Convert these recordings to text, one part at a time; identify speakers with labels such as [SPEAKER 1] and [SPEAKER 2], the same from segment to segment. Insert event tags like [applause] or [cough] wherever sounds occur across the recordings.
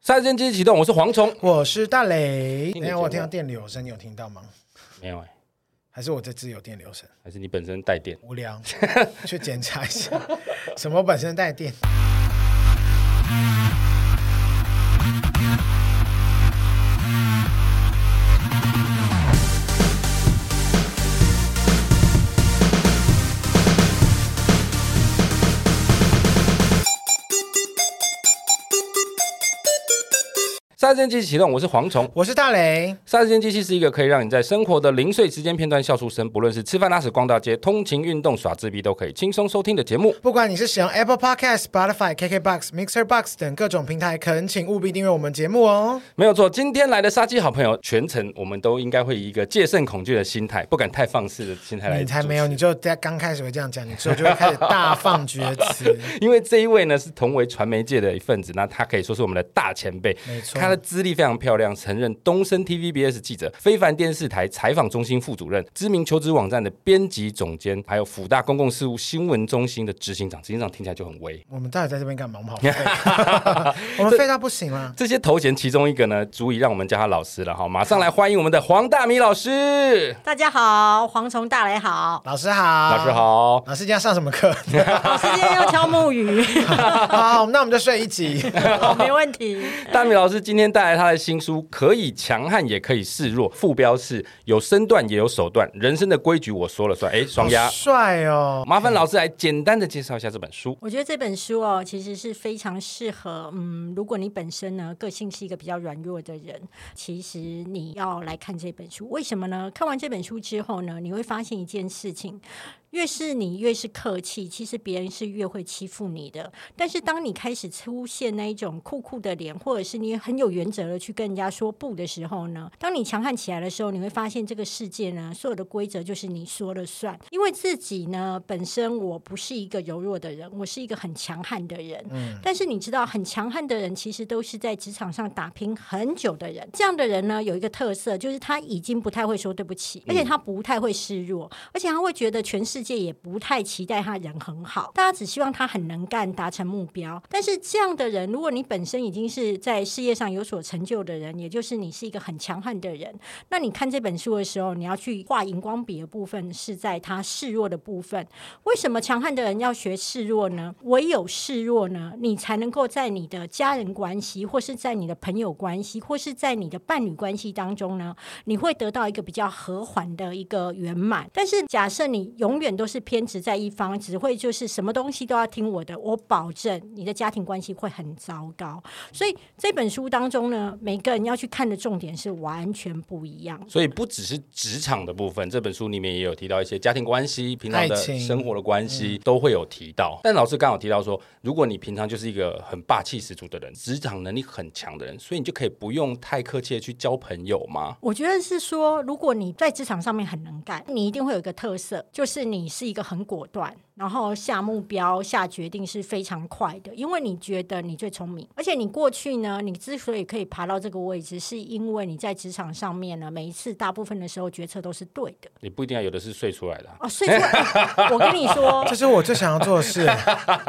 [SPEAKER 1] 杀时间机器启动，我是蝗虫。
[SPEAKER 2] 我是大雷。
[SPEAKER 1] 听
[SPEAKER 2] 等
[SPEAKER 1] 你的
[SPEAKER 2] 一下我有
[SPEAKER 1] 节
[SPEAKER 2] 听
[SPEAKER 1] 目
[SPEAKER 2] 到电流声，你有听到吗？
[SPEAKER 1] 没有哎、
[SPEAKER 2] 还是我这只有电流声？
[SPEAKER 1] 还是你本身带电。
[SPEAKER 2] 无聊， [laughs] 去检查一下， [laughs] 什么本身带电？
[SPEAKER 1] 杀时间机器启动，我是蝗虫。
[SPEAKER 2] 我是大雷，
[SPEAKER 1] 杀时间机器是一个可以让你在生活的零碎时间片段笑出声，不论是吃饭、拉屎、逛大街、通勤、运动、耍自闭，都可以轻松收听的节目。
[SPEAKER 2] 不管你是使用 Apple Podcast、Spotify、KKBox、Mixer Box 等各种平台，恳请务必订阅我们节目哦。
[SPEAKER 1] 没有错，今天来的杀鸡好朋友，全程我们都应该会以一个戒慎恐惧的心态，不敢太放肆的心态来。
[SPEAKER 2] 你才没有，你，就在刚开始会这样讲，你之后就会开始大放厥词。
[SPEAKER 1] [laughs] 因为这一位呢是同为传媒界的一份子，那他可以说是我们的大前辈。
[SPEAKER 2] 没错
[SPEAKER 1] 他，的资历非常漂亮，曾任东森 TVBS 记者、非凡电视台采访中心副主任、知名求职网站的编辑总监，还有辅大公共事务新闻中心的执行长。执行长听起来就很威。
[SPEAKER 2] 我们到底在这边干嘛？我们好废，
[SPEAKER 1] [laughs]
[SPEAKER 2] 我们废到不行啦！
[SPEAKER 1] 这些头衔其中一个呢，足以让我们叫他老师了哈。马上来欢迎我们的黄大米老师，
[SPEAKER 3] 大家好，蝗虫大雷好，
[SPEAKER 2] 老师好，
[SPEAKER 1] 老师，好。
[SPEAKER 2] 老师今天要上什么课？ [laughs]
[SPEAKER 3] 老师今天要敲木鱼，
[SPEAKER 2] 好，那我们就睡一
[SPEAKER 1] [laughs]
[SPEAKER 2] 集。
[SPEAKER 3] 好没问题。
[SPEAKER 1] 大米老师今天带来他的新书《可以强悍也可以示弱》，副标是“有身段也有手段，人生的规矩我说了算”。哎，双
[SPEAKER 2] 好
[SPEAKER 1] 鸭，
[SPEAKER 2] 帅哦！
[SPEAKER 1] 麻烦老师来简单的介绍一下这本
[SPEAKER 2] 嗯
[SPEAKER 1] 书。
[SPEAKER 3] 我觉得这本书哦，其实是非常适合，嗯，如果你本身呢个性是一个比较软弱的人，其实你要来看这本书，为什么呢？看完这本书之后呢，你会发现一件事情。越是你越是客气，其实别人是越会欺负你的。但是当你开始出现那一种酷酷的脸，或者是你很有原则的去跟人家说不的时候呢，当你强悍起来的时候，你会发现这个世界呢，所有的规则就是你说了算。因为自己呢本身我不是一个柔弱的人，我是一个很强悍的人。但是你知道，很强悍的人其实都是在职场上打拼很久的人。这样的人呢，有一个特色，就是他已经不太会说对不起，而且他不太会示弱，而且他会觉得全世界也不太期待他人很好，大家只希望他很能干，达成目标。但是这样的人，如果你本身已经是在事业上有所成就的人，也就是你是一个很强悍的人，那你看这本书的时候，你要去画荧光笔的部分是在他示弱的部分，为什么强悍的人要学示弱呢？唯有示弱呢，你才能够在你的家人关系，或是在你的朋友关系，或是在你的伴侣关系当中呢，你会得到一个比较和缓的一个圆满。但是假设你永远都是偏执在一方，只会就是什么东西都要听我的，我保证你的家庭关系会很糟糕。所以这本书当中呢，每个人要去看的重点是完全不一样。
[SPEAKER 1] 所以不只是职场的部分，这本书里面也有提到一些家庭关系、平常的
[SPEAKER 2] 爱情嗯
[SPEAKER 1] 生活的关系都会有提到。但老师刚好提到说，如果你平常就是一个很霸气十足的人，职场能力很强的人，所以你就可以不用太客气的去交朋友吗？
[SPEAKER 3] 我觉得是说，如果你在职场上面很能干，你一定会有一个特色，就是你是一个很果断，然后下目标、下决定是非常快的，因为你觉得你最聪明。而且你过去呢，你之所以可以爬到这个位置，是因为你在职场上面呢，每一次大部分的时候决策都是对的。
[SPEAKER 1] 也不一定要有的是睡出来的啊、
[SPEAKER 3] 哦，所以说，哎我跟你说，
[SPEAKER 2] 这是我最想要做的事，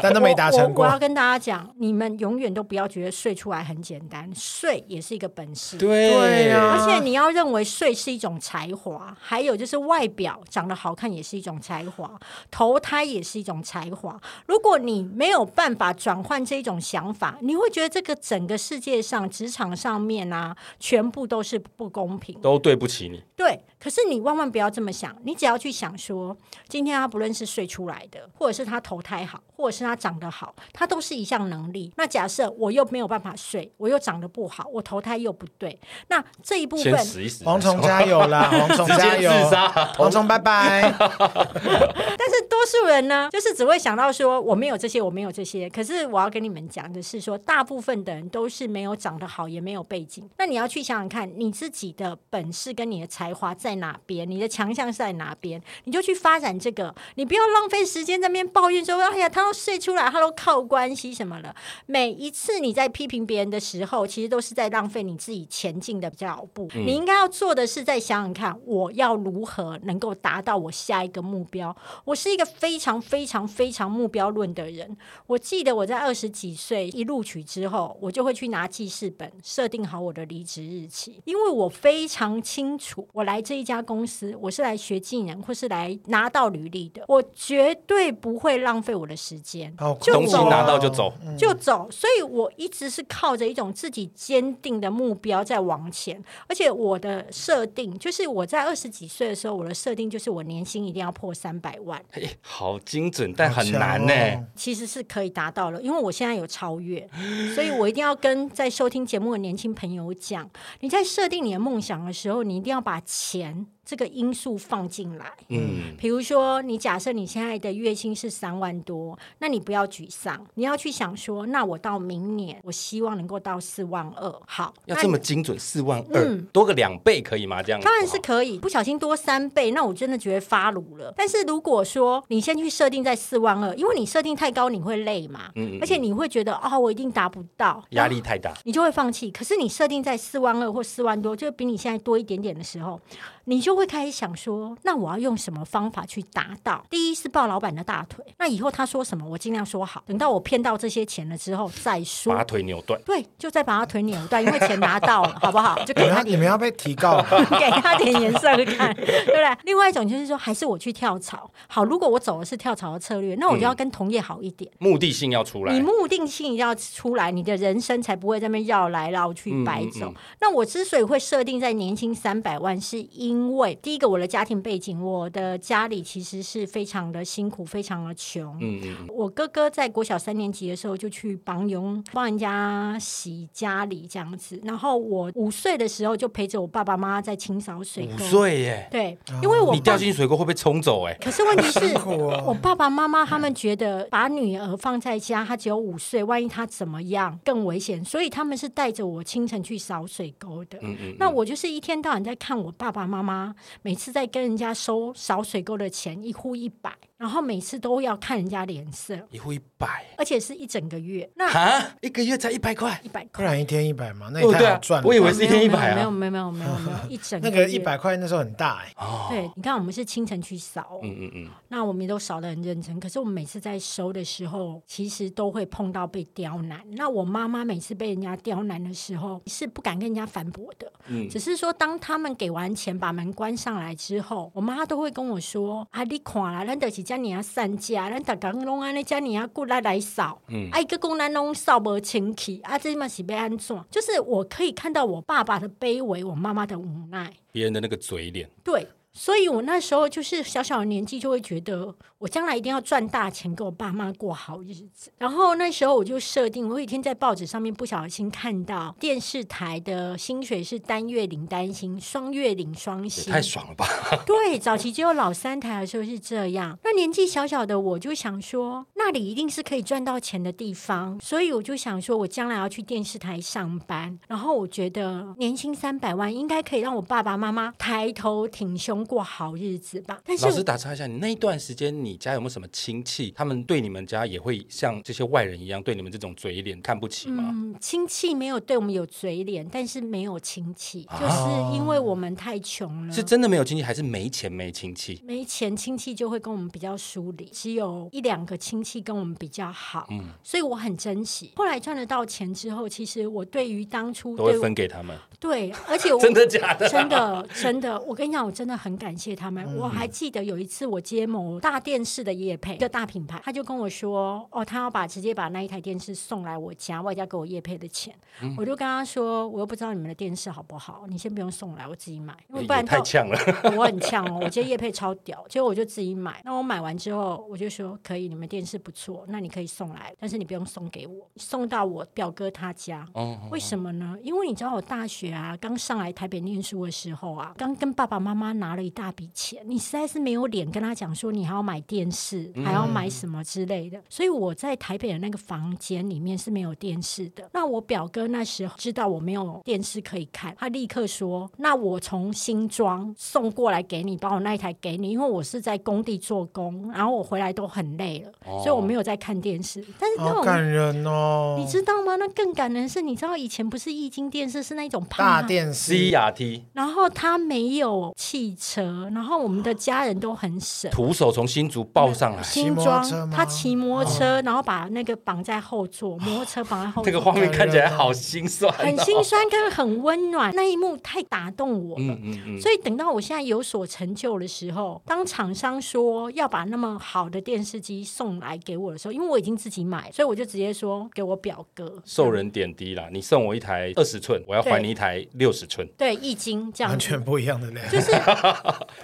[SPEAKER 2] 但都没达成
[SPEAKER 3] 我我。我要
[SPEAKER 2] 过。
[SPEAKER 3] 跟大家讲，你们永远都不要觉得睡出来很简单，睡也是一个本事。
[SPEAKER 1] 对
[SPEAKER 2] 对啊
[SPEAKER 3] 而且你要认为睡是一种才华，还有就是外表长得好看也是一种才华，投胎也是一种才华。如果你没有办法转换这种想法，你会觉得这个整个世界上职场上面啊，全部都是不公平。
[SPEAKER 1] 都对不起你。
[SPEAKER 3] 对，可是你万万不要这么想，你只要去想说，今天他不论是睡出来的，或者是他投胎好，或者是他长得好，他都是一项能力。那假设我又没有办法睡，我又长得不好，我投胎又不对，那这一部分
[SPEAKER 1] 先死一死，
[SPEAKER 2] 蝗虫加油啦！蝗虫加油！
[SPEAKER 1] 自杀
[SPEAKER 2] 蝗虫拜
[SPEAKER 1] [laughs]
[SPEAKER 2] 拜！
[SPEAKER 3] 但是多数人呢，就是只会想到说我没有这些，我没有这些。可是我要跟你们讲的是说，大部分的人都是没有长得好，也没有背景。那你要去想想看，你自己的本事跟你的才华在哪边，你的强项是在哪边，你就去发展这个。你不要浪费时间在那边抱怨说，哎呀，他都睡出来，他都靠关系什么了。每一次你在批评别人的时候，其实都是在浪费你自己前进的脚步。你应该要做的是，再想想看，我要如何能够达到我下一个目标。我是一个非常常非常非常目标论的人。我记得我在二十几岁一录取之后，我就会去拿记事本，设定好我的离职日期，因为我非常清楚，我来这一家公司，我是来学技能或是来拿到履历的，我绝对不会浪费我的时间。
[SPEAKER 2] 好哦
[SPEAKER 3] 就
[SPEAKER 1] 东西
[SPEAKER 3] 走
[SPEAKER 1] 拿
[SPEAKER 3] 啊
[SPEAKER 1] 到就走，
[SPEAKER 2] 嗯
[SPEAKER 3] 就走，所以我一直是靠着一种自己坚定的目标在往前，而且我的设定就是我在二十几岁的时候，我的设定就是我年薪一定要破三百万，
[SPEAKER 1] 哎，好精准，但很难欸呢、
[SPEAKER 2] 好强哦
[SPEAKER 3] 其实是可以达到了，因为我现在有超越，所以我一定要跟在收听节目的年轻朋友讲，你在设定你的梦想的时候，你一定要把钱这个因素放进来。
[SPEAKER 1] 嗯，
[SPEAKER 3] 比如说，你假设你现在的月薪是三万多，那你不要沮丧，你要去想说，那我到明年，我希望能够到四万二。好，
[SPEAKER 1] 要
[SPEAKER 3] 那
[SPEAKER 1] 这
[SPEAKER 3] 你嗯
[SPEAKER 1] 么啊精准，四万二，多个两倍可以吗？这样哦
[SPEAKER 3] 当然是
[SPEAKER 1] 好
[SPEAKER 3] 可以，不小心多三倍，那我真的觉得发卤了。但是如果说你先去设定在四万二，因为你设定太高，你会累嘛，
[SPEAKER 1] 嗯嗯
[SPEAKER 3] 而且你会觉得哦，我一定达不到，
[SPEAKER 1] 压力太大，
[SPEAKER 3] 你就会放弃。可是你设定在四万二或四万多，就比你现在多一点点的时候，你就会开始想说，那我要用什么方法去达到？第一是抱老板的大腿，那以后他说什么，我尽量说好。等到我骗到这些钱了之后再说
[SPEAKER 1] 把。腿扭断。
[SPEAKER 3] 对，就再把他腿扭断，因为钱拿到了，好不
[SPEAKER 1] 欸
[SPEAKER 3] 好？
[SPEAKER 2] 哦你
[SPEAKER 3] 就给
[SPEAKER 2] 们
[SPEAKER 3] 他
[SPEAKER 2] 要
[SPEAKER 3] 点
[SPEAKER 2] 你们要被提告啊了，
[SPEAKER 3] 给他点颜色看，对不对？另外一种就是说，还是我去跳槽。好，如果我走的是跳槽的策略，那我就要跟同业好一点。
[SPEAKER 1] 目的性要出来
[SPEAKER 3] 你，目的性要出来，你的人生才不会在那边绕来绕去
[SPEAKER 1] 嗯
[SPEAKER 3] 白
[SPEAKER 1] 嗯
[SPEAKER 3] 走。
[SPEAKER 1] 嗯
[SPEAKER 3] 那我之所以会设定在年薪三百万，是因为第一个我的家庭背景，我的家里其实是非常的辛苦，非常的穷。
[SPEAKER 1] 嗯嗯，嗯
[SPEAKER 3] 我哥哥在国小三年级的时候就去帮佣帮人家洗家里这样子，然后我五岁的时候就陪着我爸爸妈妈在清扫水
[SPEAKER 1] 嗯五
[SPEAKER 3] 沟。
[SPEAKER 1] 岁耶，
[SPEAKER 3] 对，因为我
[SPEAKER 1] 你
[SPEAKER 3] 爸
[SPEAKER 1] 掉进水沟会被冲走哎，
[SPEAKER 3] 可是问题
[SPEAKER 1] [laughs]
[SPEAKER 3] 是
[SPEAKER 2] 辛苦哦，
[SPEAKER 3] 我爸爸妈妈他们觉得把女儿放在家，她只有五岁，万一她怎么样更危险，所以他们是带着我清晨去扫水沟的。
[SPEAKER 1] 嗯嗯，
[SPEAKER 3] 那我就是一天到晚在看我爸爸妈妈，每次在跟人家收扫水沟的钱，一户一百，然后每次都要看人家脸色，
[SPEAKER 1] 一户一百
[SPEAKER 3] 而且是一整个月，那
[SPEAKER 1] 啊，一个月才一百块，
[SPEAKER 3] 一百
[SPEAKER 2] 不
[SPEAKER 3] 块。
[SPEAKER 2] 然一天一百嘛，那
[SPEAKER 1] 哦
[SPEAKER 2] 也
[SPEAKER 1] 对
[SPEAKER 2] 太
[SPEAKER 1] 啊
[SPEAKER 2] 好赚了。
[SPEAKER 1] 我以为是一天100啊
[SPEAKER 3] 没有没有没有没有没有没有一整
[SPEAKER 1] [laughs]
[SPEAKER 2] 那个
[SPEAKER 3] 月
[SPEAKER 2] 一百块那时候很大哎，
[SPEAKER 1] 哦，
[SPEAKER 3] 对，你看我们是清晨去扫哦，
[SPEAKER 1] 嗯嗯嗯，
[SPEAKER 3] 那我们也都扫得很认真，可是我们每次在收的时候，其实都会碰到被刁难。那我妈妈每次被人家刁难的时候，是不敢跟人家反驳的，
[SPEAKER 1] 嗯
[SPEAKER 3] 只是说当他们给完钱把门关上来之后，我妈都会跟我说：“啊，你看啦，咱就是叫你要散家，咱大家拢安尼叫你要过来来扫，
[SPEAKER 1] 嗯
[SPEAKER 3] 啊，一个公咱拢扫无清气，啊，这嘛是被安怎？就是我可以看到我爸爸的卑微，我妈妈的无奈。”
[SPEAKER 1] 别人的那个嘴脸，
[SPEAKER 3] 对，所以我那时候就是小小的年纪就会觉得，我将来一定要赚大钱，给我爸妈过好日子。然后那时候我就设定，我有一天在报纸上面不小心看到电视台的薪水是单月领单薪，双月领双
[SPEAKER 1] 也
[SPEAKER 3] 薪，
[SPEAKER 1] 太爽了吧！
[SPEAKER 3] 对，早期只有老三台的时候是这样。那年纪小小的我就想说，那里一定是可以赚到钱的地方，所以我就想说，我将来要去电视台上班。然后我觉得年薪三百万应该可以让我爸爸妈妈抬头挺胸过好日子吧。但是
[SPEAKER 1] 老师打岔一下，你那一段时间，你家有没有什么亲戚，他们对你们家也会像这些外人一样，对你们这种嘴脸看不起吗？
[SPEAKER 3] 嗯，亲戚没有对我们有嘴脸，但是没有亲戚，就是因为我们太穷了。
[SPEAKER 1] 啊是真的没有亲戚，还是没钱没亲戚？
[SPEAKER 3] 没钱，亲戚就会跟我们比较疏离，只有一两个亲戚跟我们比较好，
[SPEAKER 1] 嗯
[SPEAKER 3] 所以我很珍惜。后来赚得到钱之后，其实我对于当初
[SPEAKER 1] 都会
[SPEAKER 3] 对
[SPEAKER 1] 分给他们，
[SPEAKER 3] 对，而且
[SPEAKER 1] [laughs]
[SPEAKER 3] 我
[SPEAKER 1] 真的假的？
[SPEAKER 3] 真的，真的，我跟你讲，我真的很感谢他们。
[SPEAKER 1] 嗯
[SPEAKER 3] 我还记得有一次，我接某大电视的业配，一个大品牌，他就跟我说，哦，他要把直接把那一台电视送来我家，外加给我业配的钱。
[SPEAKER 1] 嗯
[SPEAKER 3] 我就跟他说，我又不知道你们的电视好不好，你先不用送来，我自己买，因为不
[SPEAKER 1] 哎也
[SPEAKER 3] 然
[SPEAKER 1] 太
[SPEAKER 3] 到
[SPEAKER 1] 呛了，
[SPEAKER 3] 我很呛哦，我觉得叶配超屌，结果我就自己买。那我买完之后，我就说可以，你们电视不错，那你可以送来，但是你不用送给我，送到我表哥他家。
[SPEAKER 1] 哦，
[SPEAKER 3] 为什么呢？因为你知道我大学啊，刚上来台北念书的时候啊，刚跟爸爸妈妈拿了一大笔钱，你实在是没有脸跟他讲说你还要买电视，
[SPEAKER 1] 嗯
[SPEAKER 3] 还要买什么之类的。所以我在台北的那个房间里面是没有电视的。那我表哥那时候知道我没有电视可以看，他立刻说：“那我从新庄送过来给你，把我那一台给你，因为我是在工地做工，然后我回来都很累了，
[SPEAKER 1] 哦
[SPEAKER 3] 所以我没有在看电视。但是那
[SPEAKER 2] 好
[SPEAKER 3] 种
[SPEAKER 2] 感人哦！
[SPEAKER 3] 你知道吗？那更感人是，你知道以前不是液晶电视，是那种
[SPEAKER 2] 大
[SPEAKER 3] 胖啊，
[SPEAKER 2] 电
[SPEAKER 1] E
[SPEAKER 2] 视
[SPEAKER 1] CRT
[SPEAKER 3] 然后它没有汽车，然后我们的家人都很省。
[SPEAKER 1] 徒手从新竹抱上来，
[SPEAKER 3] 新
[SPEAKER 2] 摩托车
[SPEAKER 3] 装，
[SPEAKER 2] 吗哦
[SPEAKER 3] 他骑摩托车，然后把那个绑在后座，摩托车
[SPEAKER 2] [laughs]
[SPEAKER 3] 绑在后
[SPEAKER 1] 这
[SPEAKER 3] 座，
[SPEAKER 1] 个画面看起来好心酸、哦，
[SPEAKER 3] 很心酸，跟很温暖。那一幕太打动我了。
[SPEAKER 1] 嗯嗯嗯，
[SPEAKER 3] 所以等到我现在有所成就的时候，当厂商说要把那么好的电视机送来给我的时候，因为我已经自己买，所以我就直接说给我表哥。
[SPEAKER 1] 受人点滴啦。你送我一台二十寸，我要还
[SPEAKER 3] 对
[SPEAKER 1] 你一台六十寸。
[SPEAKER 3] 对易经这样
[SPEAKER 2] 完
[SPEAKER 3] 子，
[SPEAKER 2] 全不一样的嘞，
[SPEAKER 3] 就是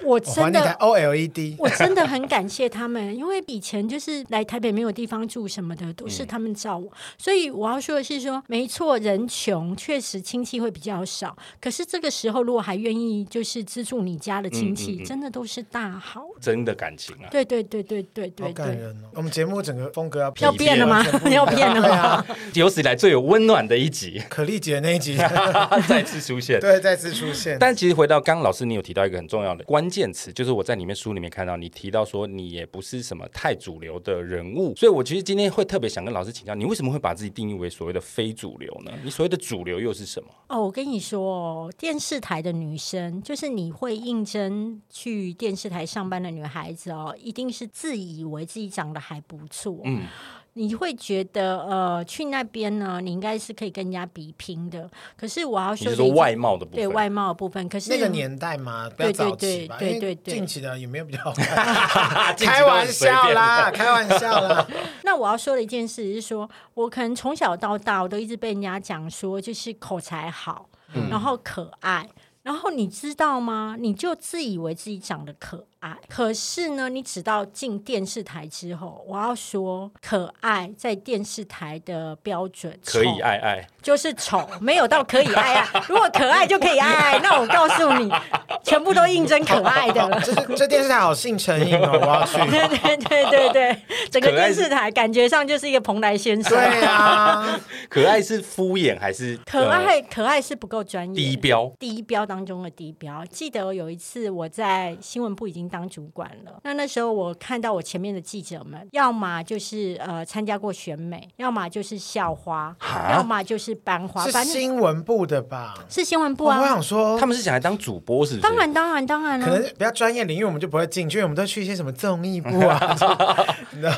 [SPEAKER 3] 我
[SPEAKER 2] 我还你
[SPEAKER 3] 真
[SPEAKER 2] 台 E
[SPEAKER 3] 的。
[SPEAKER 1] [laughs]
[SPEAKER 2] OLED，
[SPEAKER 3] 我真的很感谢他们，因为以前就是来台北没有地方住什么的，都是他们照我。所以我要说的是说，没错，人穷确实亲戚会比较少，可是这个时候如果还愿意就是资助你家的亲戚，
[SPEAKER 1] 嗯嗯嗯
[SPEAKER 3] 真的都是大好。
[SPEAKER 1] 真的感情啊，
[SPEAKER 3] 对对对对对
[SPEAKER 2] 好
[SPEAKER 3] 对
[SPEAKER 2] 感
[SPEAKER 3] 对，
[SPEAKER 2] 人哦！我们节目整个风格要
[SPEAKER 3] 要变了吗
[SPEAKER 2] 完全不一样
[SPEAKER 3] 要变了吗
[SPEAKER 2] 对啊，
[SPEAKER 1] 有史以来最有温暖的一集 [laughs]
[SPEAKER 2] 可丽姐那一集，
[SPEAKER 1] 再次出现。
[SPEAKER 2] 对，再次出现。
[SPEAKER 1] [laughs] 但其实回到刚刚老师，你有提到一个很重要的关键词，就是我在里面书里面看到你提到说你也不是什么太主流的人物，所以我其实今天会特别想跟老师请教，你为什么会把自己定义为所谓的非主流呢？你所谓的主流又是什么？
[SPEAKER 3] 哦，我跟你说哦，电视台的女生，就是你会应征去电视台上班的女孩子哦，一定是自以为自己长得还不错，
[SPEAKER 1] 嗯，
[SPEAKER 3] 你会觉得呃，去那边呢，你应该是可以跟人家比拼的。可是我要
[SPEAKER 1] 你
[SPEAKER 3] 说
[SPEAKER 1] 是
[SPEAKER 3] 的
[SPEAKER 1] 说
[SPEAKER 3] 一件
[SPEAKER 1] 外貌的部分？
[SPEAKER 3] 对外貌的部分，可是
[SPEAKER 2] 那个年代嘛，比较
[SPEAKER 3] 对对
[SPEAKER 2] 早期吧，
[SPEAKER 3] 对对
[SPEAKER 2] 因为
[SPEAKER 3] 对对
[SPEAKER 2] 近期的也没有比较好看，
[SPEAKER 3] [laughs]
[SPEAKER 1] 近期
[SPEAKER 2] 开
[SPEAKER 1] 都很
[SPEAKER 2] 玩
[SPEAKER 1] 随便
[SPEAKER 2] 笑啦，开玩笑 [laughs] 啦。
[SPEAKER 3] 那我要说的一件事是说，我可能从小到大我都一直被人家讲说，就是口才好，
[SPEAKER 1] 嗯
[SPEAKER 3] 然后可爱。然后你知道吗？你就自以为自己长得可爱，可是呢，你直到进电视台之后，我要说，可爱在电视台的标准，
[SPEAKER 1] 可
[SPEAKER 3] 丑
[SPEAKER 1] 以爱爱，
[SPEAKER 3] 就是丑，没有到可以爱
[SPEAKER 1] [laughs]
[SPEAKER 3] 爱。如果可爱就可以爱爱，那我告诉你，全部都应征可爱的了。 [laughs]
[SPEAKER 2] 这是这电视台好性成瘾哦，我要去。
[SPEAKER 3] 对对对对对，整个
[SPEAKER 1] 可爱
[SPEAKER 3] 电
[SPEAKER 1] 是
[SPEAKER 3] 视台感觉上就是一个蓬莱先生。
[SPEAKER 2] 对
[SPEAKER 3] [laughs]
[SPEAKER 2] 啊，
[SPEAKER 1] 可爱是敷衍还是
[SPEAKER 3] 可
[SPEAKER 1] 呃
[SPEAKER 3] 爱可爱是不够专业。
[SPEAKER 1] 低标？
[SPEAKER 3] 第一标当中的低标，记得有一次我在新闻部已经当主管了，那那时候我看到我前面的记者们，要么就是呃参加过选美，要么就是校花，
[SPEAKER 1] 哈
[SPEAKER 3] 要么就是班花，
[SPEAKER 2] 是
[SPEAKER 3] 反正
[SPEAKER 2] 新闻部的吧？
[SPEAKER 3] 是新闻部
[SPEAKER 2] 我我
[SPEAKER 3] 啊。
[SPEAKER 2] 想说
[SPEAKER 1] 他，们是想来当主播是不是？
[SPEAKER 3] 当然，当然，当然了、啊
[SPEAKER 2] 可能比较专业领域我们就不会进去，因为我们都去一些什么综艺部
[SPEAKER 3] [laughs]
[SPEAKER 2] 啊，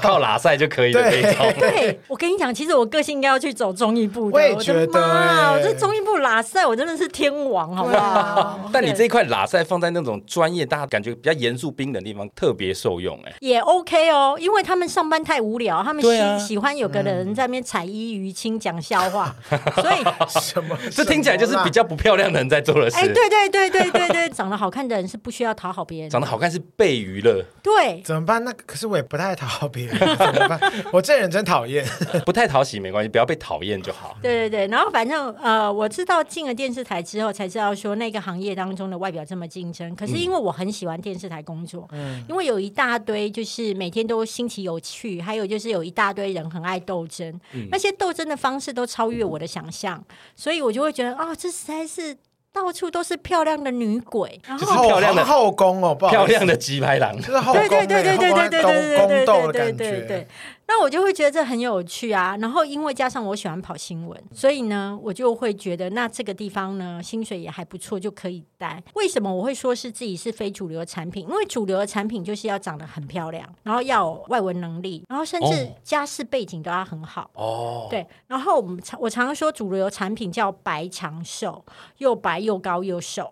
[SPEAKER 1] 靠拉塞就可以了
[SPEAKER 2] 对
[SPEAKER 1] 那种。
[SPEAKER 3] 对，我跟你讲，其实我个性应该要去走综艺部的。
[SPEAKER 2] 我也
[SPEAKER 3] 的
[SPEAKER 2] 觉得
[SPEAKER 3] 妈
[SPEAKER 2] 欸
[SPEAKER 3] 我这综艺部拉塞，我真的是天王，好不
[SPEAKER 2] 对
[SPEAKER 3] 好
[SPEAKER 2] 啊？
[SPEAKER 1] 但你
[SPEAKER 3] 对
[SPEAKER 1] 这一块拉塞放在那种专业大家感觉比较严肃冰冷的地方特别受用哎、
[SPEAKER 3] 也 OK 哦，因为他们上班太无聊，他们喜、
[SPEAKER 1] 对啊
[SPEAKER 3] 喜欢有个人在那边采衣娱亲讲笑话，
[SPEAKER 1] [laughs]
[SPEAKER 3] 所以。
[SPEAKER 2] 什么？
[SPEAKER 1] 这听起来就是比较不漂亮的人在做的事。
[SPEAKER 3] 哎、对对对对对对，长得好看的人是不需要讨好别人
[SPEAKER 1] 长
[SPEAKER 3] 的。
[SPEAKER 1] 得好看是被娱乐， [laughs]
[SPEAKER 3] 对，
[SPEAKER 2] 怎么办？那可是我也不太讨好别人，怎么
[SPEAKER 3] [laughs]
[SPEAKER 2] 办？我这人真讨厌。
[SPEAKER 3] 哦
[SPEAKER 1] 不太讨喜没关系，不要被讨厌就好。
[SPEAKER 3] 对对对，然后反正呃，我知道进了电视台之后，才知道说那个行业当中的外表这么竞争。可是因为我很喜欢电视台工作，因为有一大堆就是每天都新奇有趣，还有就是有一大堆人很爱斗争，那些斗争的方式都超越我的想象，所以我就会觉得啊、这实在是到处都是漂亮的女鬼，
[SPEAKER 2] 嗯
[SPEAKER 3] 然
[SPEAKER 1] 就
[SPEAKER 3] 后
[SPEAKER 1] 是漂亮的
[SPEAKER 2] 后后宫哦，不好意思
[SPEAKER 1] 漂亮的鸡排狼，
[SPEAKER 2] 就是后宫
[SPEAKER 3] 对
[SPEAKER 2] 欸，
[SPEAKER 3] 对对对对
[SPEAKER 2] 后宫
[SPEAKER 3] 对对对
[SPEAKER 2] 宫宫
[SPEAKER 3] 对
[SPEAKER 2] 斗的
[SPEAKER 3] 对
[SPEAKER 2] 感
[SPEAKER 3] 对对
[SPEAKER 2] 觉。。
[SPEAKER 3] 那我就会觉得这很有趣啊。然后因为加上我喜欢跑新闻，所以呢，我就会觉得那这个地方呢，薪水也还不错，就可以待。为什么我会说是自己是非主流的产品？因为主流的产品就是要长得很漂亮，然后要有外文能力，然后甚至
[SPEAKER 1] 哦
[SPEAKER 3] 家世背景都要很好。
[SPEAKER 1] 哦，
[SPEAKER 3] 对，然后我们常我常常说主流产品叫白长寿，又白又高又瘦。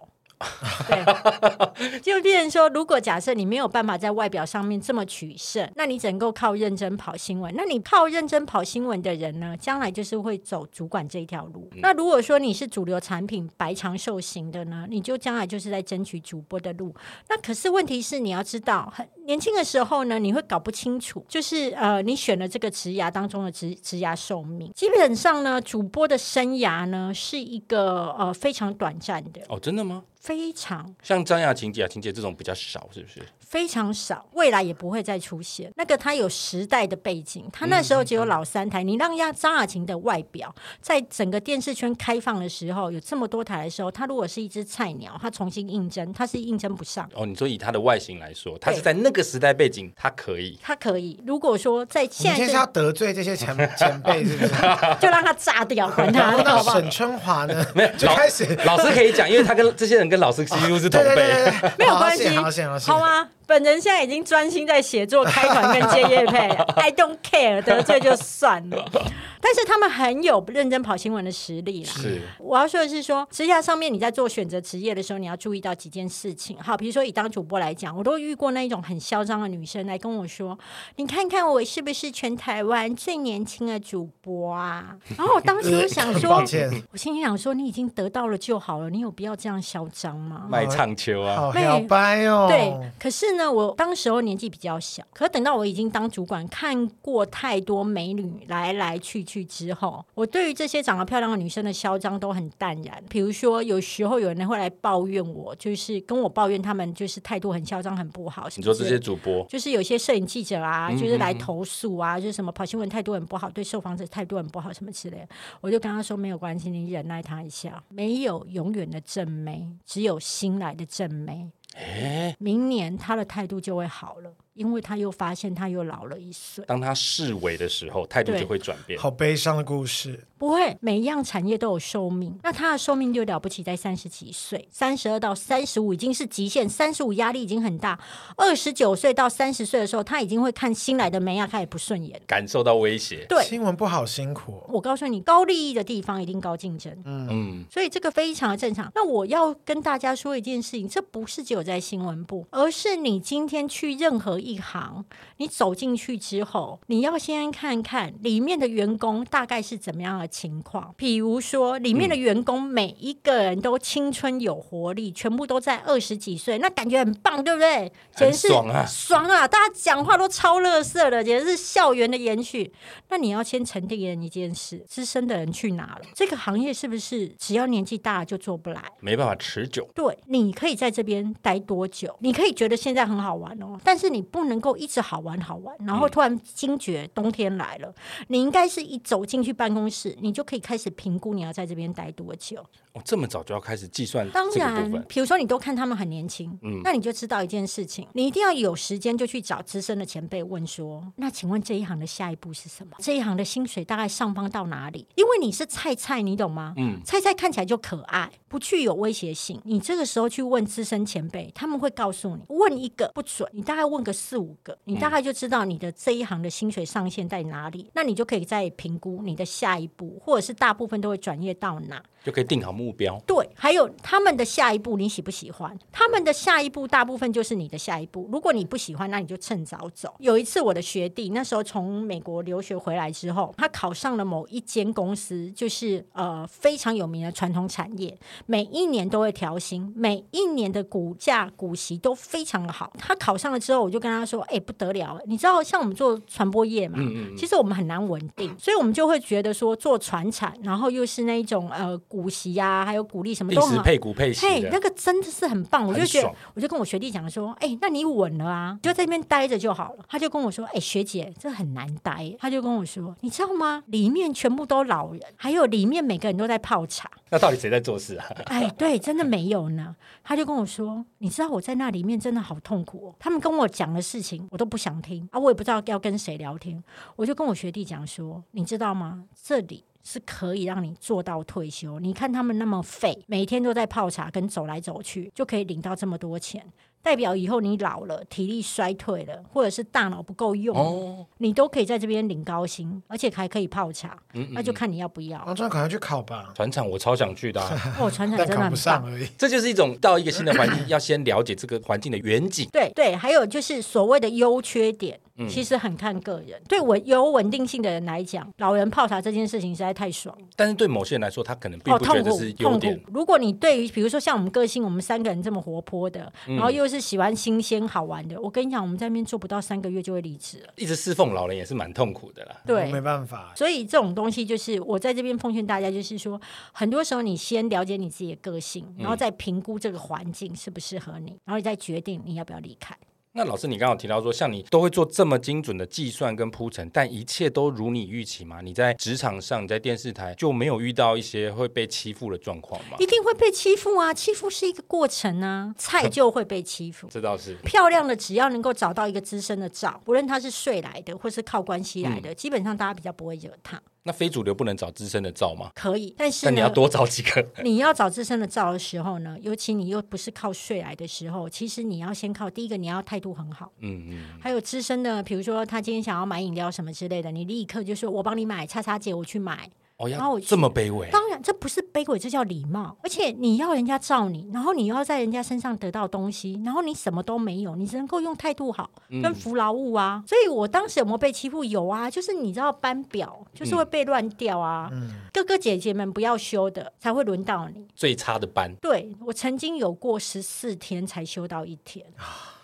[SPEAKER 3] 对，就变成说，如果假设你没有办法在外表上面这么取胜，那你只能够靠认真跑新闻。那你靠认真跑新闻的人呢，将来就是会走主管这一条路。那如果说你是主流产品白长寿型的呢，你就将来就是在争取主播的路。那可是问题是，你要知道，很年轻的时候呢，你会搞不清楚，就是呃，你选了这个职涯当中的职职涯寿命，基本上呢，主播的生涯呢是一个呃非常短暂的，
[SPEAKER 1] 哦，真的吗？
[SPEAKER 3] 非常
[SPEAKER 1] 像张雅琴、雅琴姐这种比较少，是不是？
[SPEAKER 3] 非常少，未来也不会再出现。那个它有时代的背景，它那时候只有老三台。你让亚张雅琴的外表在整个电视圈开放的时候，有这么多台的时候，它如果是一只菜鸟，它重新应征，它是应征不上。
[SPEAKER 1] 哦，你说以他的外形来说，他是
[SPEAKER 3] 对
[SPEAKER 1] 在那个时代背景，他可以。
[SPEAKER 3] 它可以，如果说在
[SPEAKER 2] 你
[SPEAKER 3] 现
[SPEAKER 2] 今
[SPEAKER 3] 在
[SPEAKER 2] 天是要得罪这些前前辈是不是？然
[SPEAKER 3] 就让它炸掉，
[SPEAKER 2] [laughs]
[SPEAKER 3] 管它
[SPEAKER 2] 后
[SPEAKER 3] 的，
[SPEAKER 2] 到
[SPEAKER 3] 好不好？
[SPEAKER 2] 沈春华呢，
[SPEAKER 1] 没有
[SPEAKER 2] 就
[SPEAKER 1] 老
[SPEAKER 2] 开始
[SPEAKER 1] 老师可以讲，因为他跟这些人跟老师几乎是同
[SPEAKER 2] 对对对
[SPEAKER 1] 辈。
[SPEAKER 2] 对对
[SPEAKER 3] 没有关
[SPEAKER 2] 好
[SPEAKER 3] 系，
[SPEAKER 2] 险好险
[SPEAKER 3] 好
[SPEAKER 2] 好险！
[SPEAKER 3] 吗？本人现在已经专心在写作、开团跟接业配了，I don't care，得罪就算了。 [laughs] 但是他们很有认真跑新闻的实力啦。
[SPEAKER 1] 是，
[SPEAKER 3] 我要说的是说，职涯上面你在做选择职业的时候，你要注意到几件事情。好，比如说以当主播来讲，我都遇过那一种很嚣张的女生来跟我说：“你看看我是不是全台湾最年轻的主播啊？”然后我当时就
[SPEAKER 2] [laughs]
[SPEAKER 3] 想说
[SPEAKER 2] 呃抱，歉，
[SPEAKER 3] 我心里想说，你已经得到了就好了，你有必要这样嚣张吗？
[SPEAKER 1] 卖唱秋啊，
[SPEAKER 2] 好
[SPEAKER 3] 妹
[SPEAKER 2] 摇摆哦。
[SPEAKER 3] 对，可是呢，我当时候年纪比较小，可等到我已经当主管，看过太多美女来来去去之后，我对于这些长得漂亮的女生的嚣张都很淡然。比如说，有时候有人会来抱怨我，就是跟我抱怨他们就是态度很嚣张，很不好。什
[SPEAKER 1] 你
[SPEAKER 3] 么
[SPEAKER 1] 说
[SPEAKER 3] 之
[SPEAKER 1] 这
[SPEAKER 3] 类
[SPEAKER 1] 些
[SPEAKER 3] 的。
[SPEAKER 1] 主播，
[SPEAKER 3] 就是有些摄影记者啊，
[SPEAKER 1] 嗯
[SPEAKER 3] 就是来投诉啊，就是什么跑新闻态度很不好，对受访者态度很不好，什么之类的。我就跟他说没有关系，你忍耐他一下，没有永远的正妹，只有新来的正妹。
[SPEAKER 1] 哎，
[SPEAKER 3] 明年他的态度就会好了，因为他又发现他又老了一岁。
[SPEAKER 1] 当他视为的时候，态度
[SPEAKER 3] 对
[SPEAKER 1] 就会转变。
[SPEAKER 2] 好悲伤的故事，
[SPEAKER 3] 不会，每一样产业都有寿命，那他的寿命就了不起，在三十几岁，三十二到三十五已经是极限，三十五压力已经很大，二十九岁到三十岁的时候，他已经会看新来的梅亚开始不顺眼。
[SPEAKER 1] 感受到威胁，
[SPEAKER 3] 对，
[SPEAKER 2] 新闻不好辛苦哦，
[SPEAKER 3] 我告诉你，高利益的地方一定高竞争。
[SPEAKER 1] 嗯，
[SPEAKER 3] 所以这个非常的正常。那我要跟大家说一件事情，这不是只有在新闻部，而是你今天去任何一行，你走进去之后，你要先看看里面的员工大概是怎么样的情况。比如说，里面的
[SPEAKER 1] 嗯
[SPEAKER 3] 员工每一个人都青春有活力，全部都在二十几岁，那感觉很棒，对不对？简直是
[SPEAKER 1] 很爽啊
[SPEAKER 3] 爽啊！大家讲话都超乐色的，简直是校园的延续。那你要先沉淀一件事：资深的人去哪了？这个行业是不是只要年纪大了就做不来？
[SPEAKER 1] 没办法持久。
[SPEAKER 3] 对，你可以在这边待多久？你可以觉得现在很好玩哦，但是你不能够一直好玩好玩，然后突然惊觉冬天来了。你应该是一走进去办公室，你就可以开始评估你要在这边待多久。
[SPEAKER 1] 哦，这么早就要开始计算
[SPEAKER 3] 当
[SPEAKER 1] 这个部
[SPEAKER 3] 然
[SPEAKER 1] 分，，嗯
[SPEAKER 3] 比如说你都看他们很年轻，那你就知道一件事情，你一定要有时间就去找资深的前辈问说，那请问这一行的下一步是什么？这一行的薪水大概上方到哪里？因为你是菜菜，你懂吗？嗯，菜菜看起来就可爱，不具有威胁性。你这个时候去问资深前辈，他们会告诉你，问一个不准，你大概问个四五个，你大概就知道你的这一行的薪水上限在哪里，那你就可以再评估你的下一步，或者是大部分都会转业到哪。
[SPEAKER 1] 就可以定好目标。
[SPEAKER 3] 对，还有他们的下一步你喜不喜欢？他们的下一步大部分就是你的下一步。如果你不喜欢，那你就趁早走。有一次我的学弟那时候从美国留学回来之后，他考上了某一间公司，就是呃非常有名的传统产业，每一年都会调薪，每一年的股价股息都非常的好。他考上了之后，我就跟他说：“哎、不得了！你知道像我们做传播业嘛，
[SPEAKER 1] 嗯
[SPEAKER 3] 其实我们很难稳定，所以我们就会觉得说做传产，然后又是那一种呃股息啊，还有股利什么
[SPEAKER 1] 定
[SPEAKER 3] 都
[SPEAKER 1] 时
[SPEAKER 3] 很好。”
[SPEAKER 1] 配股配息
[SPEAKER 3] 嘿，那
[SPEAKER 1] 的，
[SPEAKER 3] 个真的是很棒，我就
[SPEAKER 1] 很
[SPEAKER 3] 觉得
[SPEAKER 1] 爽，
[SPEAKER 3] 我就跟我学弟讲说，哎、那你稳了啊，就在那边待着就好了。他就跟我说，哎、学姐，这很难待。他就跟我说，你知道吗？里面全部都老人，还有里面每个人都在泡茶。
[SPEAKER 1] 那到底谁在做事啊？
[SPEAKER 2] [laughs]
[SPEAKER 3] 哎，对，真的没有呢。他就跟我说，你知道我在那里面真的好痛苦哦。他们跟我讲的事情，我都不想听啊，我也不知道要跟谁聊天。我就跟我学弟讲说，你知道吗？这里。是可以让你做到退休。你看他们那么废，每天都在泡茶跟走来走去，就可以领到这么多钱，代表以后你老了，体力衰退了，或者是大脑不够用，
[SPEAKER 1] 哦，
[SPEAKER 3] 你都可以在这边领高薪，而且还可以泡茶。
[SPEAKER 1] 嗯
[SPEAKER 3] 那
[SPEAKER 2] 嗯
[SPEAKER 3] 就看你要不要。
[SPEAKER 2] [laughs] 王川赶快去考吧，
[SPEAKER 1] 船厂我超想去的啊、
[SPEAKER 3] [laughs] 哦，船长
[SPEAKER 2] 但
[SPEAKER 3] 真的
[SPEAKER 2] 考
[SPEAKER 3] 很
[SPEAKER 2] 不
[SPEAKER 3] 棒。
[SPEAKER 2] 上而已。
[SPEAKER 1] 这就是一种到一个新的环境，要先了解这个环境的远景。
[SPEAKER 3] 对对，还有就是所谓的优缺点，
[SPEAKER 1] 嗯
[SPEAKER 3] 其实很看个人。对我有稳定性的人来讲，老人泡茶这件事情实在太爽了，
[SPEAKER 1] 但是对某些人来说，他可能并
[SPEAKER 3] 哦，
[SPEAKER 1] 不觉
[SPEAKER 3] 痛
[SPEAKER 1] 得
[SPEAKER 3] 苦
[SPEAKER 1] 是优
[SPEAKER 3] 痛苦
[SPEAKER 1] 点。。
[SPEAKER 3] 如果你对于比如说像我们个性，我们三个人这么活泼的，
[SPEAKER 1] 嗯
[SPEAKER 3] 然后又是喜欢新鲜好玩的，我跟你讲，我们在那边做不到三个月就会离职了。
[SPEAKER 1] 一直侍奉老人也是蛮痛苦的啦。
[SPEAKER 3] 对，
[SPEAKER 2] 没办法，
[SPEAKER 3] 所以这种东西就是我在这边奉劝大家，就是说，很多时候你先了解你
[SPEAKER 1] 嗯
[SPEAKER 3] 自己的个性，然后再评估这个环境适不适合你，然后你再决定你要不要离开。
[SPEAKER 1] 那老师，你刚刚有提到说，像你都会做这么精准的计算跟铺陈，但一切都如你预期吗？你在职场上，你在电视台就没有遇到一些会被欺负的状况吗？
[SPEAKER 3] 一定会被欺负啊！欺负是一个过
[SPEAKER 1] [laughs]
[SPEAKER 3] 程啊，菜就会被欺负。
[SPEAKER 1] 这倒是，
[SPEAKER 3] 漂亮的只要能够找到一个资深的照，不论他是睡来的或是靠关系
[SPEAKER 1] 嗯
[SPEAKER 3] 来的，基本上大家比较不会惹他。
[SPEAKER 1] 那非主流不能找资深的照吗？
[SPEAKER 3] 可以，但是啊
[SPEAKER 1] 但你要
[SPEAKER 3] 呢，
[SPEAKER 1] 多找几个。
[SPEAKER 3] 你要找自身的照的时候呢，尤其你又不是靠睡来的时候，其实你要先靠第一个，你要态度很好，
[SPEAKER 1] 嗯嗯，
[SPEAKER 3] 还有资深的，比如说他今天想要买饮料什么之类的，你立刻就说我帮你买，叉叉姐我去买。
[SPEAKER 1] 哦，
[SPEAKER 3] 然后
[SPEAKER 1] 要
[SPEAKER 3] 我
[SPEAKER 1] 这么卑微，
[SPEAKER 3] 当然，这不是卑微，这叫礼貌。而且你要人家照你，然后你要在人家身上得到东西，然后你什么都没有，你只能够用态度好跟服劳务啊。所以我当时有没有被欺负？有啊，就是你知道班表就是会被乱掉啊，哥哥姐姐们不要修的才会轮到你。
[SPEAKER 1] 最差的班，
[SPEAKER 3] 对我曾经有过十四天才休到一天，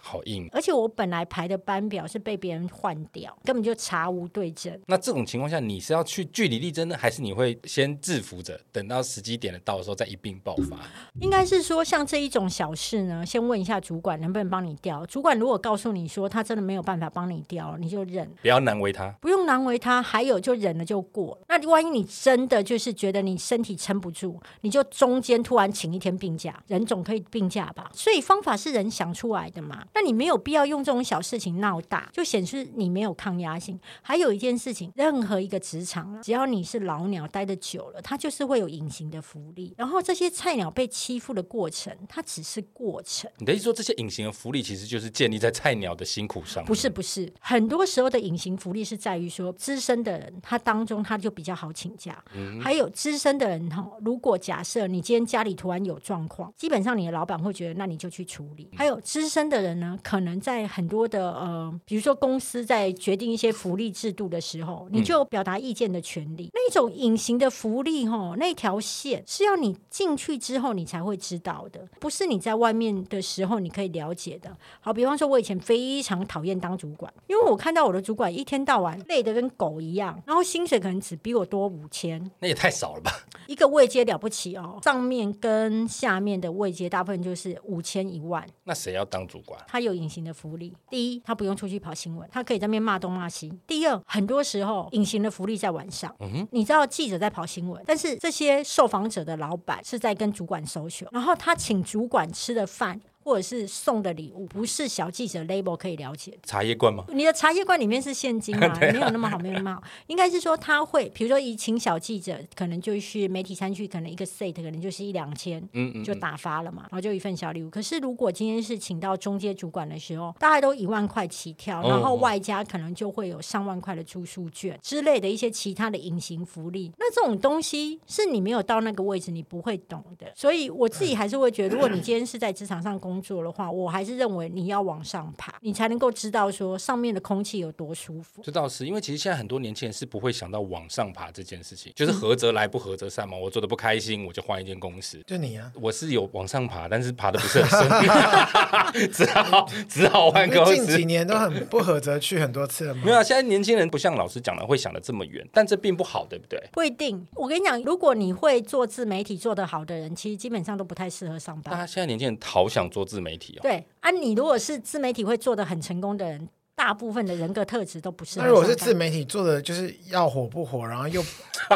[SPEAKER 1] 好硬。
[SPEAKER 3] 而且我本来排的班表是被别人换掉，根本就查无对证。
[SPEAKER 1] 那这种情况下，你是要去据理力争呢，还是你会先制服着，等到时机点的到的时候再一并爆发？
[SPEAKER 3] 应该是说，像这一种小事呢，先问一下主管能不能帮你调。主管如果告诉你说他真的没有办法帮你调，你就忍。
[SPEAKER 1] 不要难为他。
[SPEAKER 3] 不用难为他，还有就忍了就过了。那万一你真的就是觉得你身体撑不住，你就中间突然请一天病假，人总可以病假吧？所以方法是人想出来的嘛。那你没有必要用这种小事情闹大，就显示你没有抗压性。还有一件事情，任何一个职场啊，只要你是老鸟，待的久了，它就是会有隐形的福利。然后这些菜鸟被欺负的过程，它只是过程。
[SPEAKER 1] 你的意思说，这些隐形的福利其实就是建立在菜鸟的辛苦上？
[SPEAKER 3] 不是，不是，很多时候的隐形福利是在于说，资深的人他当中他就比较好请假，
[SPEAKER 1] 嗯
[SPEAKER 3] 还有资深的人哈，如果假设你今天家里突然有状况，基本上你的老板会觉得那你就去处
[SPEAKER 1] 嗯
[SPEAKER 3] 理。还有资深的人呢，可能在很多的呃，比如说公司在决定一些福利制度的时候，
[SPEAKER 1] 嗯
[SPEAKER 3] 你就有表达意见的权利。那种隐形的福利哈，那条线是要你进去之后你才会知道的，不是你在外面的时候你可以了解的。好，比方说，我以前非常讨厌当主管，因为我看到我的主管一天到晚累得跟狗一样，然后薪水可能只比我多五千，
[SPEAKER 1] 那也太少了吧？
[SPEAKER 3] 一个位阶了不起哦，上面跟下面的位阶大部分就是五千一万，
[SPEAKER 1] 那谁要当主管？
[SPEAKER 3] 他有隐形的福利。第一，他不用出去跑新闻，他可以在那边骂东骂西。第二，很多时候隐形的福利在晚上。你知道记者在跑新闻，但是这些受访者的老板是在跟主管收球，然后他请主管吃的饭。或者是送的礼物，不是小记者 label 可以了解的。
[SPEAKER 1] 茶叶罐吗？啊
[SPEAKER 3] 你的茶叶罐里面是现
[SPEAKER 1] [laughs]
[SPEAKER 3] 金嘛？没有那么好，没有那么好。应该是说他会，比如说以请小记者，可能就是媒体参去，可能一个 set 可能就是一两千，
[SPEAKER 1] 嗯嗯，
[SPEAKER 3] 就打发了嘛，然后就一份小礼物。可是如果今天是请到中介主管的时候，大概都一万块起跳，
[SPEAKER 1] 哦
[SPEAKER 3] 然后外加可能就会有上万块的住宿券之类的一些其他的隐形福利。那这种东西是你没有到那个位置，你不会懂的。所以我自己还是会觉得，如果你今天是在职场上工作的话，我还是认为你要往上爬，你才能够知道说上面的空气有多舒服。
[SPEAKER 1] 这倒是，因为其实现在很多年轻人是不会想到往上爬这件事情，就是合则来，不合则散嘛。我做的不开心，我就换一间公司。
[SPEAKER 2] 就你啊，
[SPEAKER 1] 我是有往上爬，但是爬的不是很深，只好只好换
[SPEAKER 2] 因为
[SPEAKER 1] 公
[SPEAKER 2] 近
[SPEAKER 1] 司
[SPEAKER 2] 几。年都很不合则去很多次了嘛
[SPEAKER 1] 没。有啊，现在年轻人不像老师讲的会想的这么远，但这并不好，对不对？
[SPEAKER 3] 不一定，我跟你讲，如果你会做自媒体做得好的人，其实基本上都不太适合上班
[SPEAKER 1] 大。家现在年轻人好想做自媒体哦。
[SPEAKER 3] 对啊，你如果是自媒体会做的很成功的人，大部分的人格特质都不是。
[SPEAKER 2] 那如果是自，媒体做的，就是要火不火，然后又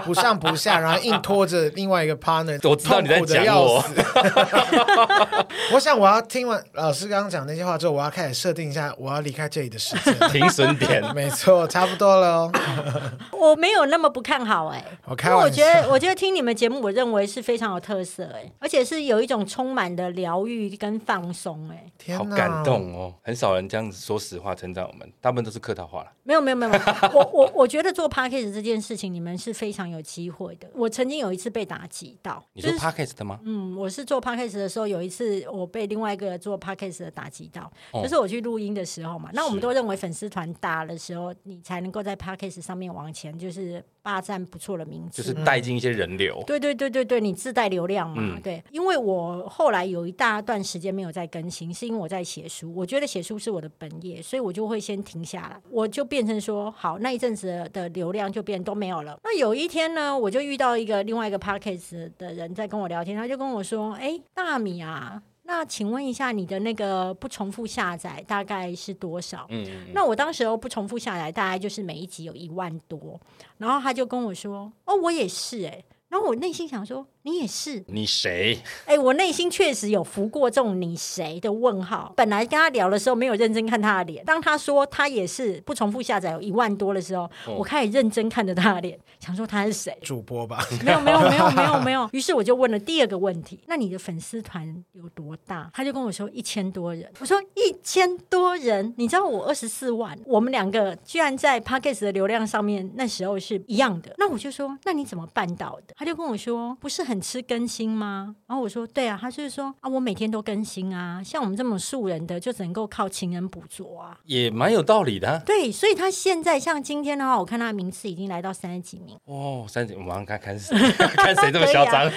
[SPEAKER 2] 不上不下，然后硬拖着另外一个 partner，
[SPEAKER 1] 我知道你在
[SPEAKER 2] 痛苦得
[SPEAKER 1] 讲
[SPEAKER 2] 要
[SPEAKER 1] 我
[SPEAKER 2] 死。我想我要听完老师刚刚讲那些话之后，我要开始设定一下我要离开这里的时间。 [laughs]
[SPEAKER 1] 停损点，
[SPEAKER 2] 没错，差不多了哦。
[SPEAKER 3] 我没有那么不看好哎、
[SPEAKER 2] 我开
[SPEAKER 3] 因为我
[SPEAKER 2] 玩
[SPEAKER 3] 觉
[SPEAKER 2] 笑，
[SPEAKER 3] 得，我觉得听你们节目，我认为是非常有特色哎、而且是有一种充满的疗愈跟放松哎、
[SPEAKER 2] 天
[SPEAKER 1] 好
[SPEAKER 2] 哪，
[SPEAKER 1] 感。动哦！很少人这样子说实话称赞我们，大部分都是客套话了。
[SPEAKER 3] 没有没有没有，没有我我我觉得做 p a c k a g e 这件事情，你们是非常有机会的。我曾经有一次被打击到，
[SPEAKER 1] 你
[SPEAKER 3] 就
[SPEAKER 1] 说
[SPEAKER 3] 是
[SPEAKER 1] podcast 的吗？
[SPEAKER 3] 嗯，我是做 podcast 的时候，有一次我被另外一个做 podcast 的打击到，
[SPEAKER 1] 哦
[SPEAKER 3] 就是我去录音的时候嘛，那我们
[SPEAKER 1] 是
[SPEAKER 3] 都认为粉丝团大的时候，你才能够在 podcast 上面往前，就是霸占不错的名
[SPEAKER 1] 就
[SPEAKER 3] 次。啊
[SPEAKER 1] 是带进一些人流。
[SPEAKER 3] 对对对对对，你自带流量嘛，
[SPEAKER 1] 嗯
[SPEAKER 3] 对。因为我后来有一大段时间没有在更新，是因为我在写书，我觉得写书是我的本业，所以我就会先停下来，我就变成说，好，那一阵子的流量就变都没有了。那有一天呢，我就遇到一个另外一个 podcast 的人在跟我聊天，他就跟我说，哎，大米啊。那那请问一下，你的那个不重复下载大概是多少？
[SPEAKER 1] 嗯，
[SPEAKER 3] 那我当时候不重复下来，大概就是每一集有一万多。然后他就跟我说：“哦，我也是哎、然后我内心想说：“你也是？
[SPEAKER 1] 你谁？
[SPEAKER 3] 哎、我内心确实有浮过这种‘你谁’的问号。本来跟他聊的时候没有认真看他的脸，当他说他也是不重复下载有一万多的时候，我开始认真看着他的脸，想说他是谁。”
[SPEAKER 2] 主播吧，
[SPEAKER 3] 没有没有没有没有没有。于是我就问了第二个问题：那你的粉丝团有多大？他就跟我说一千多人。我说一千多人，你知道我二十四万，我们两个居然在 p o d c a s 的流量上面那时候是一样的。那我就说，那你怎么办到的？他就跟我说，不是很吃更新吗？然后我说，对啊。他就是说啊，我每天都更新啊，像我们这种素人的，就只能够靠情人捕捉啊。
[SPEAKER 1] 也蛮有道理的啊、
[SPEAKER 3] 对，所以他现在像今天的话，我看他的名次已经来到三十几名。
[SPEAKER 1] 哦，三姐，我马上看看是谁
[SPEAKER 3] [laughs]
[SPEAKER 1] 看谁这么嚣张。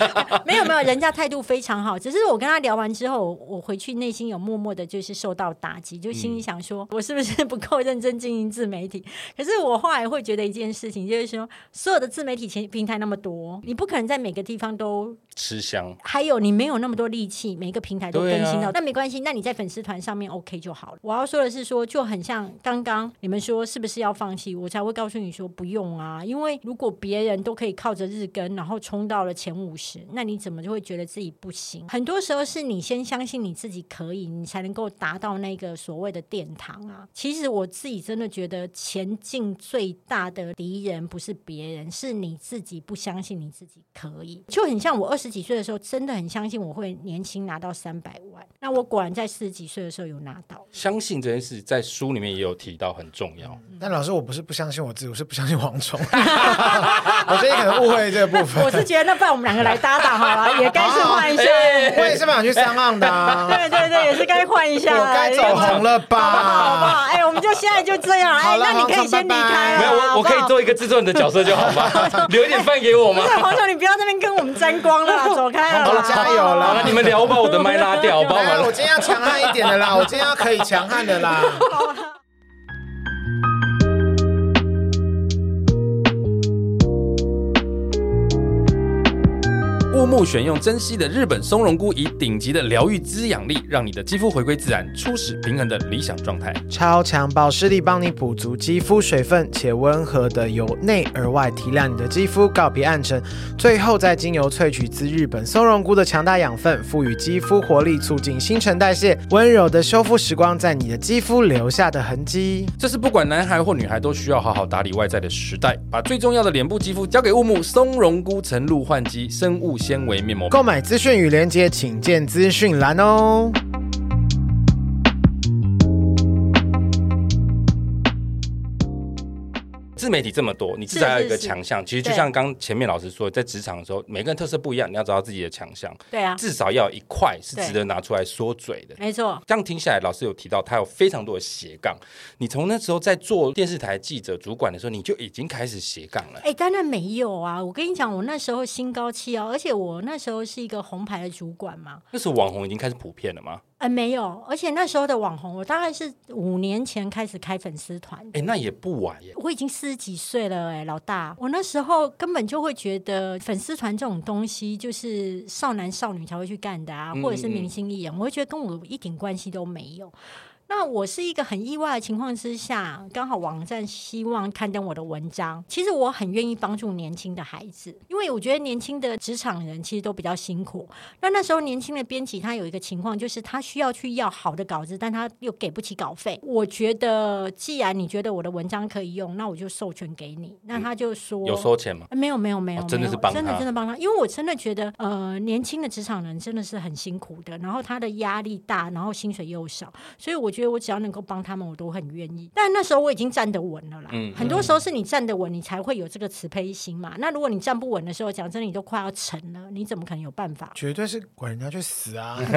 [SPEAKER 3] 没有没有，人家态度非常好。只是我跟他聊完之后，我回去内心有默默的就是受到打击，就心里想说，嗯我是不是不够认真经营自媒体？可是我后来会觉得一件事情，就是说，所有的自媒体前平台那么多，你不可能在每个地方都，
[SPEAKER 1] [laughs] 吃香，
[SPEAKER 3] 还有你没有那么多力气，每个平台都更新
[SPEAKER 1] 对
[SPEAKER 3] 到。
[SPEAKER 1] 啊
[SPEAKER 3] 那没关系，那你在粉丝团上面 OK 就好了。我要说的是说，就很像刚刚你们说是不是要放弃，我才会告诉你说不用啊，因为如果别人都可以靠着日更，然后冲到了前五十，那你怎么就会觉得自己不行？很多时候是你先相信你自己可以，你才能够达到那个所谓的殿堂啊。其实我自己真的觉得，前进最大的敌人不是别人，是你自己不相信你自己可以。就很像我二十几岁的时候，真的很相信我会年薪拿到三百万，那我果然在四十几岁的时候有拿到。
[SPEAKER 1] 相信这件事在书里面也有提到，很重要。
[SPEAKER 3] 嗯
[SPEAKER 2] 但老师，我不是不相信我自己，我是不相信蝗虫。 [laughs] 我觉得你可能误会这个部
[SPEAKER 3] 我
[SPEAKER 2] 分。
[SPEAKER 3] 是觉得，那不然我们两个来搭档好了，也该是换一下。
[SPEAKER 2] 我也是蛮想去上岸的、啊，
[SPEAKER 3] 对 [laughs] 对对，也是该
[SPEAKER 2] [laughs]
[SPEAKER 3] 换一下。
[SPEAKER 2] 我该走红了
[SPEAKER 3] 好不好？好不
[SPEAKER 2] 吧？
[SPEAKER 3] 好？哎、我们就现在就这样。哎、
[SPEAKER 2] 好了
[SPEAKER 3] 那你可以
[SPEAKER 2] 黄总
[SPEAKER 3] 先离开哦了，
[SPEAKER 1] 没有，我
[SPEAKER 3] 好
[SPEAKER 1] 我
[SPEAKER 3] 不
[SPEAKER 1] 可
[SPEAKER 3] 好
[SPEAKER 1] 以。做一个制作人的角色就好
[SPEAKER 3] [laughs]
[SPEAKER 1] 吗？留一点饭给我吗
[SPEAKER 3] 不？哎是黄总，你不要在那边跟我们沾光了，走开了。
[SPEAKER 2] 好了加油啦
[SPEAKER 1] 好了，你们聊，我把我的麦拉掉，我把
[SPEAKER 2] 来啊，我
[SPEAKER 1] 我
[SPEAKER 2] 今天要强悍一点的啦， [laughs] 我今天要可以强悍的啦。
[SPEAKER 1] 乌木选用珍稀的日本松茸菇，以顶级的疗愈滋养力，让你的肌肤回归自然，初始平衡的理想状态。
[SPEAKER 2] 超强保湿力帮你补足肌肤水分，且温和的由内而外提亮你的肌肤，告别暗沉。最后再精油萃取自日本松茸菇的强大养分，赋予肌肤活力，促进新陈代谢，温柔的修复时光在你的肌肤留下的痕迹。
[SPEAKER 1] 这是不管男孩或女孩都需要好好打理外在的时代，把最重要的脸部肌肤交给雾木松茸菇晨露焕肌生物纤维面膜。
[SPEAKER 2] 购买资讯与链接，请见资讯栏 [laughs] 哦。
[SPEAKER 1] 自媒体这么多，你至
[SPEAKER 3] 是
[SPEAKER 1] 少要有
[SPEAKER 3] 是
[SPEAKER 1] 一个
[SPEAKER 3] 是
[SPEAKER 1] 强项。其实就
[SPEAKER 3] 对
[SPEAKER 1] 像刚前面老师说，在职场的时候，每个人特色不一样，你要找到自己的强项，
[SPEAKER 3] 对啊，
[SPEAKER 1] 至少要有一块是
[SPEAKER 3] 对
[SPEAKER 1] 值得拿出来说嘴的。
[SPEAKER 3] 没错，
[SPEAKER 1] 这样听下来，老师有提到他有非常多的斜杠。你从那时候在做电视台记者主管的时候，你就已经开始斜杠了。
[SPEAKER 3] 哎、当然没有啊！我跟你讲，我那时候心高气傲，而且我那时候是一个红牌的主管嘛，
[SPEAKER 1] 那时候网红已经开始普遍了吗？
[SPEAKER 3] 呃，没有，而且那时候的网红，我大概是五年前开始开粉丝团的。
[SPEAKER 1] 哎，那也不晚耶。
[SPEAKER 3] 我已经四十几岁了、哎，老大，我那时候根本就会觉得粉丝团这种东西就是少男少女才会去干的啊，
[SPEAKER 1] 嗯
[SPEAKER 3] 或者是明星艺人，我会觉得跟我一点关系都没有。那我是一个很意外的情况之下，刚好网站希望刊登我的文章。其实我很愿意帮助年轻的孩子，因为我觉得年轻的职场人其实都比较辛苦。那那时候年轻的编辑他有一个情况，就是他需要去要好的稿子，但他又给不起稿费。我觉得既然你觉得我的文章可以用，那我就授权给你。那他就说。
[SPEAKER 1] 有收钱吗？
[SPEAKER 3] 呃没有没有没有、
[SPEAKER 1] 哦真的
[SPEAKER 3] 没有
[SPEAKER 1] 是帮
[SPEAKER 3] 真的
[SPEAKER 1] 他
[SPEAKER 3] 真的帮他，因为我真的觉得，呃，年轻的职场人真的是很辛苦的，然后他的压力大，然后薪水又少，所以我觉得我只要能够帮他们，我都很愿意。但那时候我已经站得稳了啦，
[SPEAKER 1] 嗯
[SPEAKER 3] 很多时候是你站得稳，你才会有这个慈悲心嘛。那如果你站不稳的时候，讲真的，你都快要沉了，你怎么可能有办法？
[SPEAKER 2] 绝对是管人家去死啊！
[SPEAKER 3] [laughs]
[SPEAKER 2] [laughs]
[SPEAKER 3] 对对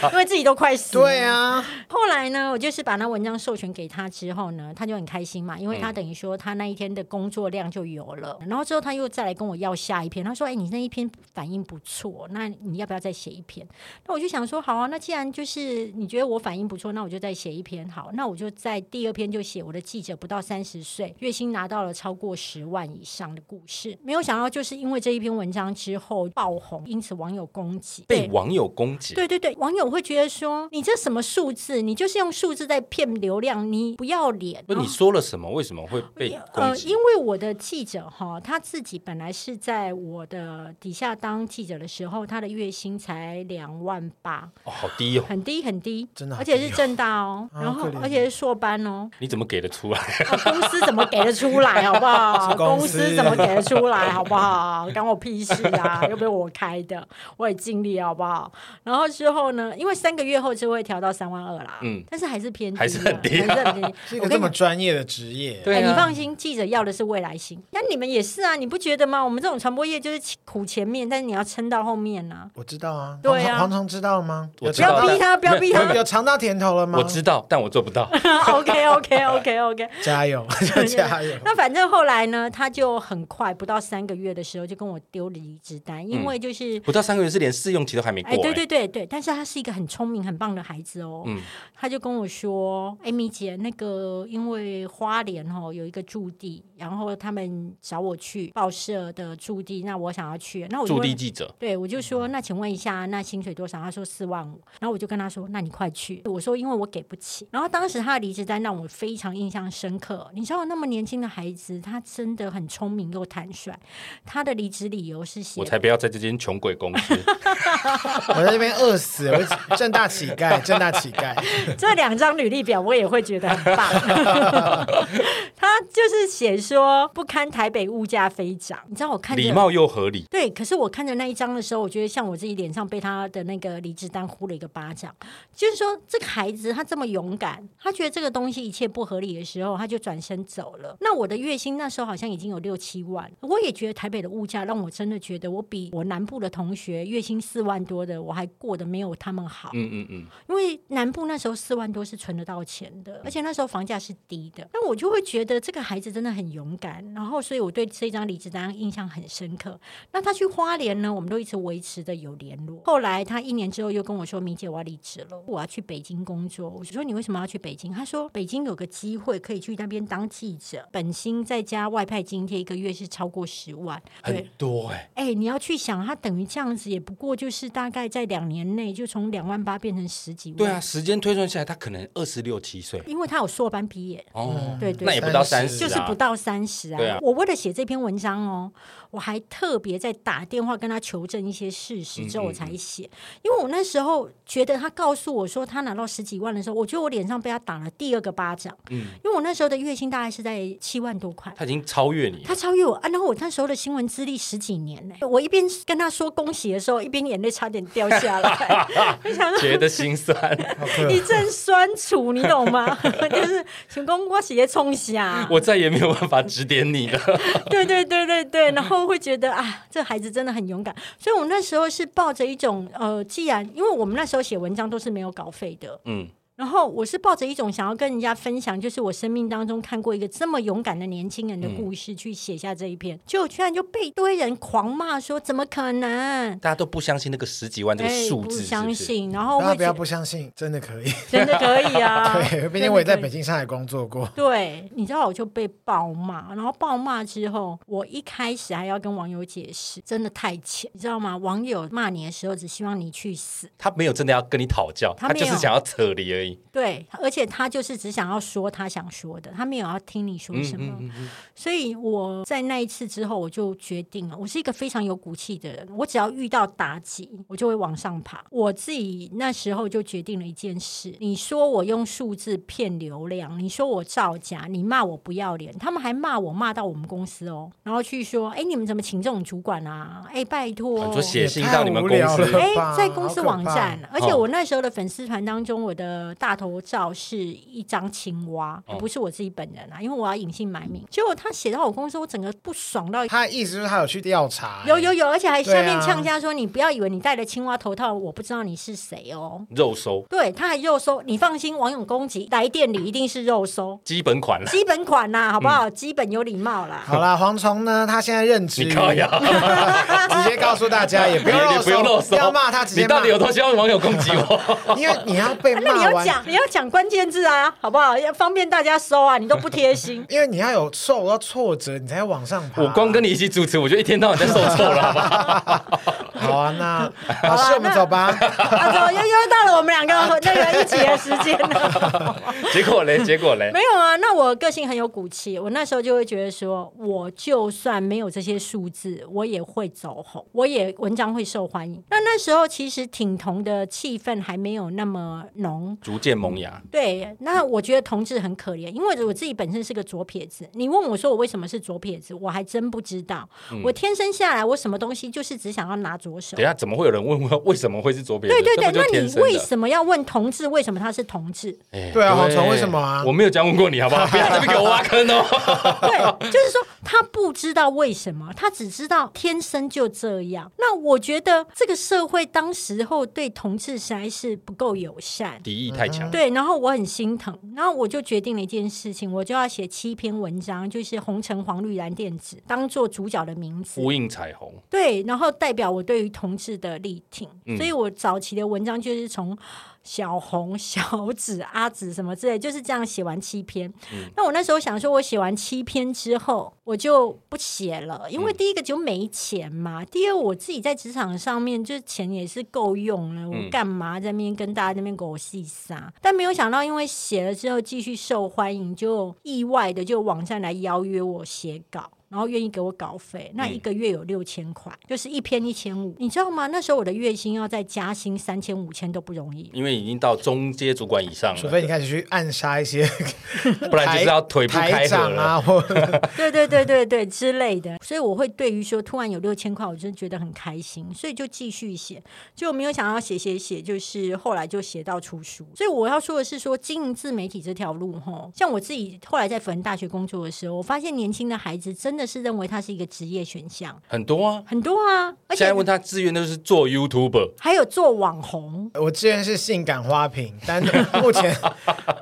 [SPEAKER 3] 对，因为自己都快死了。
[SPEAKER 2] 对啊，
[SPEAKER 3] 后来呢，我就是把那文章授权给他之后呢，他就很开心嘛，因
[SPEAKER 2] 嗯
[SPEAKER 3] 为他等于说他那一天的工作量就有了。然后之后他又再来跟我要下一篇，他说：“哎，你那一篇反应不错，那你要不要再写一篇？”那我就想说，好啊，那既然就是你觉得我反应不错，那我就就再写一篇好，那我就在第二篇就写我的记者不到三十岁，月薪拿到了超过十万以上的故事。没有想到，就是因为这一篇文章之后爆红，因此网友攻击，
[SPEAKER 1] 被
[SPEAKER 3] 对
[SPEAKER 1] 网友攻击，
[SPEAKER 3] 对对对，网友会觉得说你这什么数字，你就是用数字在骗流量，你不要脸。
[SPEAKER 1] 不，你
[SPEAKER 3] 哦
[SPEAKER 1] 说了什么？为什么会被攻
[SPEAKER 3] 呃，
[SPEAKER 1] 击
[SPEAKER 3] 因？为我的记者哈，他自己本来是在我的底下当记者的时候，他的月薪才两万八，
[SPEAKER 1] 哦，好低哦，
[SPEAKER 3] 很低很低，
[SPEAKER 2] 真的好
[SPEAKER 3] 而且
[SPEAKER 2] 低哦
[SPEAKER 3] 是正大哦，
[SPEAKER 2] 啊
[SPEAKER 3] 然
[SPEAKER 2] 好
[SPEAKER 3] 后
[SPEAKER 2] 可怜
[SPEAKER 3] 而且是硕班哦，
[SPEAKER 1] 你怎么给得出来？
[SPEAKER 3] 啊公司怎么给得
[SPEAKER 2] [laughs]
[SPEAKER 3] 出来，好不好？
[SPEAKER 2] 是公
[SPEAKER 3] 公
[SPEAKER 2] 司
[SPEAKER 3] 司怎么给得出来，好不好？关我屁事啊！ [laughs] 又不是我开的，我也尽力，好不好？然后之后呢，因为三个月后就会调到三万二啦，
[SPEAKER 1] 嗯
[SPEAKER 3] 但是还是偏低啊，
[SPEAKER 1] 还是很低啊
[SPEAKER 3] 还是很低。
[SPEAKER 2] [laughs] 是一
[SPEAKER 3] 我
[SPEAKER 2] 个
[SPEAKER 3] 跟
[SPEAKER 2] 这
[SPEAKER 3] 你
[SPEAKER 2] 么专业的职业，
[SPEAKER 1] 对
[SPEAKER 3] 哎，
[SPEAKER 1] 啊
[SPEAKER 3] 你放心，记者要的是未来型。那你们也是啊，你不觉得吗？我们这种传播业就是苦前面，但是你要撑到后面啊！
[SPEAKER 2] 我知道啊。
[SPEAKER 3] 对
[SPEAKER 2] 蝗
[SPEAKER 3] 啊
[SPEAKER 2] 虫蝗虫知道了吗？
[SPEAKER 1] 我
[SPEAKER 3] 不
[SPEAKER 1] 知道
[SPEAKER 3] 要逼他，不要逼他
[SPEAKER 2] 有。有尝到甜头了吗？
[SPEAKER 1] 我知道，但我做不到。
[SPEAKER 3] [laughs] OK OK OK OK 。 [laughs]
[SPEAKER 2] 加油，加油！
[SPEAKER 3] 那反正后来呢，他就很快，不到三个月的时候就跟我丢离职单，因为就是。
[SPEAKER 1] 不到三个月是连试用期都还没过、
[SPEAKER 3] 哎，对
[SPEAKER 1] 哎
[SPEAKER 3] 对对对，但是他是一个很聪明、很棒的孩子哦。
[SPEAKER 1] 嗯
[SPEAKER 3] 他就跟我说：“哎，米姐，那个因为花莲哦有一个驻地，然后他们找我去报社的驻地，那我想要去，那我就
[SPEAKER 1] 驻
[SPEAKER 3] 问
[SPEAKER 1] 地嗯记者，
[SPEAKER 3] 对，我就说那请问一下，那薪水多少？他说四万五，然后我就跟他说，那你快去。我说因为我给不起。然后当时他的离职单让我非常印象深刻。你知道那么年轻的孩子，他真的很聪明又坦率。他的离职理由是写
[SPEAKER 1] 我才不要在这间穷鬼公司。
[SPEAKER 2] 我在这边饿死，
[SPEAKER 1] [laughs]
[SPEAKER 2] 我正大乞丐，正大乞丐。
[SPEAKER 3] 这两张履历表我也会觉得很
[SPEAKER 1] [laughs]
[SPEAKER 3] 棒。他就是写说不堪台北物价飞涨，你知道我 [laughs] 看着
[SPEAKER 1] 礼貌又合理，
[SPEAKER 3] 对，可是我看着那一张的时候，我觉得像我自己脸上被他的那个离职单呼了一个巴掌。就是说，这个孩子他这么勇敢，他觉得这个东西一切不合理的时候，他就转身走了。那我的月薪那时候好像已经有六七万，我也觉得台北的物价让我真的觉得我比我南部的同学月薪四万多的，我还过得没有他们好。
[SPEAKER 1] 嗯嗯嗯，
[SPEAKER 3] 因为南部那时候四万多是存得到钱的，而且那时候房价是低的。那我就会觉得这个孩子真的很勇敢，然后所以我对这张离职单印象很深刻。那他去花莲呢，我们都一直维持的有联络。后来他一年之后又跟我说：“米姐，我要离职了，我要去北京工作。”我说：“你为什么要去北京？”他说：“北京有个机会可以去那边当记者，本薪再加外派津贴，一个月是超过十万。”对
[SPEAKER 1] 很，多哎、
[SPEAKER 3] 哎、你要去想，他等于这样子，也不过就是大概在两年内就从两万八变成十几万。
[SPEAKER 1] 对啊，，时间推算下来，他可能二十六七岁
[SPEAKER 3] 因为他有硕班毕业，
[SPEAKER 1] 哦，
[SPEAKER 3] 对对
[SPEAKER 1] 那也不到三
[SPEAKER 2] 30
[SPEAKER 1] 十、啊，
[SPEAKER 3] 就是不到三十啊。
[SPEAKER 1] 对啊
[SPEAKER 3] 我为了写这篇文章哦，我还特别在打电话跟他求证一些事实之后，
[SPEAKER 1] 嗯嗯
[SPEAKER 3] 我才写。因为我那时候觉得他告诉我说他拿到十几万的时候，我觉得我脸上被他打了第二个巴掌。
[SPEAKER 1] 嗯哎
[SPEAKER 3] 因为我那时候的月薪大概是在七万多块。
[SPEAKER 1] 他已经超越你了
[SPEAKER 3] 他。超越我啊！然后我那时候的新闻资历十几年呢、我一边跟他说恭喜的时候，一边眼泪差点掉下来。
[SPEAKER 1] [laughs]
[SPEAKER 3] 我想说
[SPEAKER 1] 觉得心
[SPEAKER 3] [laughs]
[SPEAKER 1] 酸，
[SPEAKER 2] 好可
[SPEAKER 3] 一阵酸楚，你懂吗？ [laughs] 就是想讲我是在冲啥？
[SPEAKER 1] 我再也没有办法指点你
[SPEAKER 3] [laughs]
[SPEAKER 1] 了。 [laughs]
[SPEAKER 3] 对对对对对，然后会觉得啊，这孩子真的很勇敢。所以我那时候是抱着一种呃，既然因为我们那时候写文章都是没有稿费的，
[SPEAKER 1] 嗯，
[SPEAKER 3] 然后我是抱着一种想要跟人家分享，就是我生命当中看过一个这么勇敢的年轻人的故事，去写下这一
[SPEAKER 1] 嗯
[SPEAKER 3] 篇，结果居然就被一堆人狂骂说怎么可能？
[SPEAKER 1] 大家都不相信那个十几万这个
[SPEAKER 3] 哎，
[SPEAKER 1] 数
[SPEAKER 3] 不
[SPEAKER 1] 字，
[SPEAKER 3] 相
[SPEAKER 1] 是不是？
[SPEAKER 3] 信，然后
[SPEAKER 2] 大家
[SPEAKER 3] 会
[SPEAKER 2] 不要
[SPEAKER 3] 觉
[SPEAKER 2] 不相信，真的可以。
[SPEAKER 3] 真的可
[SPEAKER 1] [laughs]
[SPEAKER 3] 以啊，
[SPEAKER 2] 对， [laughs] 毕竟
[SPEAKER 3] 真的
[SPEAKER 2] 我也在
[SPEAKER 3] 可以
[SPEAKER 2] 北京、上海工作过。
[SPEAKER 3] 对，你知道我就被暴骂，然后暴骂之后，我一开始还要跟网友解释，真的太浅，你知道吗？网友骂你的时候，只希望你去死，
[SPEAKER 1] 他没有真的要跟你讨教，
[SPEAKER 3] 他
[SPEAKER 1] 他
[SPEAKER 3] 没有
[SPEAKER 1] 就是想要扯离而已。
[SPEAKER 3] 对，而且他就是只想要说他想说的，他没有要听你说
[SPEAKER 1] 嗯
[SPEAKER 3] 什么。
[SPEAKER 1] 嗯嗯，
[SPEAKER 3] 所以我在那一次之后，我就决定了，我是一个非常有骨气的人。我只要遇到打击，我就会往上爬。我自己那时候就决定了一件事：你说我用数字骗流量，你说我造假，你骂我不要脸，他们还骂我，骂到我们公司哦，然后去说：哎，你们怎么请这种主管啊？哎，拜托，
[SPEAKER 1] 你说写信
[SPEAKER 2] 也太
[SPEAKER 1] 到你们公
[SPEAKER 2] 无聊
[SPEAKER 1] 司
[SPEAKER 2] 了，
[SPEAKER 3] 哎、
[SPEAKER 2] 吧
[SPEAKER 3] 在公司网站，而且
[SPEAKER 1] 哦
[SPEAKER 3] 我那时候的粉丝团当中，我的大头照是一张青蛙，
[SPEAKER 1] 哦
[SPEAKER 3] 不是我自己本人啊，因为我要隐姓埋名。结果他写到我公司，我整个不爽到。
[SPEAKER 2] 他的意思就是他有去调查，
[SPEAKER 3] 有有有，而且还
[SPEAKER 2] 哎对啊
[SPEAKER 3] 下面呛家说：“你不要以为你戴了青蛙头套，我不知道你是谁哦。
[SPEAKER 1] 肉收”
[SPEAKER 3] 对，他还肉搜，你放心，网友攻击来店里一定是肉搜，
[SPEAKER 1] 基本款了。
[SPEAKER 3] 基本款啦，好不
[SPEAKER 2] 嗯
[SPEAKER 3] 好？基本有礼貌
[SPEAKER 2] [laughs]
[SPEAKER 3] 啦。
[SPEAKER 2] 好啦，蝗虫呢？他现在任职于，
[SPEAKER 1] 你靠呀，
[SPEAKER 2] 直接告诉大家，也
[SPEAKER 1] [laughs]
[SPEAKER 2] 不
[SPEAKER 1] 你
[SPEAKER 2] 用
[SPEAKER 1] 你不用肉收，
[SPEAKER 2] 要骂他直接
[SPEAKER 1] [laughs] 你
[SPEAKER 2] 骂
[SPEAKER 3] [laughs]
[SPEAKER 1] 到底，有多希望网友攻击我？
[SPEAKER 2] 因为你要被
[SPEAKER 3] 那你
[SPEAKER 2] 骂
[SPEAKER 3] 要
[SPEAKER 2] 完。
[SPEAKER 3] 讲，你要讲关键字啊，好不好？要方便大家搜啊，你都不贴心
[SPEAKER 2] 因为你要有受到挫折，你才往上爬。
[SPEAKER 1] 我光跟你一起主持，我就一天到晚在受挫
[SPEAKER 3] [laughs]
[SPEAKER 1] 了，好吧？
[SPEAKER 2] 好啊，
[SPEAKER 1] [laughs]
[SPEAKER 2] 那老师我们走吧。
[SPEAKER 3] 啊，怎么又又到了我们两
[SPEAKER 1] 啊
[SPEAKER 3] 个那个一起的时间
[SPEAKER 1] [laughs]
[SPEAKER 3] 了？
[SPEAKER 1] 结果嘞，结果嘞，
[SPEAKER 3] 没有啊，那我个性很有骨气，我那时候就会觉得说，我就算没有这些数字，我也会走红，我也文章会受欢迎。那那时候其实挺同的气氛还没有那么浓，
[SPEAKER 1] 逐渐萌
[SPEAKER 3] 嗯
[SPEAKER 1] 芽。
[SPEAKER 3] 对，那我觉得同志很可怜，因为我自己本身是个左撇子。你问我说我为什么是左撇子，我还真不知道。
[SPEAKER 1] 嗯
[SPEAKER 3] 我天生下来，我什么东西就是只想要拿左手
[SPEAKER 1] 等一。下，怎么会有人问我为什么会是左撇子？
[SPEAKER 3] 对对对，
[SPEAKER 1] 啊这不
[SPEAKER 3] 那
[SPEAKER 1] 就天
[SPEAKER 3] 你
[SPEAKER 1] 生
[SPEAKER 3] 为
[SPEAKER 1] 的？
[SPEAKER 3] 什么要问同志为什么他是同志？
[SPEAKER 1] 哎
[SPEAKER 2] 对啊黄虫为什么啊
[SPEAKER 1] 我没有这样问过你，好不
[SPEAKER 3] [laughs]
[SPEAKER 1] 好？不要这边给我挖坑哦。
[SPEAKER 3] 对，就是说他不知道为什么，他只知道天生就这样。那我觉得这个社会当时候对同志实在是不够友善。
[SPEAKER 1] 敌意太强，
[SPEAKER 3] 对，然后我很心疼，然后我就决定了一件事情，我就要写七篇文章，就是红橙黄绿蓝靛紫，当做主角的名字。
[SPEAKER 1] 呼应彩虹。
[SPEAKER 3] 对，然后代表我对于同志的力挺，
[SPEAKER 1] 嗯
[SPEAKER 3] 所以我早期的文章就是从小红、小紫、阿紫什么之类，就是这样写完七篇。那我那时候想说，我写完七篇之后，我就不写了，因为第一个就没钱嘛，第二我自己在职场上面就是钱也是够用了，我干嘛在那边跟大家在那边狗戏撒？但没有想到，因为写了之后继续受欢迎，就意外的就网站来邀约我写稿。然后愿意给我稿费，那一个月有六千块，就是一篇一千五，你知道吗？那时候我的月薪要再加薪三千五千都不容
[SPEAKER 1] [laughs]
[SPEAKER 3] 易。
[SPEAKER 1] 因为已经到中阶主管以上
[SPEAKER 2] 除
[SPEAKER 1] 了，
[SPEAKER 2] 非你开始去暗杀一些
[SPEAKER 1] [laughs] 不然就是要腿不
[SPEAKER 2] 台
[SPEAKER 1] 开合
[SPEAKER 2] 长
[SPEAKER 1] 了。[laughs]
[SPEAKER 2] 啊，或
[SPEAKER 3] 对对对对对之类的，所以我会对于说突然有六千块，我真的觉得很开心，所以就继续写，就没有想要写写写，就是后来就写到出书。所以我要说的是说，经营自媒体这条路，吼，像我自己后来在辅仁大学工作的时候，我发现年轻的孩子真的是认为它是一个职业选项，
[SPEAKER 1] 很多啊。
[SPEAKER 3] 很多啊，而
[SPEAKER 1] 现在
[SPEAKER 3] 且
[SPEAKER 1] 问他志愿都是做 YouTuber，
[SPEAKER 3] 还有做网红。
[SPEAKER 2] 我之前是性感花瓶，但
[SPEAKER 1] [laughs]
[SPEAKER 2] 目前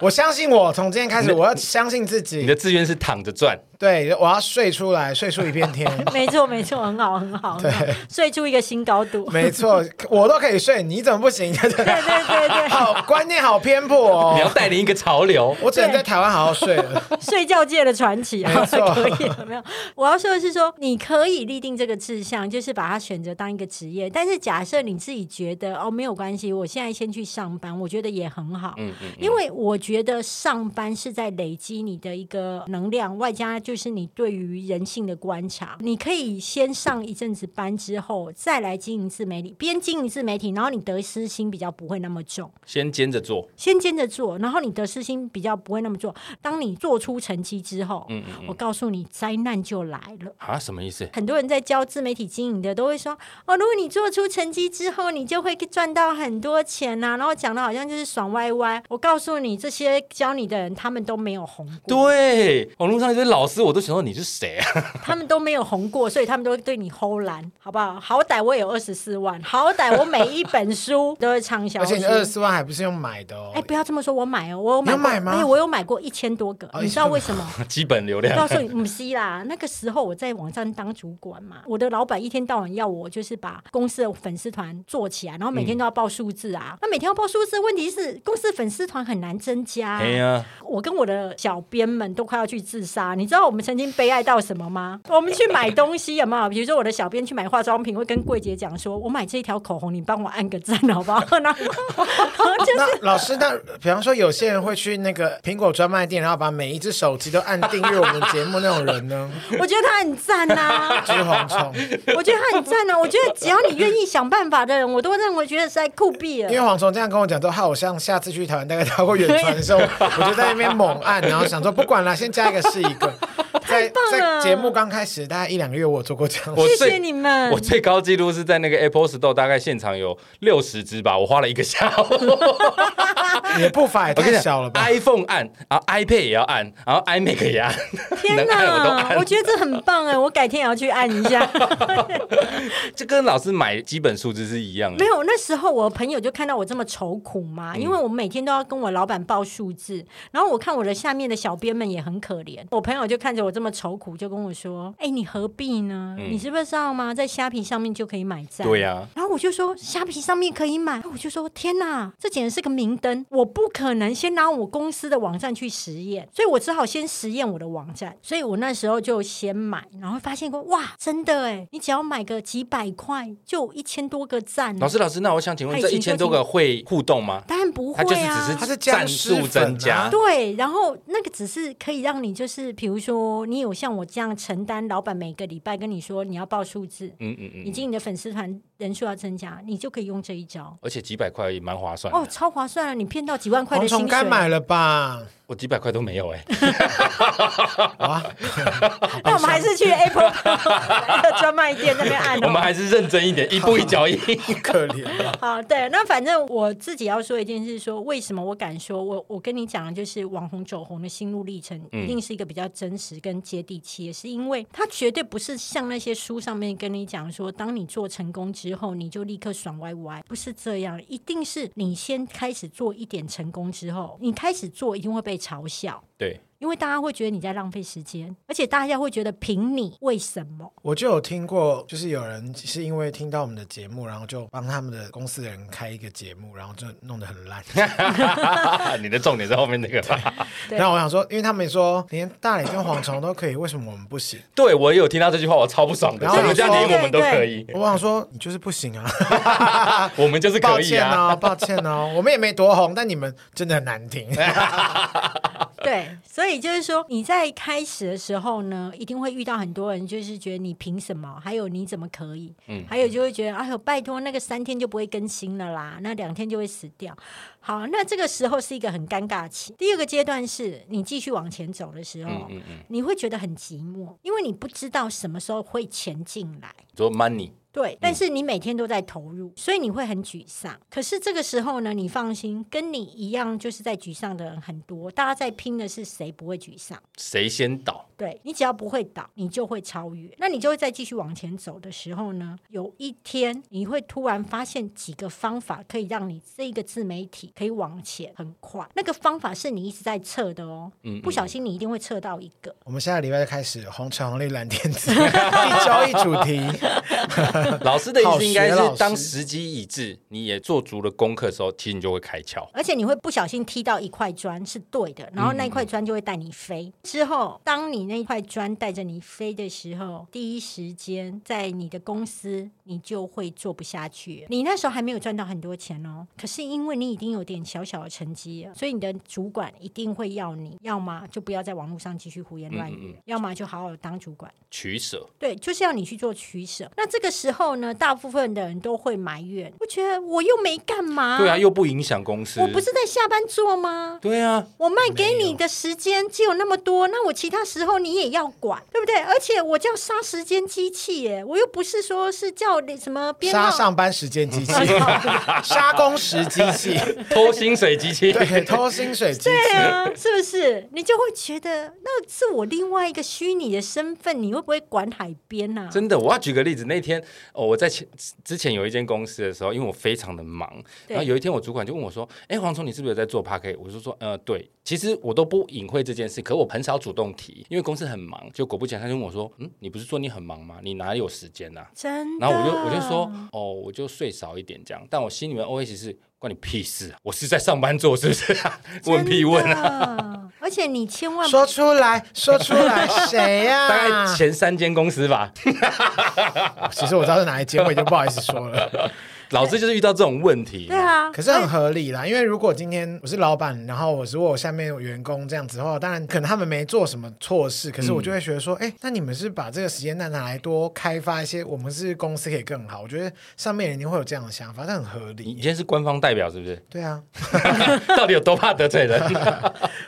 [SPEAKER 2] 我相信我，从今天开始我要相信自
[SPEAKER 1] 你
[SPEAKER 2] 己
[SPEAKER 1] 的，志愿是躺着赚，
[SPEAKER 2] 对，我要睡出来，睡出一片天。
[SPEAKER 1] [laughs]
[SPEAKER 3] [laughs] 没错，没错，很好，很好，很好，睡出一个新高度。 [laughs]
[SPEAKER 2] 没错，我都可以睡，你怎么不行？ [laughs]
[SPEAKER 3] 对对对对，
[SPEAKER 2] 好，观念好偏颇
[SPEAKER 1] 你要
[SPEAKER 2] 哦。
[SPEAKER 1] 带领一个潮流。
[SPEAKER 2] [laughs] 我只能在台湾好好
[SPEAKER 1] [laughs]
[SPEAKER 2] 睡了。
[SPEAKER 3] 睡觉界的传奇啊，
[SPEAKER 2] 没错
[SPEAKER 3] 可以有没有？我要说的是说，你可以立定这个志向，就是把它选择当一个职业。但是假设你自己觉得哦没有关系，我现在先去上班，我觉得也很好。
[SPEAKER 1] 嗯嗯，
[SPEAKER 3] 因为我觉得上班是在累积你的一个能量，外加就是你对于人性的观察。你可以先上一阵子班之后，再来经营自媒体，边经营自媒体，然后你得失心比较不会那么重。
[SPEAKER 1] 先兼着做，
[SPEAKER 3] 先兼着做，然后你得失心比较不会那么做。当你做出成绩之后，
[SPEAKER 2] 嗯
[SPEAKER 3] 我告诉你，灾难就来了。
[SPEAKER 1] 啊，什么意思？
[SPEAKER 3] 很多人在教自媒体经营的，都会说哦，如果你做出成绩之后，你就会赚到很多钱呐、然后讲的好像就是爽歪歪。我告诉你，这些教你的人，他们都没有红过，
[SPEAKER 1] 对，网络上一堆老师，我都想说你是谁啊？ [laughs]
[SPEAKER 3] 他们都没有红过，所以他们都会对你齁蓝，好不好？好歹我有二十四万，好歹我每一本书都会畅销
[SPEAKER 2] 而
[SPEAKER 3] 书。
[SPEAKER 2] 且你二十四万还不是用买的哦
[SPEAKER 3] 哎、。不要这么说，我买哦，我有买
[SPEAKER 2] 你有
[SPEAKER 3] 过
[SPEAKER 2] 买吗
[SPEAKER 3] 哎，我有买过一千多个，
[SPEAKER 2] 哦
[SPEAKER 3] 你知道为什么？
[SPEAKER 1] 基本 [laughs] 流
[SPEAKER 3] 告
[SPEAKER 1] 量，
[SPEAKER 3] 诉你，不是啦，那个时候我在网站当主管嘛，我的老板一天到晚要我就是把公司的粉丝团做起来，然后
[SPEAKER 1] 嗯
[SPEAKER 3] 每天都要报数字啊。那每天要报数字，问题是公司粉丝团很难增加、
[SPEAKER 1] 哎呀，
[SPEAKER 3] 我跟我的小编们都快要去自杀，你知道我们曾经悲哀到什么吗？我们去买东西有没有？比如说我的小编去买化妆品，会跟柜姐讲说：“我买这一条口红，你帮我按个赞好不好？” [laughs] 然后就是
[SPEAKER 2] 那老师，那比方说有些人会去那个苹果专卖店，然后把每一只手机都按订阅我们节目那种人
[SPEAKER 3] [laughs]
[SPEAKER 2] 呢，
[SPEAKER 3] 我觉得他很赞呐、
[SPEAKER 2] 就是蝗虫，
[SPEAKER 3] 我觉得他很赞啊！我觉得只要你愿意想办法的人，我都认为觉得实在酷毙
[SPEAKER 2] 因为
[SPEAKER 3] 了。
[SPEAKER 2] 蝗虫这样跟我讲之后，害我像下次去台湾大概搭过远传的
[SPEAKER 3] [laughs]
[SPEAKER 2] 时候，我就在那边猛按，然后想说不管了，先加一个是一
[SPEAKER 3] [laughs]
[SPEAKER 2] 个。在
[SPEAKER 3] 棒
[SPEAKER 2] 在
[SPEAKER 3] 了
[SPEAKER 2] 节目刚开始大概一两个月，我有做过这样的
[SPEAKER 3] [laughs]
[SPEAKER 2] 事。
[SPEAKER 1] 我
[SPEAKER 3] 谢谢
[SPEAKER 1] 最
[SPEAKER 3] 你们
[SPEAKER 1] 我，最高纪录是在那个 Apple Store，大概现场有六十只吧，我花了一个下午。
[SPEAKER 2] [laughs] 你的步伐也
[SPEAKER 1] 我跟
[SPEAKER 2] 太
[SPEAKER 1] 你
[SPEAKER 2] 小了
[SPEAKER 1] 讲
[SPEAKER 2] 吧？
[SPEAKER 3] [laughs]
[SPEAKER 1] ，iPhone 按，然后 iPad 也要按，然后 iMac 也按，[laughs]
[SPEAKER 3] 天
[SPEAKER 1] 能按我都
[SPEAKER 3] 哪！
[SPEAKER 1] 按
[SPEAKER 3] 我。觉得这很棒哎，我改天也要去按一
[SPEAKER 1] [laughs]
[SPEAKER 3] 下。
[SPEAKER 1] 这跟老师买基本数字是一样的
[SPEAKER 3] 没。有，那时候我朋友就看到我这么愁苦嘛，因
[SPEAKER 1] 嗯
[SPEAKER 3] 为我每天都要跟我老板报数字，然后我看我的下面的小编们也很可怜，我朋友就看着我这么愁苦，就跟我说：“哎、你何必呢？你知不知道吗？在虾皮上面就可以买
[SPEAKER 1] 嗯
[SPEAKER 3] 赞。”
[SPEAKER 1] 对呀、
[SPEAKER 3] 然后我就说虾皮上面可以买，然后我就说天哪，这简直是个明灯，我不可能先拿我公司的网站去实验，所以我只好先实验我的网站，所以我那时候就先买，然后发现过哇，真的哎，你只要买个几百块，就有一千多个赞了，
[SPEAKER 1] 老师，老师，那我想请问，
[SPEAKER 3] 哎
[SPEAKER 1] 这
[SPEAKER 3] 请
[SPEAKER 1] 一千多
[SPEAKER 3] 说
[SPEAKER 1] 个会互动吗？
[SPEAKER 3] 当然不
[SPEAKER 1] 它就是
[SPEAKER 3] 会啊，
[SPEAKER 1] 只
[SPEAKER 2] 它是僵
[SPEAKER 1] 战
[SPEAKER 2] 尸
[SPEAKER 1] 术
[SPEAKER 2] 粉
[SPEAKER 1] 增加
[SPEAKER 2] 啊，
[SPEAKER 3] 对，然后那个只是可以让你就是，比如说你有像我这样承担，老板每个礼拜跟你说你要报数字，
[SPEAKER 1] 嗯嗯嗯
[SPEAKER 3] 以及你的粉丝团人数要增加，你就可以用这一招。
[SPEAKER 1] 而且几百块也蛮划算的。
[SPEAKER 3] 哦，超划算啊！你骗到几万块
[SPEAKER 2] 蝗
[SPEAKER 3] 的薪
[SPEAKER 2] 虫
[SPEAKER 3] 水，
[SPEAKER 2] 该买了
[SPEAKER 3] [laughs]
[SPEAKER 2] 吧？
[SPEAKER 1] 我几百块都没有哎、
[SPEAKER 2] 哇，
[SPEAKER 3] 那我们还是去
[SPEAKER 2] 哦
[SPEAKER 3] Apple 的 [laughs] 专卖店那边按、
[SPEAKER 1] 我
[SPEAKER 3] 哦。
[SPEAKER 1] 们还是认真一
[SPEAKER 2] [laughs]
[SPEAKER 1] 点，一步一脚印。
[SPEAKER 2] 好可怜啊！
[SPEAKER 3] 好，对，那反正我自己要说一件事说为什么我敢说，我我跟你讲的就是网红走红的心路历程，一定是一个比较真实跟接地气，也是因为它绝对不是像那些书上面跟你讲说，当你做成功之后，你就立刻爽歪歪，不是这样，一定是你先开始做一点成功之后，你开始做一定会被嘲笑。
[SPEAKER 1] 对，
[SPEAKER 3] 因为大家会觉得你在浪费时间，而且大家会觉得凭你为什
[SPEAKER 1] [laughs]
[SPEAKER 3] 么？
[SPEAKER 2] 我就有听过，就是有人是因为听到我们的节目，然后就帮他们的公司的人开一个节目，然后就弄得很烂。啊
[SPEAKER 1] 你的重点在后面那个吧。
[SPEAKER 3] 对
[SPEAKER 2] 然后我想说，因为他们说连大理跟蝗虫都可以，为什么我们不行？
[SPEAKER 1] 对我有听到这句话，我超不爽的。
[SPEAKER 2] 然后
[SPEAKER 1] 怎么这样
[SPEAKER 2] 对
[SPEAKER 1] 连
[SPEAKER 3] 对
[SPEAKER 1] 我们都可以？
[SPEAKER 2] 我想说，你就是不行啊！
[SPEAKER 1] [laughs] 我们就是
[SPEAKER 2] [laughs] 抱
[SPEAKER 1] 可以
[SPEAKER 2] 歉
[SPEAKER 1] 啊。
[SPEAKER 2] 哦，抱歉哦，我们也没多红，但你们真的很难听。
[SPEAKER 1] 哎
[SPEAKER 3] 对，所以就是说你在开始的时候呢，一定会遇到很多人，就是觉得你凭什么？还有你怎么可以？
[SPEAKER 1] 嗯
[SPEAKER 3] 还有就会觉得，哎呦，拜托，那个三天就不会更新了啦，那两天就会死掉。好，那这个时候是一个很尴尬期。第二个阶段是你继续往前走的时候，
[SPEAKER 1] 嗯嗯嗯，
[SPEAKER 3] 你会觉得很寂寞，因为你不知道什么时候会钱进来。
[SPEAKER 1] 说 money，
[SPEAKER 3] 对，但是你每天都在投入，所以你会很沮丧。可是这个时候呢，你放心，跟你一样就是在沮丧的人很多，大家在拼的是谁不会沮丧。
[SPEAKER 1] 谁先
[SPEAKER 2] [laughs]
[SPEAKER 1] 倒？
[SPEAKER 3] 对你只要不会倒，你就会超越。那你就会再继续往前走的时候呢，有一天你会突然发现几个方法可以让你这个自媒体可以往前很快。那个方法是你一直在测的哦，不小心你一定会测到一个。
[SPEAKER 2] [laughs] 我们下个礼拜就开始红橙黄绿蓝靛紫 [laughs] 一交易主
[SPEAKER 3] [laughs]
[SPEAKER 2] 题。
[SPEAKER 1] 老师的意
[SPEAKER 2] 好
[SPEAKER 1] 思应该
[SPEAKER 2] 学老
[SPEAKER 1] 是，
[SPEAKER 2] 师
[SPEAKER 1] 当时机已至，你也做足了功课的时候，其实你就会开窍。
[SPEAKER 3] 而且你会不小心踢到一块砖是对的，然后那一
[SPEAKER 1] 嗯
[SPEAKER 3] 块嗯砖就会带你飞。之后，当你那一块砖带着你飞的时候，第一时间在你的公司，你就会做不下去。你那时候还没有赚到很多钱哦，可是因为你已经有点小小的成绩了，所以你的主管一定会要你，要么就不要在网络上继续胡言乱语，要么就好好当主管。
[SPEAKER 1] 取舍，
[SPEAKER 3] 对，就是要你去做取舍。那这个时候呢，大部分的人都会埋怨，我觉得我又没干嘛，
[SPEAKER 1] 对啊，又不影响公司。
[SPEAKER 3] 我不是在下班做吗？
[SPEAKER 1] 对啊，
[SPEAKER 3] 我卖给你的时间只有那么多，那我其他时候你也要管，对不对？而且我叫杀时间机器耶，我又不是说是叫你什么编
[SPEAKER 2] 杀
[SPEAKER 3] 号。
[SPEAKER 2] 上班时间机器，杀工时机
[SPEAKER 3] [laughs]
[SPEAKER 2] 器，
[SPEAKER 1] 偷薪水机器。
[SPEAKER 2] [laughs] 对，偷薪水机器。
[SPEAKER 3] 对啊，是不是？你就会觉得那是我另外一个虚拟的身份，你会不会管海边呢、啊？
[SPEAKER 1] 真的，我要举个例子。那天哦，我在前之前有一间公司的时候，因为我非常的忙，
[SPEAKER 3] 对
[SPEAKER 1] 然后有一天我主管就问我说：“哎，黄总，你是不是有在做 p a c k 我就说：“呃，对。”其实我都不隐晦这件事，可我很少主动提，因为公司很忙。就果不其然，他就问我说：“嗯，你不是说你很忙吗？你哪里有时间啊呐、
[SPEAKER 3] 真的。
[SPEAKER 1] 然后我就我就说：“哦，我就睡少一点这样。”但我心里面 OS 是关你屁事啊！我是在上班做，是不是、
[SPEAKER 3] [laughs]
[SPEAKER 1] 问屁问啊！
[SPEAKER 3] 啊！而且你千万
[SPEAKER 2] 说出来，说出
[SPEAKER 3] [laughs]
[SPEAKER 2] 来，谁呀、
[SPEAKER 1] 大概前三间公司吧，
[SPEAKER 2] 其实我知道是哪一间，我已经不好意思说了。
[SPEAKER 1] 老师就是遇到这种问题。
[SPEAKER 3] 对啊，
[SPEAKER 2] 可是
[SPEAKER 1] 哎
[SPEAKER 2] 很合理啦，因为如果今天我是老板，然后我如果我下面有员工这样子的话，当然可能他们没做什么错事，可是
[SPEAKER 1] 嗯
[SPEAKER 2] 我就会觉得说，哎、那你们是把这个时间段拿来多开发一些，我们是公司可以更好。我觉得上面人一定会有这样的想法，这很合
[SPEAKER 1] 你
[SPEAKER 2] 理
[SPEAKER 1] 你。现在是官方代表是不是？
[SPEAKER 2] 对啊，
[SPEAKER 1] 到底有多怕得罪
[SPEAKER 3] [laughs]
[SPEAKER 1] 人？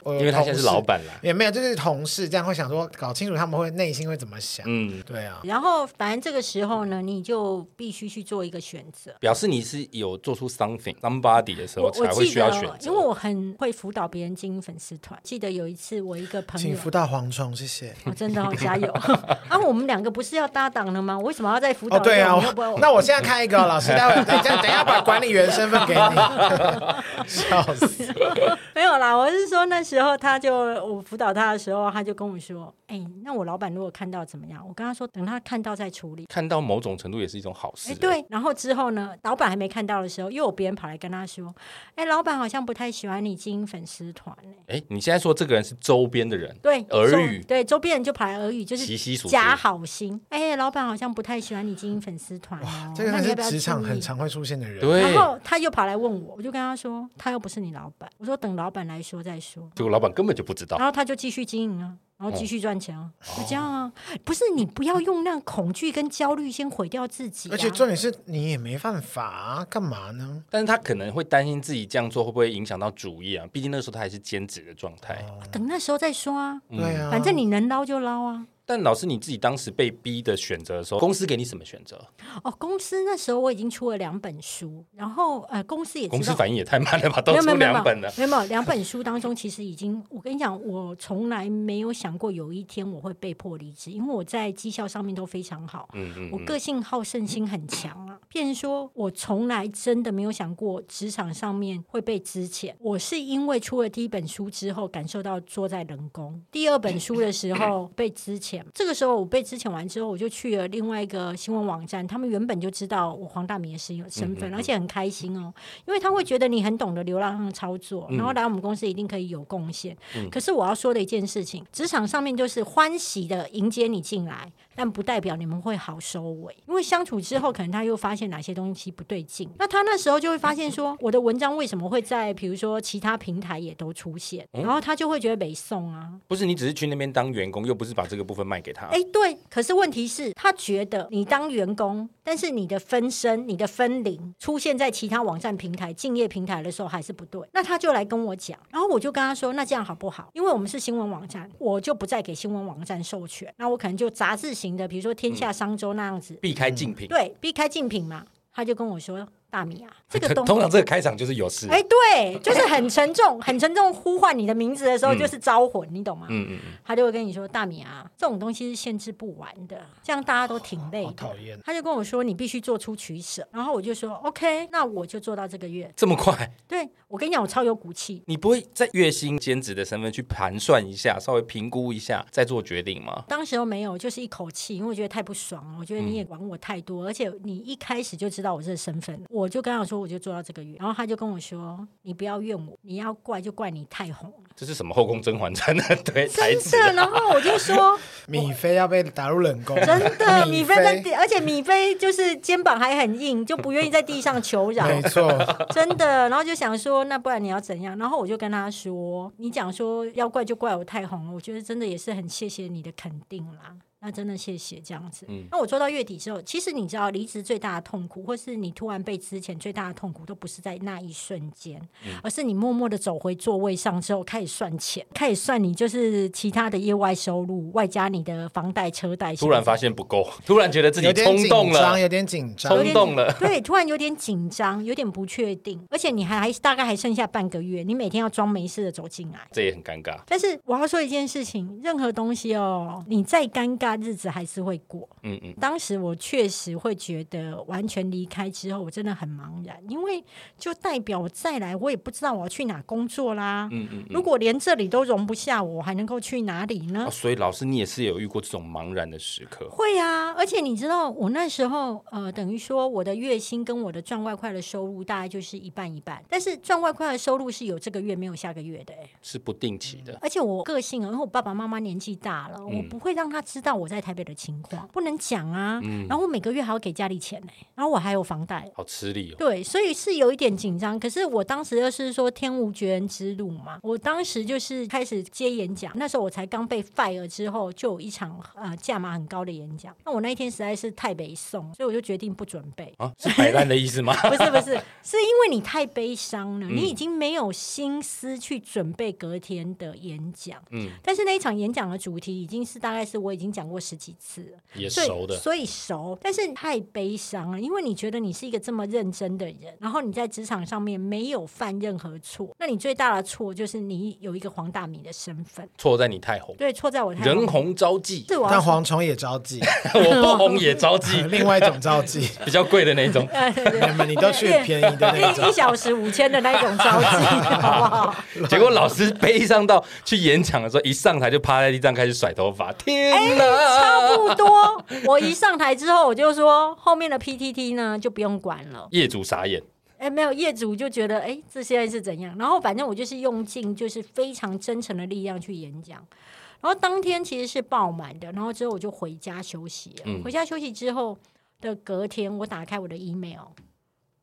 [SPEAKER 2] 我有
[SPEAKER 1] 因为他现在
[SPEAKER 2] 同
[SPEAKER 1] 是
[SPEAKER 2] 事
[SPEAKER 1] 老板啦。
[SPEAKER 2] 也没有，就是同事这样会想说，搞清楚他们会内心会怎么想。
[SPEAKER 1] 嗯，
[SPEAKER 2] 对啊，
[SPEAKER 3] 然后反正这个时候呢，你就必须去做一个选择。
[SPEAKER 1] 不表示你是有做出 something somebody 的时
[SPEAKER 3] 我
[SPEAKER 1] 候
[SPEAKER 3] 我
[SPEAKER 1] 才会
[SPEAKER 3] 记
[SPEAKER 1] 需要选
[SPEAKER 3] 得，
[SPEAKER 1] 择。
[SPEAKER 3] 因为我很会辅导别人经营粉丝团。记得有一次，我一个朋
[SPEAKER 2] 请
[SPEAKER 3] 友，
[SPEAKER 2] 辅导蝗虫，谢谢。
[SPEAKER 3] 哦、
[SPEAKER 2] [laughs]
[SPEAKER 3] 真的、哦、加油！ [laughs] 啊，我们两个不是要搭档了吗？我为什么要在辅导
[SPEAKER 2] 哦，
[SPEAKER 3] 这种？
[SPEAKER 2] 对啊，
[SPEAKER 3] 要不要
[SPEAKER 2] 我那我现在开一个哦，老师，待会
[SPEAKER 1] [laughs]
[SPEAKER 2] 儿等一下，等一下把管理员身份给你，, [laughs] 笑死！
[SPEAKER 3] 没有啦，我是说那时候他就我辅导他的时候，他就跟我说：“哎、那我老板如果看到怎么样？”我跟他说：“等他看到再处理。”
[SPEAKER 1] 看到某种程度也是一种好事。
[SPEAKER 3] 哎，，对，然后之后呢，老板还没看到的时候，又有别人跑来跟他说：“哎，老板好像不太喜欢你经营粉丝团、欸。
[SPEAKER 1] 哎，你现在说这个人是周边的人，
[SPEAKER 3] 对，
[SPEAKER 1] 耳
[SPEAKER 3] 周
[SPEAKER 1] 语
[SPEAKER 3] 对，周边人就跑来耳语，就是
[SPEAKER 1] 习习所
[SPEAKER 3] 假
[SPEAKER 1] 知。
[SPEAKER 3] 好心。哎，老板好像不太喜欢你经营粉丝团哦，
[SPEAKER 2] 这个
[SPEAKER 3] 那
[SPEAKER 2] 人
[SPEAKER 3] 你
[SPEAKER 2] 是
[SPEAKER 3] 要不要
[SPEAKER 2] 职场
[SPEAKER 3] 注
[SPEAKER 2] 很
[SPEAKER 3] 意
[SPEAKER 2] 常会出现的人。
[SPEAKER 1] 对啊
[SPEAKER 3] 然，后他又跑来问我，我就跟他说，他又不是你老板，我说等老板来说再说。
[SPEAKER 1] 结果老板根本就不知道
[SPEAKER 3] 然。后他就继续经营啊，然后继续赚钱啊，
[SPEAKER 2] 哦
[SPEAKER 3] 就这样啊。不是你不要用那种恐惧跟焦虑先毁掉自己、啊，
[SPEAKER 2] 而且重点是你也没办法、啊，干嘛呢？
[SPEAKER 1] 但是他可能会担心自己这样做会不会影响到主业啊？毕竟那个时候他还是兼职的状态。
[SPEAKER 3] 哦等那时候再说啊，
[SPEAKER 1] 嗯
[SPEAKER 2] 对啊，
[SPEAKER 3] 反正你能捞就捞啊。
[SPEAKER 1] 但老师你自己当时被逼的选择的时候，公司给你什么选择？
[SPEAKER 3] 哦，公司那时候我已经出了两本书，然后呃，公司也知道
[SPEAKER 1] 公司反应也太慢了吧，
[SPEAKER 3] 没
[SPEAKER 1] 都
[SPEAKER 3] 有没
[SPEAKER 1] 出
[SPEAKER 3] 有没有
[SPEAKER 1] 两本了。
[SPEAKER 3] 没有没有两本书当中，其实已经我跟你讲，我从来没有想过有一天我会被迫离职，因为我在绩效上面都非常好，
[SPEAKER 1] 嗯嗯
[SPEAKER 3] 我个性好胜心很强啊，变成说我从来真的没有想过职场上面会被资遣。我是因为出了第一本书之后，感受到坐在冷宫；第二本书的时候被资遣，这个时候我被资遣完之后，我就去了另外一个新闻网站，他们原本就知道我黄大米的身身
[SPEAKER 1] 嗯
[SPEAKER 3] 份，而且很开心哦，因为他会觉得你很懂得流浪汉操作，
[SPEAKER 1] 嗯
[SPEAKER 3] 然后来我们公司一定可以有贡献。可是我要说的一件事情，职场上面就是欢喜的迎接你进来，但不代表你们会好收尾，因为相处之后，可能他又发现哪些东西不对劲，那他那时候就会发现说，我的文章为什么会在比如说其他平台也都出现，然后他就会觉得没送啊，
[SPEAKER 1] 不是你只是去那边当员工，又不是把这个部分卖给他。
[SPEAKER 3] 哎，对，可是问题是，他觉得你当员工，但是你的分身、你的分龄出现在其他网站平台、竞业平台的时候还是不对，那他就来跟我讲，然后我就跟他说，那这样好不好？因为我们是新闻网站，我就不再给新闻网站授权，那我可能就杂志型的，比如说《天下商周》那样子，
[SPEAKER 1] 避开竞品，
[SPEAKER 3] 对，避开竞品嘛。他就跟我说：“大米啊，这个东西
[SPEAKER 1] [laughs] 通常这个开场就是有事。
[SPEAKER 3] 哎、对，就是很沉重，很沉重。呼唤你的名字的时候，就是招魂，你懂吗？
[SPEAKER 1] 嗯嗯嗯，
[SPEAKER 3] 他就会跟你说：“大米啊，这种东西是限制不完的，这样大家都挺累
[SPEAKER 2] 好
[SPEAKER 3] 的。
[SPEAKER 2] 讨厌。
[SPEAKER 3] 他就跟我说：“你必须做出取舍。”然后我就说：“OK，那我就做到这个月。
[SPEAKER 1] 这么快，
[SPEAKER 3] 对”我跟你讲，我超有骨气。
[SPEAKER 1] 你不会在月薪兼职的身份去盘算一下，稍微评估一下再做决定吗？
[SPEAKER 3] 当时又没有，就是一口气，因为我觉得太不爽了。我觉得你也管我太多，而且你一开始就知道我这个身份，我就跟他说，我就做到这个月。然后他就跟我说：“你不要怨我，你要怪就怪你太红。
[SPEAKER 1] 这是什么后宫甄嬛传的对台
[SPEAKER 3] 真
[SPEAKER 1] 词？
[SPEAKER 3] 的，然后我就说。 [laughs]
[SPEAKER 2] 米菲要被打入冷宫，
[SPEAKER 3] 真
[SPEAKER 2] [laughs]
[SPEAKER 3] 的，米菲在
[SPEAKER 2] 菲，
[SPEAKER 3] 地，而且米菲就是肩膀还很硬，就不愿意在地上求饶，
[SPEAKER 2] 没错，
[SPEAKER 3] 真的。然后就想说，那不然你要怎样？然后我就跟他说，你讲说要怪就怪我太红了，我觉得真的也是很谢谢你的肯定啦。那真的谢谢这样子。
[SPEAKER 1] 嗯
[SPEAKER 3] 那我做到月底之后，其实你知道，离职最大的痛苦，或是你突然被之前最大的痛苦，都不是在那一瞬间，
[SPEAKER 1] 嗯
[SPEAKER 3] 而是你默默的走回座位上之后，开始算钱，开始算你就是其他的业外收入，外加你的房贷、车贷。
[SPEAKER 1] 突然发现不够，突然觉得 [laughs] 自己
[SPEAKER 2] 有点
[SPEAKER 1] 冲动
[SPEAKER 2] 紧张，
[SPEAKER 1] 了，
[SPEAKER 2] 有点紧张
[SPEAKER 3] 有。
[SPEAKER 1] 冲
[SPEAKER 3] 点
[SPEAKER 1] 动
[SPEAKER 3] [laughs]
[SPEAKER 1] 了。
[SPEAKER 3] 对，突然有点紧张，有点不确定，而且你还还大概还剩下半个月，你每天要装没事的走进来。
[SPEAKER 1] 这也很尴尬，
[SPEAKER 3] 但是我要说一件事情，任何东西哦，你再尴尬，日子还是会过。
[SPEAKER 1] 嗯嗯，
[SPEAKER 3] 当时我确实会觉得，完全离开之后，我真的很茫然，因为就代表我再来，我也不知道我要去哪工作啦。嗯嗯如果连这里都容不下我，我还能够去哪里呢？
[SPEAKER 1] 哦所以老师你也是有遇过这种茫然的时刻，
[SPEAKER 3] 会啊，而且你知道，我那时候呃，等于说我的月薪跟我的赚外快的收入大概就是一半一半，但是赚外快的收入是有这个月没有下个月的、欸，
[SPEAKER 1] 是不定期的。
[SPEAKER 3] 而且我个性啊，因为我爸爸妈妈年纪大了，我不会让他知道我在台北的情况，不能讲啊。然后我每个月还要给家里钱呢、欸然后我还有房贷。
[SPEAKER 1] 好吃力哦，
[SPEAKER 3] 对，所以是有一点紧张。可是我当时就是说天无绝人之路嘛，我当时就是开始接演讲，那时候我才刚被 fire 之后，就有一场呃价码很高的演讲。那我那一天实在是太悲送，所以我就决定不准备。 [laughs]
[SPEAKER 1] 啊，是摆烂的意思吗？
[SPEAKER 3] 不是不是，是因为你太悲伤了，你已经没有心思去准备隔天的演讲。嗯，但是那一场演讲的主题已经是大概是我已经讲讲过十几次了，
[SPEAKER 1] [laughs]
[SPEAKER 4] 也
[SPEAKER 3] 所以
[SPEAKER 4] 熟的，
[SPEAKER 3] 所以熟，但是太悲伤了，因为你觉得你是一个这么认真的人，然后你在职场上面没有犯任何错，那你最大的错就是你有一个黄大米的身份，
[SPEAKER 1] 错在你太红，
[SPEAKER 3] 对，错在我太
[SPEAKER 1] 人红招忌，
[SPEAKER 3] 是我要
[SPEAKER 2] 但蝗虫也招妓，
[SPEAKER 1] [laughs] 我不红也招
[SPEAKER 3] [laughs]
[SPEAKER 1] 忌，
[SPEAKER 2] 另外一种招妓，
[SPEAKER 1] 比较贵的那种。
[SPEAKER 3] 呃对对
[SPEAKER 2] 你们你都去便宜的那
[SPEAKER 3] 一一
[SPEAKER 2] 种，
[SPEAKER 3] 小时五千的那一种
[SPEAKER 2] [laughs]
[SPEAKER 3] 招妓，好不好？
[SPEAKER 1] 结果老师悲伤到去演讲的时候，一上台就趴在地上开始甩头发，天
[SPEAKER 3] 哎差
[SPEAKER 1] 哪！
[SPEAKER 3] 不多。我一上台之后，我就说后面的 PTT 呢就不用管了。
[SPEAKER 1] 业主傻眼，
[SPEAKER 3] 哎，没有业主就觉得哎，这现在是怎样？然后反正我就是用尽就是非常真诚的力量去演讲。然后当天其实是爆满的，然后之后我就回家休息了。
[SPEAKER 1] 嗯
[SPEAKER 3] 回家休息之后的隔天，我打开我的 email，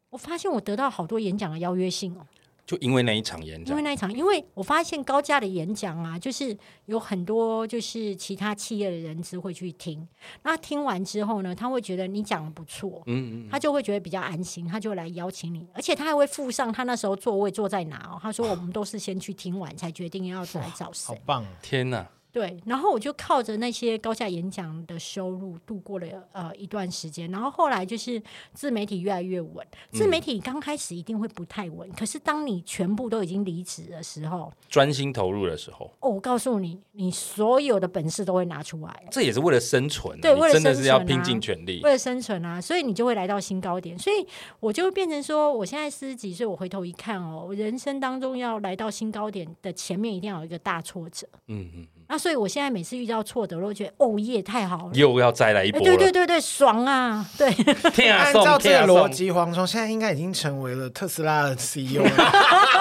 [SPEAKER 3] 我发现我得到好多演讲的邀约信哦。
[SPEAKER 1] 就因为那一场演
[SPEAKER 3] 因
[SPEAKER 1] 讲
[SPEAKER 3] 为，那一场，因为我发现高价的演讲啊，就是有很多就是其他企业的人资会去听，那听完之后呢，他会觉得你讲的不错，
[SPEAKER 1] 嗯嗯，
[SPEAKER 3] 他就会觉得比较安心，他就来邀请你，而且他还会附上他那时候座位坐在哪哦。他说我们都是先去听完才决定要来找
[SPEAKER 2] 好
[SPEAKER 3] 谁。
[SPEAKER 2] 棒哦！
[SPEAKER 1] 天哪！
[SPEAKER 3] 对，然后我就靠着那些高价演讲的收入度过了呃一段时间，然后后来就是自媒体越来越稳。自媒体刚开始一定会不太稳，可是当你全部都已经离职的时候，
[SPEAKER 1] 专心投入的时候，
[SPEAKER 3] 哦，我告诉你，你所有的本事都会拿出来，
[SPEAKER 1] 这也是为了生存啊、
[SPEAKER 3] 对
[SPEAKER 1] 你
[SPEAKER 3] 为了
[SPEAKER 1] 真的
[SPEAKER 3] 生
[SPEAKER 1] 是要
[SPEAKER 3] 存
[SPEAKER 1] 拼
[SPEAKER 3] 啊
[SPEAKER 1] 尽全力。
[SPEAKER 3] 为了生存啊，所以你就会来到新高点。所以我就变成说，我现在四十几岁，我回头一看哦，我人生当中要来到新高点的前面，一定要有一个大挫折。
[SPEAKER 1] 嗯嗯，
[SPEAKER 3] 那所以我现在每次遇到挫折，我都觉得哦耶，太好了。
[SPEAKER 1] 又要再来一
[SPEAKER 3] 哎
[SPEAKER 1] 波
[SPEAKER 3] 对对
[SPEAKER 1] 了。
[SPEAKER 3] 对对，爽啊！对， [laughs]
[SPEAKER 1] 天啊，
[SPEAKER 2] 按
[SPEAKER 1] 送
[SPEAKER 2] 照这个
[SPEAKER 1] 天啊
[SPEAKER 2] 逻
[SPEAKER 1] 送！
[SPEAKER 2] 辑，蝗虫现在应该已经成为了特斯拉的 CEO 了。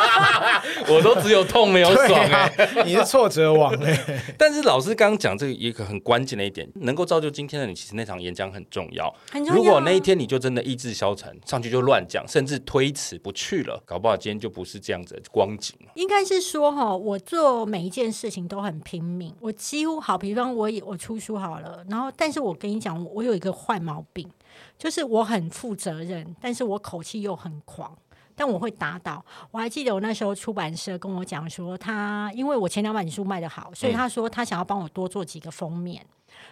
[SPEAKER 1] 我 [laughs] 都只有痛没有爽
[SPEAKER 2] 对
[SPEAKER 1] 哎、
[SPEAKER 2] 啊， [laughs] 你是挫折王哎、
[SPEAKER 1] 但是老师刚刚讲这个一个很关键的一点，能够造就今天的你，其实那场演讲很重要。
[SPEAKER 3] 很重要啊。
[SPEAKER 1] 如果那一天你就真的意志消沉，上去就乱讲，甚至推辞不去了，搞不好今天就不是这样子的光景了。
[SPEAKER 3] 应该是说哈，我做每一件事情都很拼命，我几乎好，比方我也我出书好了，然后但是我跟你讲，我我有一个坏毛病，就是我很负责任，但是我口气又很狂。但我会打倒。我还记得我那时候出版社跟我讲说他，因为我前两本书卖的好，所以他说他想要帮我多做几个封面。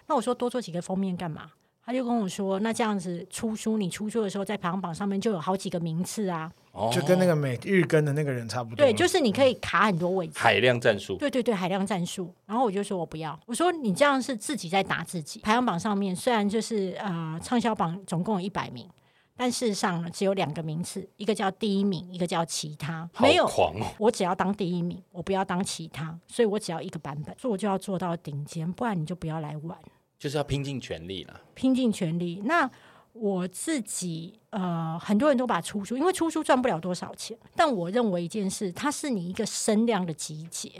[SPEAKER 3] 那我说多做几个封面干嘛？他就跟我说，那这样子出书，你出书的时候在排行榜上面就有好几个名次啊。
[SPEAKER 1] [laughs] 哦
[SPEAKER 2] 就跟那个每日更的那个人差不多。
[SPEAKER 3] 对，就是你可以卡很多位置。
[SPEAKER 1] 海量战术，
[SPEAKER 3] 对对对，海量战术。然后我就说我不要，我说你这样是自己在打自己。排行榜上面虽然就是呃畅销榜总共有一百名，但事实上呢只有两个名次，一个叫第一名，一个叫其他，
[SPEAKER 1] 好
[SPEAKER 3] 没有。
[SPEAKER 1] 狂哦！
[SPEAKER 3] 我只要当第一名，我不要当其他，所以我只要一个版本，所以我就要做到顶尖，不然你就不要来玩，
[SPEAKER 1] 就是要拼尽全力啦。
[SPEAKER 3] 拼尽全力。那我自己呃，很多人都把出书，因为出书赚不了多少钱，但我认为一件事，它是你一个声量的集结。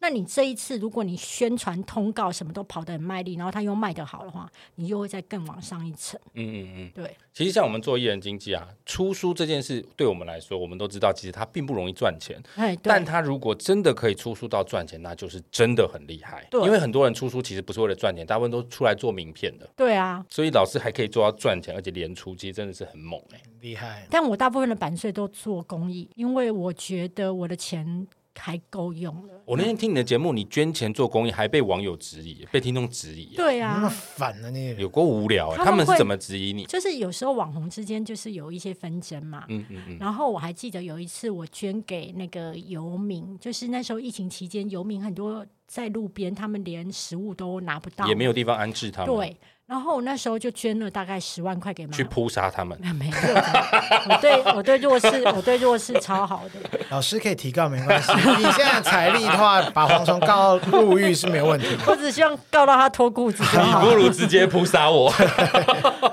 [SPEAKER 3] 那你这一次，如果你宣传通告什么都跑得很卖力，然后它又卖得好的话，你又会再更往上一层。
[SPEAKER 1] 嗯嗯嗯。
[SPEAKER 3] 对，
[SPEAKER 1] 其实像我们做艺人经济啊，出书这件事对我们来说，我们都知道，其实它并不容易赚钱。
[SPEAKER 3] 哎，
[SPEAKER 1] 但
[SPEAKER 3] 对，
[SPEAKER 1] 他如果真的可以出书到赚钱，那就是真的很厉害。
[SPEAKER 3] 对
[SPEAKER 1] 因为很多人出书其实不是为了赚钱，大部分都出来做名片的。
[SPEAKER 3] 对啊。
[SPEAKER 1] 所以老师还可以做到赚钱，而且连出，其实真的是很猛哎、
[SPEAKER 2] 厉害，
[SPEAKER 3] 但我大部分的版税都做公益，因为我觉得我的钱还够用了。
[SPEAKER 1] 我那天听你的节目，你捐钱做公益，还被网友质疑，被听众质疑，
[SPEAKER 3] 对
[SPEAKER 2] 你那么
[SPEAKER 3] 啊，
[SPEAKER 2] 烦呢、你
[SPEAKER 1] 有过无聊哎、他
[SPEAKER 3] 他们
[SPEAKER 1] 们
[SPEAKER 3] 会
[SPEAKER 1] 是怎么质疑你？
[SPEAKER 3] 就是有时候网红之间就是有一些纷争嘛。
[SPEAKER 1] 嗯嗯嗯，
[SPEAKER 3] 然后我还记得有一次，我捐给那个游民，就是那时候疫情期间，游民很多在路边，他们连食物都拿不到，
[SPEAKER 1] 也没有地方安置他们，，
[SPEAKER 3] 嗯对。然后我那时候就捐了大概十万块给妈
[SPEAKER 1] 去
[SPEAKER 3] 妈。
[SPEAKER 1] 扑杀他们。
[SPEAKER 3] [laughs] 没有，我对我对弱势，我对弱势超好的。
[SPEAKER 2] 老师可以提告没关系， [laughs] 你现在财力的话，把蝗虫告到入狱是没有问题的。
[SPEAKER 3] 我只希望告到他脱裤子就
[SPEAKER 1] 你
[SPEAKER 3] 好
[SPEAKER 1] 不。如直接扑杀
[SPEAKER 3] [laughs]
[SPEAKER 1] 我。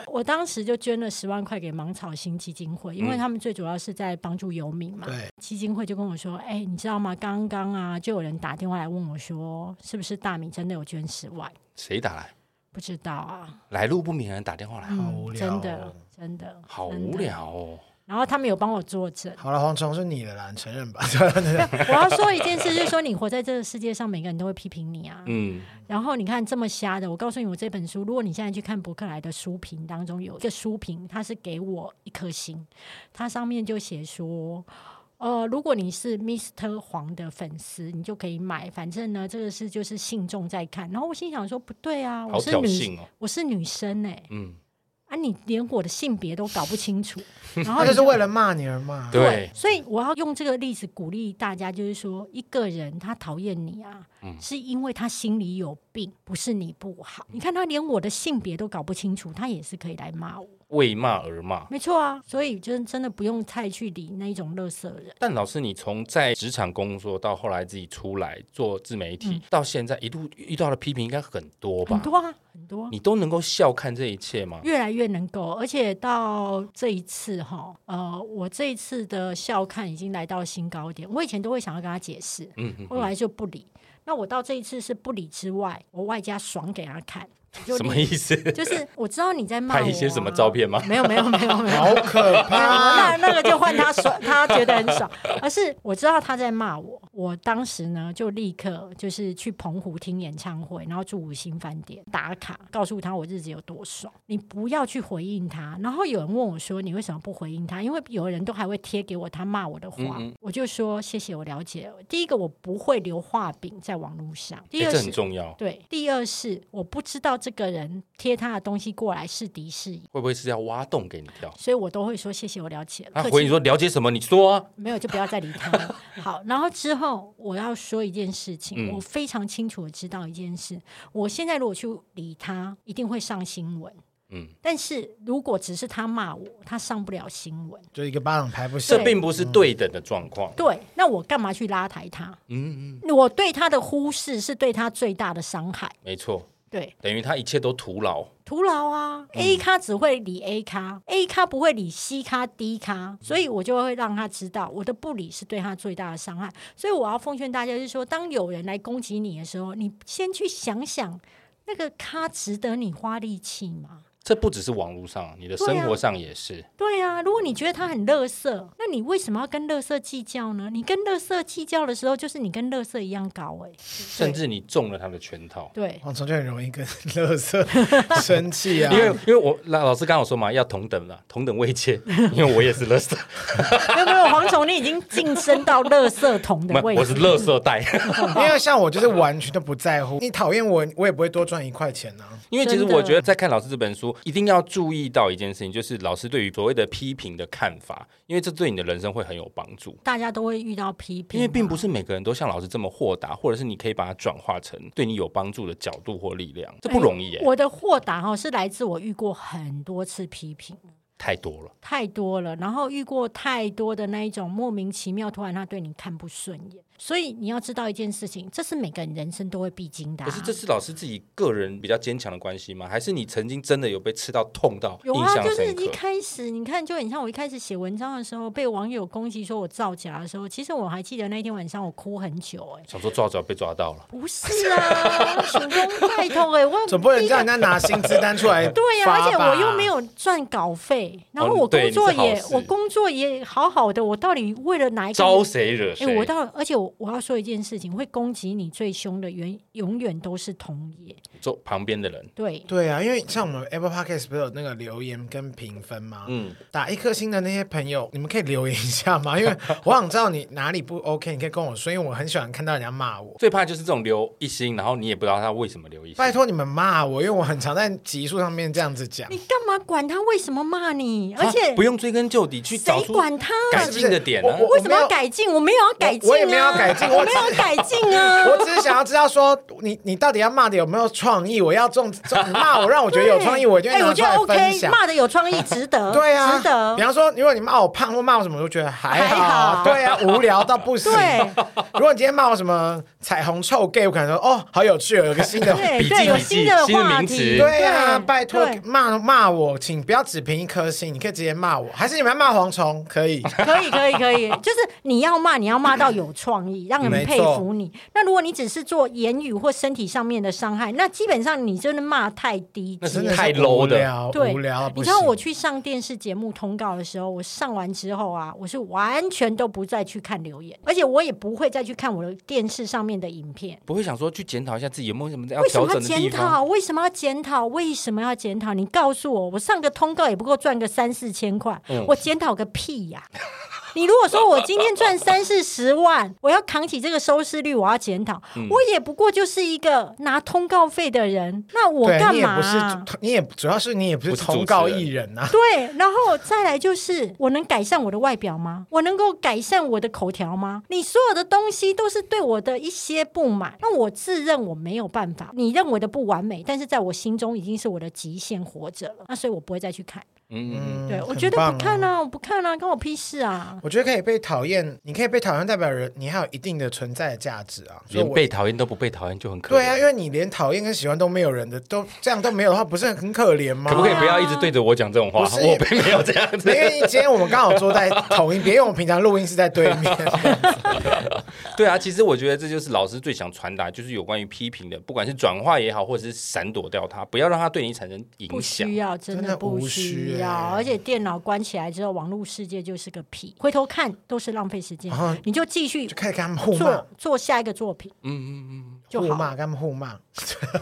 [SPEAKER 3] 我当时就捐了十万块给芒
[SPEAKER 1] 嗯
[SPEAKER 3] 草心基金会，因为他们最主要是在帮助游民嘛。
[SPEAKER 2] 对，
[SPEAKER 3] 基金会就跟我说：“哎、你知道吗？刚刚啊，就有人打电话来问我说，是不是大米真的有捐十万？
[SPEAKER 1] 谁打来？
[SPEAKER 3] 不知道啊，嗯
[SPEAKER 1] 来路不明的人打电话来，
[SPEAKER 2] 好无聊哦
[SPEAKER 3] 真的真的
[SPEAKER 1] 好
[SPEAKER 3] 真的
[SPEAKER 1] 无聊哦。
[SPEAKER 3] 然后他们有帮我作
[SPEAKER 1] [laughs]
[SPEAKER 3] 证。
[SPEAKER 2] 好了，蝗虫是你的啦，你承认吧。
[SPEAKER 3] 我要说一件事，就是说你活在这个世界上，每个人都会批评你啊。
[SPEAKER 1] 嗯，
[SPEAKER 3] 然后你看这么瞎的，我告诉你，我这本书，如果你现在去看伯克莱的书评当中，有一个书评，它是给我一颗星，它上面就写说。呃，如果你是 Mr 黄的粉丝，你就可以买。反正呢，这个是就是信众在看。然后我心想说，不对啊，
[SPEAKER 1] 好
[SPEAKER 3] 我是
[SPEAKER 1] 挑
[SPEAKER 3] 女，
[SPEAKER 1] 衅哦。
[SPEAKER 3] 我是女生哎、
[SPEAKER 1] 嗯，
[SPEAKER 3] 啊，你连我的性别都搞不清
[SPEAKER 2] [laughs]
[SPEAKER 3] 楚，然后
[SPEAKER 2] 他
[SPEAKER 3] 你
[SPEAKER 2] 啊就是为了骂你而骂。
[SPEAKER 1] 对，
[SPEAKER 3] 所以我要用这个例子鼓励大家，就是说，一个人他讨厌你啊，
[SPEAKER 1] 嗯
[SPEAKER 3] 是因为他心里有病，不是你不好。你看他连我的性别都搞不清楚，他也是可以来骂我，
[SPEAKER 1] 为骂而骂。
[SPEAKER 3] 没错啊。所以就是真的不用太去理那一种乐色人。
[SPEAKER 1] 但老师，你从在职场工作到后来自己出来做自媒体，
[SPEAKER 3] 嗯
[SPEAKER 1] 到现在一路遇到的批评应该很多吧？
[SPEAKER 3] 很多啊，很多。
[SPEAKER 1] 你都能够笑看这一切吗？
[SPEAKER 3] 越来越能够，而且到这一次哈，呃，我这一次的笑看已经来到新高点。我以前都会想要跟他解释，
[SPEAKER 1] 嗯嗯，
[SPEAKER 3] 后来就不理。那我到这一次是不理之外，我外加爽给他看，就
[SPEAKER 1] 什么意思？
[SPEAKER 3] 就是我知道你在骂
[SPEAKER 1] [laughs]
[SPEAKER 3] 我、
[SPEAKER 1] 拍
[SPEAKER 3] 啊，
[SPEAKER 1] 一些什么照？片吗？哎
[SPEAKER 3] 没有没有没有没有，
[SPEAKER 2] 好可
[SPEAKER 1] [laughs]
[SPEAKER 3] 那 [laughs]
[SPEAKER 1] 啊
[SPEAKER 2] 怕！
[SPEAKER 3] 那个就换他爽，他觉得很爽。而是我知道他在骂我，我当时呢就立刻就是去澎湖听演唱会，然后住五星饭店打卡，告诉他我日子有多爽。你不要去回应他。然后有人问我说你为什么不回应他？因为有人都还会贴给我他骂我的话，
[SPEAKER 1] 嗯嗯
[SPEAKER 3] 我就说谢谢，我了解了。第一个我不会留画饼在网络上，第
[SPEAKER 1] 欸
[SPEAKER 3] 二
[SPEAKER 1] 这
[SPEAKER 3] 是、
[SPEAKER 1] 很重要。
[SPEAKER 3] 对，第二是我不知道这个人贴他的东西过来是敌是友，
[SPEAKER 1] 会不会是要挖洞给你跳？
[SPEAKER 3] 所以我都会说谢谢，我了解了。
[SPEAKER 1] 他
[SPEAKER 3] 客
[SPEAKER 1] 回
[SPEAKER 3] 气
[SPEAKER 1] 你说了解什么？你说啊，
[SPEAKER 3] 没有就不要再理他
[SPEAKER 1] [laughs]
[SPEAKER 3] 了。好，然后之后我要说一件事情，
[SPEAKER 1] 嗯
[SPEAKER 3] 我非常清楚的知道一件事，我现在如果去理他，一定会上新闻。
[SPEAKER 1] 嗯，
[SPEAKER 3] 但是如果只是他骂我，他上不了新闻。
[SPEAKER 2] 就一个巴掌拍不响
[SPEAKER 1] 这。并不是对等的状况。
[SPEAKER 3] 对，那我干嘛去拉抬他？
[SPEAKER 1] 嗯嗯，
[SPEAKER 3] 我对他的忽视是对他最大的伤害。
[SPEAKER 1] 没错，
[SPEAKER 3] 对，
[SPEAKER 1] 等于他一切都徒劳。
[SPEAKER 3] 徒劳啊
[SPEAKER 1] 嗯
[SPEAKER 3] ！A 咖只会理 A 咖，A 咖不会理 C 咖、D
[SPEAKER 1] 嗯
[SPEAKER 3] 咖，所以我就会让他知道我的不理是对他最大的伤害。所以我要奉劝大家，就是说，当有人来攻击你的时候，你先去想想，那个咖值得你花力气吗？
[SPEAKER 1] 这不只是网络上，你的
[SPEAKER 3] 对啊
[SPEAKER 1] 生活上也是。
[SPEAKER 3] 对啊，如果你觉得他很乐色，那你为什么要跟乐色计较呢？你跟乐色计较的时候，就是你跟乐色一样高哎、
[SPEAKER 1] 甚至你中了他的圈套。 [laughs]
[SPEAKER 3] 对
[SPEAKER 2] 蝗虫就很容易跟乐色生气啊
[SPEAKER 1] 因，为因为我老老师刚好说嘛，要同等啦，同等位阶， [laughs] 因为我也是乐色，
[SPEAKER 3] 没有没有，黄总你已经晋升到乐色桶的位
[SPEAKER 1] 我
[SPEAKER 3] 置，
[SPEAKER 1] 我是乐色
[SPEAKER 3] [laughs]
[SPEAKER 1] 袋。
[SPEAKER 2] 因为像我就是完全都不在乎，你讨厌我，我也不会多赚一块钱呐、啊。
[SPEAKER 1] 因为其实
[SPEAKER 3] 真的
[SPEAKER 1] 我觉得在看老师这本书，一定要注意到一件事情，就是老师对于所谓的批评的看法，因为这对你的人生会很有帮助。
[SPEAKER 3] 大家都会遇到批评
[SPEAKER 1] 因
[SPEAKER 3] 嘛，
[SPEAKER 1] 为并不是每个人都像老师这么豁达，或者是你可以把它转化成对你有帮助的角度或力量，这不容易耶，
[SPEAKER 3] 我的豁达哈是来自我遇过很多次批评，
[SPEAKER 1] 太多了。
[SPEAKER 3] 太多了，然后遇过太多的那一种莫名其妙，突然他对你看不顺眼。所以你要知道一件事情，这是每个人人生都会必经的、啊。
[SPEAKER 1] 可是这是老师自己个人比较坚强的关系吗？还是你曾经真的有被刺到痛到
[SPEAKER 3] 有
[SPEAKER 1] 印
[SPEAKER 3] 啊，
[SPEAKER 1] 象
[SPEAKER 3] 就是
[SPEAKER 1] 深
[SPEAKER 3] 一
[SPEAKER 1] 刻？
[SPEAKER 3] 开始你看，就很像我一开始写文章的时候，被网友攻击说我造假的时候，其实我还记得那天晚上我哭很久、哎，
[SPEAKER 1] 想说抓抓被抓到了，
[SPEAKER 3] 不是啊，手工
[SPEAKER 1] [laughs]
[SPEAKER 3] 拜托，哎，我
[SPEAKER 2] 总不能叫人家拿薪资单出来
[SPEAKER 3] 对呀、而且
[SPEAKER 2] 发吧
[SPEAKER 3] 我又没有赚稿费，然后
[SPEAKER 1] 哦
[SPEAKER 3] 我
[SPEAKER 1] 对
[SPEAKER 3] 工作
[SPEAKER 1] 你是好
[SPEAKER 3] 也、
[SPEAKER 1] 事
[SPEAKER 3] 我工作也好好的，我到底为了哪一个
[SPEAKER 1] 招
[SPEAKER 3] 人？
[SPEAKER 1] 谁惹
[SPEAKER 3] 哎、
[SPEAKER 1] 谁？
[SPEAKER 3] 我到，而且我我要说一件事情，会攻击你最凶的原永远都是同业，
[SPEAKER 1] 坐旁边的人，
[SPEAKER 3] 对，
[SPEAKER 2] 对啊，因为像我们 Apple Podcast 不是有那个留言跟评分吗？
[SPEAKER 1] 嗯，
[SPEAKER 2] 打一颗星的那些朋友，你们可以留言一下吗？ [laughs] 因为我想知道你哪里不 OK，你可以跟我说，因为我很喜欢看到人家骂我。
[SPEAKER 1] 最怕就是这种留一星，然后你也不知道他为什么留一星。
[SPEAKER 2] 拜托你们骂我，因为我很常在集数上面这样子讲
[SPEAKER 3] 你。干嘛管他为什么骂你？而
[SPEAKER 1] 他
[SPEAKER 3] 且
[SPEAKER 1] 不用追根究底去找
[SPEAKER 3] 谁
[SPEAKER 1] 出
[SPEAKER 3] 管他、
[SPEAKER 1] 改
[SPEAKER 3] 啊？
[SPEAKER 1] 进的点啊
[SPEAKER 2] 是不是我
[SPEAKER 3] 为什么
[SPEAKER 2] 我没
[SPEAKER 3] 要
[SPEAKER 2] 有
[SPEAKER 3] 改进？我没有要改进、啊
[SPEAKER 2] 我也没有要改进
[SPEAKER 3] 我
[SPEAKER 2] 我
[SPEAKER 3] 没有要改进啊！
[SPEAKER 2] [laughs] 我只是想要知道说，你你到底要骂的有没有创意？我要中中你骂我，让我觉得有创意，我就会
[SPEAKER 3] [laughs] 哎、
[SPEAKER 2] 拿
[SPEAKER 3] 我
[SPEAKER 2] 出
[SPEAKER 3] 觉得
[SPEAKER 2] 来分
[SPEAKER 3] OK，
[SPEAKER 2] 享。
[SPEAKER 3] 骂的有创意，值
[SPEAKER 2] [laughs]
[SPEAKER 3] 得，
[SPEAKER 2] 对啊，
[SPEAKER 3] 值得
[SPEAKER 2] 比。方说，如果你骂我胖或骂我什么，我都觉得还好。
[SPEAKER 3] 还好
[SPEAKER 2] 对啊，无聊到不行。
[SPEAKER 3] 对
[SPEAKER 2] 如果你今天骂我什么彩虹臭 gay，我可能说哦，好有趣哦，有个新的。
[SPEAKER 3] 对
[SPEAKER 1] 笔
[SPEAKER 3] 对，
[SPEAKER 1] 记
[SPEAKER 3] 有
[SPEAKER 1] 笔
[SPEAKER 3] 新
[SPEAKER 1] 记
[SPEAKER 3] 的
[SPEAKER 1] 新的
[SPEAKER 3] 话
[SPEAKER 1] 名
[SPEAKER 3] 题，
[SPEAKER 1] 词
[SPEAKER 2] 对啊，拜托
[SPEAKER 3] 对
[SPEAKER 2] 骂骂我，请不要只评一颗星，你可以直接骂我，还是你们要骂蝗虫可以？
[SPEAKER 1] 哦
[SPEAKER 3] 可以，可以，可
[SPEAKER 1] [laughs]
[SPEAKER 3] 以，就是你要骂，你要骂到有创意，让人佩服你。那如果你只是做言语或身体上面的伤害，那基本上你真的骂太低
[SPEAKER 1] 那
[SPEAKER 3] 级。
[SPEAKER 1] 真
[SPEAKER 2] 真
[SPEAKER 1] 的
[SPEAKER 2] 的是
[SPEAKER 1] 太 low 的
[SPEAKER 2] 无聊，
[SPEAKER 3] 对
[SPEAKER 2] 无聊到不行。
[SPEAKER 3] 你知道我去上电视节目通告的时候，我上完之后啊，我是完全都不再去看留言，而且我也不会再去看我的电视上面的影片。
[SPEAKER 1] 不会想说去检讨一下自己有没有什么要
[SPEAKER 3] 为什
[SPEAKER 1] 调
[SPEAKER 3] 么要
[SPEAKER 1] 整的
[SPEAKER 3] 检
[SPEAKER 1] 地方？
[SPEAKER 3] 讨？为什么要检讨？为什么要检讨？你告诉我，我上个通告也不够赚个三四千块，
[SPEAKER 1] 嗯
[SPEAKER 3] 我检讨个屁呀、你如果说我今天赚三四十万，我要扛起这个收视率，我要检讨，
[SPEAKER 1] 嗯
[SPEAKER 3] 我也不过就是一个拿通告费的人，那我
[SPEAKER 2] 对
[SPEAKER 3] 干
[SPEAKER 2] 你也
[SPEAKER 3] 嘛
[SPEAKER 2] 不是
[SPEAKER 3] 啊？
[SPEAKER 2] 主，你也主要是你也不是
[SPEAKER 1] 不是主
[SPEAKER 2] 通告
[SPEAKER 1] 持人
[SPEAKER 2] 艺人啊呐、
[SPEAKER 3] 对，然后再来就是，我能改善我的外表吗？我能够改善我的口条吗？你所有的东西都是对我的一些不满，那我自认我没有办法，你认为的不完美，但是在我心中已经是我的极限活着了，那所以我不会再去看。
[SPEAKER 1] 嗯，
[SPEAKER 2] 嗯，
[SPEAKER 3] 对，我
[SPEAKER 2] 很
[SPEAKER 3] 觉得
[SPEAKER 2] 棒
[SPEAKER 3] 不看
[SPEAKER 2] 啊。
[SPEAKER 3] 啊，我不看啊，关我屁事啊！
[SPEAKER 2] 我觉得可以被讨厌，你可以被讨厌，代表人你还有一定的存在的价值啊。所以
[SPEAKER 1] 连
[SPEAKER 2] 我
[SPEAKER 1] 被讨厌都不被讨厌就很可
[SPEAKER 2] 对啊，
[SPEAKER 1] 怜。
[SPEAKER 2] 因为你连讨厌跟喜欢都没有人的，都这样都没有的话，不是很可怜吗？
[SPEAKER 1] 可
[SPEAKER 2] [laughs]
[SPEAKER 1] 不可以不要一直对着我讲这种话？
[SPEAKER 2] 不是
[SPEAKER 1] [laughs] 我并没有这样子
[SPEAKER 2] 因。为今天我们刚好坐在同一边，因为我们平常录音是在对面。
[SPEAKER 1] [laughs]
[SPEAKER 2] [laughs]
[SPEAKER 1] 对啊，其实我觉得这就是老师最想传达，就是有关于批评的，不管是转化也好，或者是闪躲掉它，不要让它对你产生
[SPEAKER 3] 不
[SPEAKER 1] 影响
[SPEAKER 3] 需。要，真
[SPEAKER 2] 真
[SPEAKER 3] 的
[SPEAKER 2] 的
[SPEAKER 3] 不
[SPEAKER 2] 无需
[SPEAKER 3] 需要。
[SPEAKER 2] 欸
[SPEAKER 3] 而且电脑关起来之后，网络世界就是个屁，回头看都是浪费时间
[SPEAKER 2] 然。后
[SPEAKER 3] 你就继续
[SPEAKER 2] 啊就开始跟他们互骂
[SPEAKER 3] 做，做下一个作品
[SPEAKER 1] 嗯嗯
[SPEAKER 3] 就
[SPEAKER 2] 互
[SPEAKER 3] 好
[SPEAKER 2] 骂，跟他们互骂。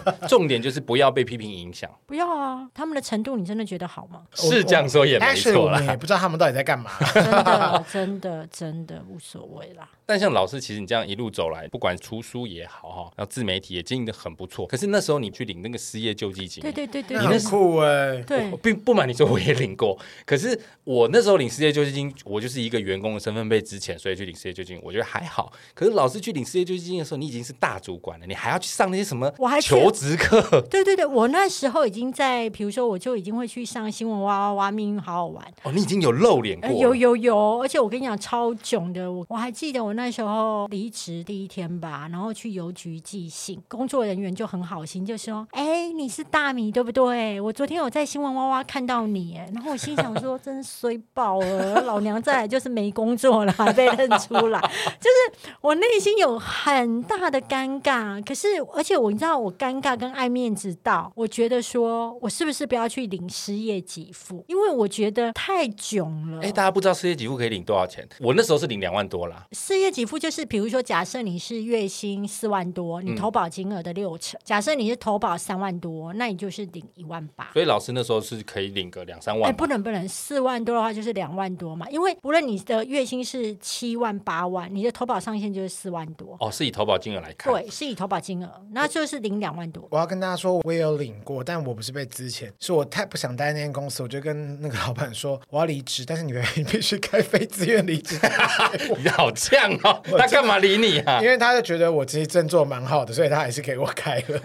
[SPEAKER 1] 嗯，重点就是不要被批评影响，
[SPEAKER 3] 不要啊，他们的程度你真的觉得好吗？
[SPEAKER 2] 我
[SPEAKER 1] 是这样说也没
[SPEAKER 2] Actually，我
[SPEAKER 1] 错啦
[SPEAKER 2] 们。也不知道他们到底在干嘛。
[SPEAKER 3] 真的，真的，真的无所谓啦。
[SPEAKER 1] [laughs] 但像老师，其实你这样一路走来，不管出书也好哈，然后自媒体也经营的很不错。可是那时候你去领那个失业救济金，
[SPEAKER 3] 对对对 [laughs] 对
[SPEAKER 2] 那
[SPEAKER 3] 啊
[SPEAKER 1] 你那
[SPEAKER 2] 很
[SPEAKER 1] 是
[SPEAKER 2] 酷哎，
[SPEAKER 3] 对
[SPEAKER 1] 我并不瞒你说，我也领过。可是我那时候领失业救济金，我就是一个员工的身份被之前，所以去领失业救济金，我觉得还好。可是老师去领失业救济金的时候，你已经是大主管了，你还要去上那些什么
[SPEAKER 3] 我还去
[SPEAKER 1] 求职课？
[SPEAKER 3] 对对对，我那时候已经在，比如说我就已经会去上新闻哇哇哇，命运好好玩。
[SPEAKER 1] 哦，你已经有露脸过
[SPEAKER 3] 呃，
[SPEAKER 1] 了、
[SPEAKER 3] 有有有，而且我跟你讲超囧的，我我还记得我那时候离职第一天吧，然后去邮局寄信，工作人员就很好心，就说：“哎、你是大米对不对？我昨天有在新闻哇哇看到你。”哎，然后我心想说：“真是衰爆了，老娘再来就是没工作了，还被认出来。”就是我内心有很大的尴尬，可是而且我你知道我尴尬跟爱面子到，我觉得说我是不是不要去领失业给付，因为我觉得太囧了。
[SPEAKER 1] 哎，大家不知道失业给付可以领多少钱？我那时候是领两万多啦。
[SPEAKER 3] 失业给付就是，比如说，假设你是月薪四万多，
[SPEAKER 1] 嗯
[SPEAKER 3] 你投保金额的六成；假设你是投保三万多，那你就是领一万八。
[SPEAKER 1] 所以老师那时候是可以领个两三
[SPEAKER 3] 哎，
[SPEAKER 1] 万吧，
[SPEAKER 3] 不能不能，四万多的话就是两万多嘛，因为不论你的月薪是七万八万，你的投保上限就是四万多，
[SPEAKER 1] 哦，是以投保金额来看。
[SPEAKER 3] 对，是以投保金额，那就是领两万多。
[SPEAKER 2] 我要跟大家说，我也有领过，但我不是被资遣，是我太不想待那间公司，我就跟那个老板说我要离职，但是你们必须开非自愿
[SPEAKER 1] [laughs]
[SPEAKER 2] 离职，
[SPEAKER 1] [laughs] 你好呛哦，他干嘛理你啊
[SPEAKER 2] 因？为他就觉得我其实真做蛮好的，所以他还是给我开了，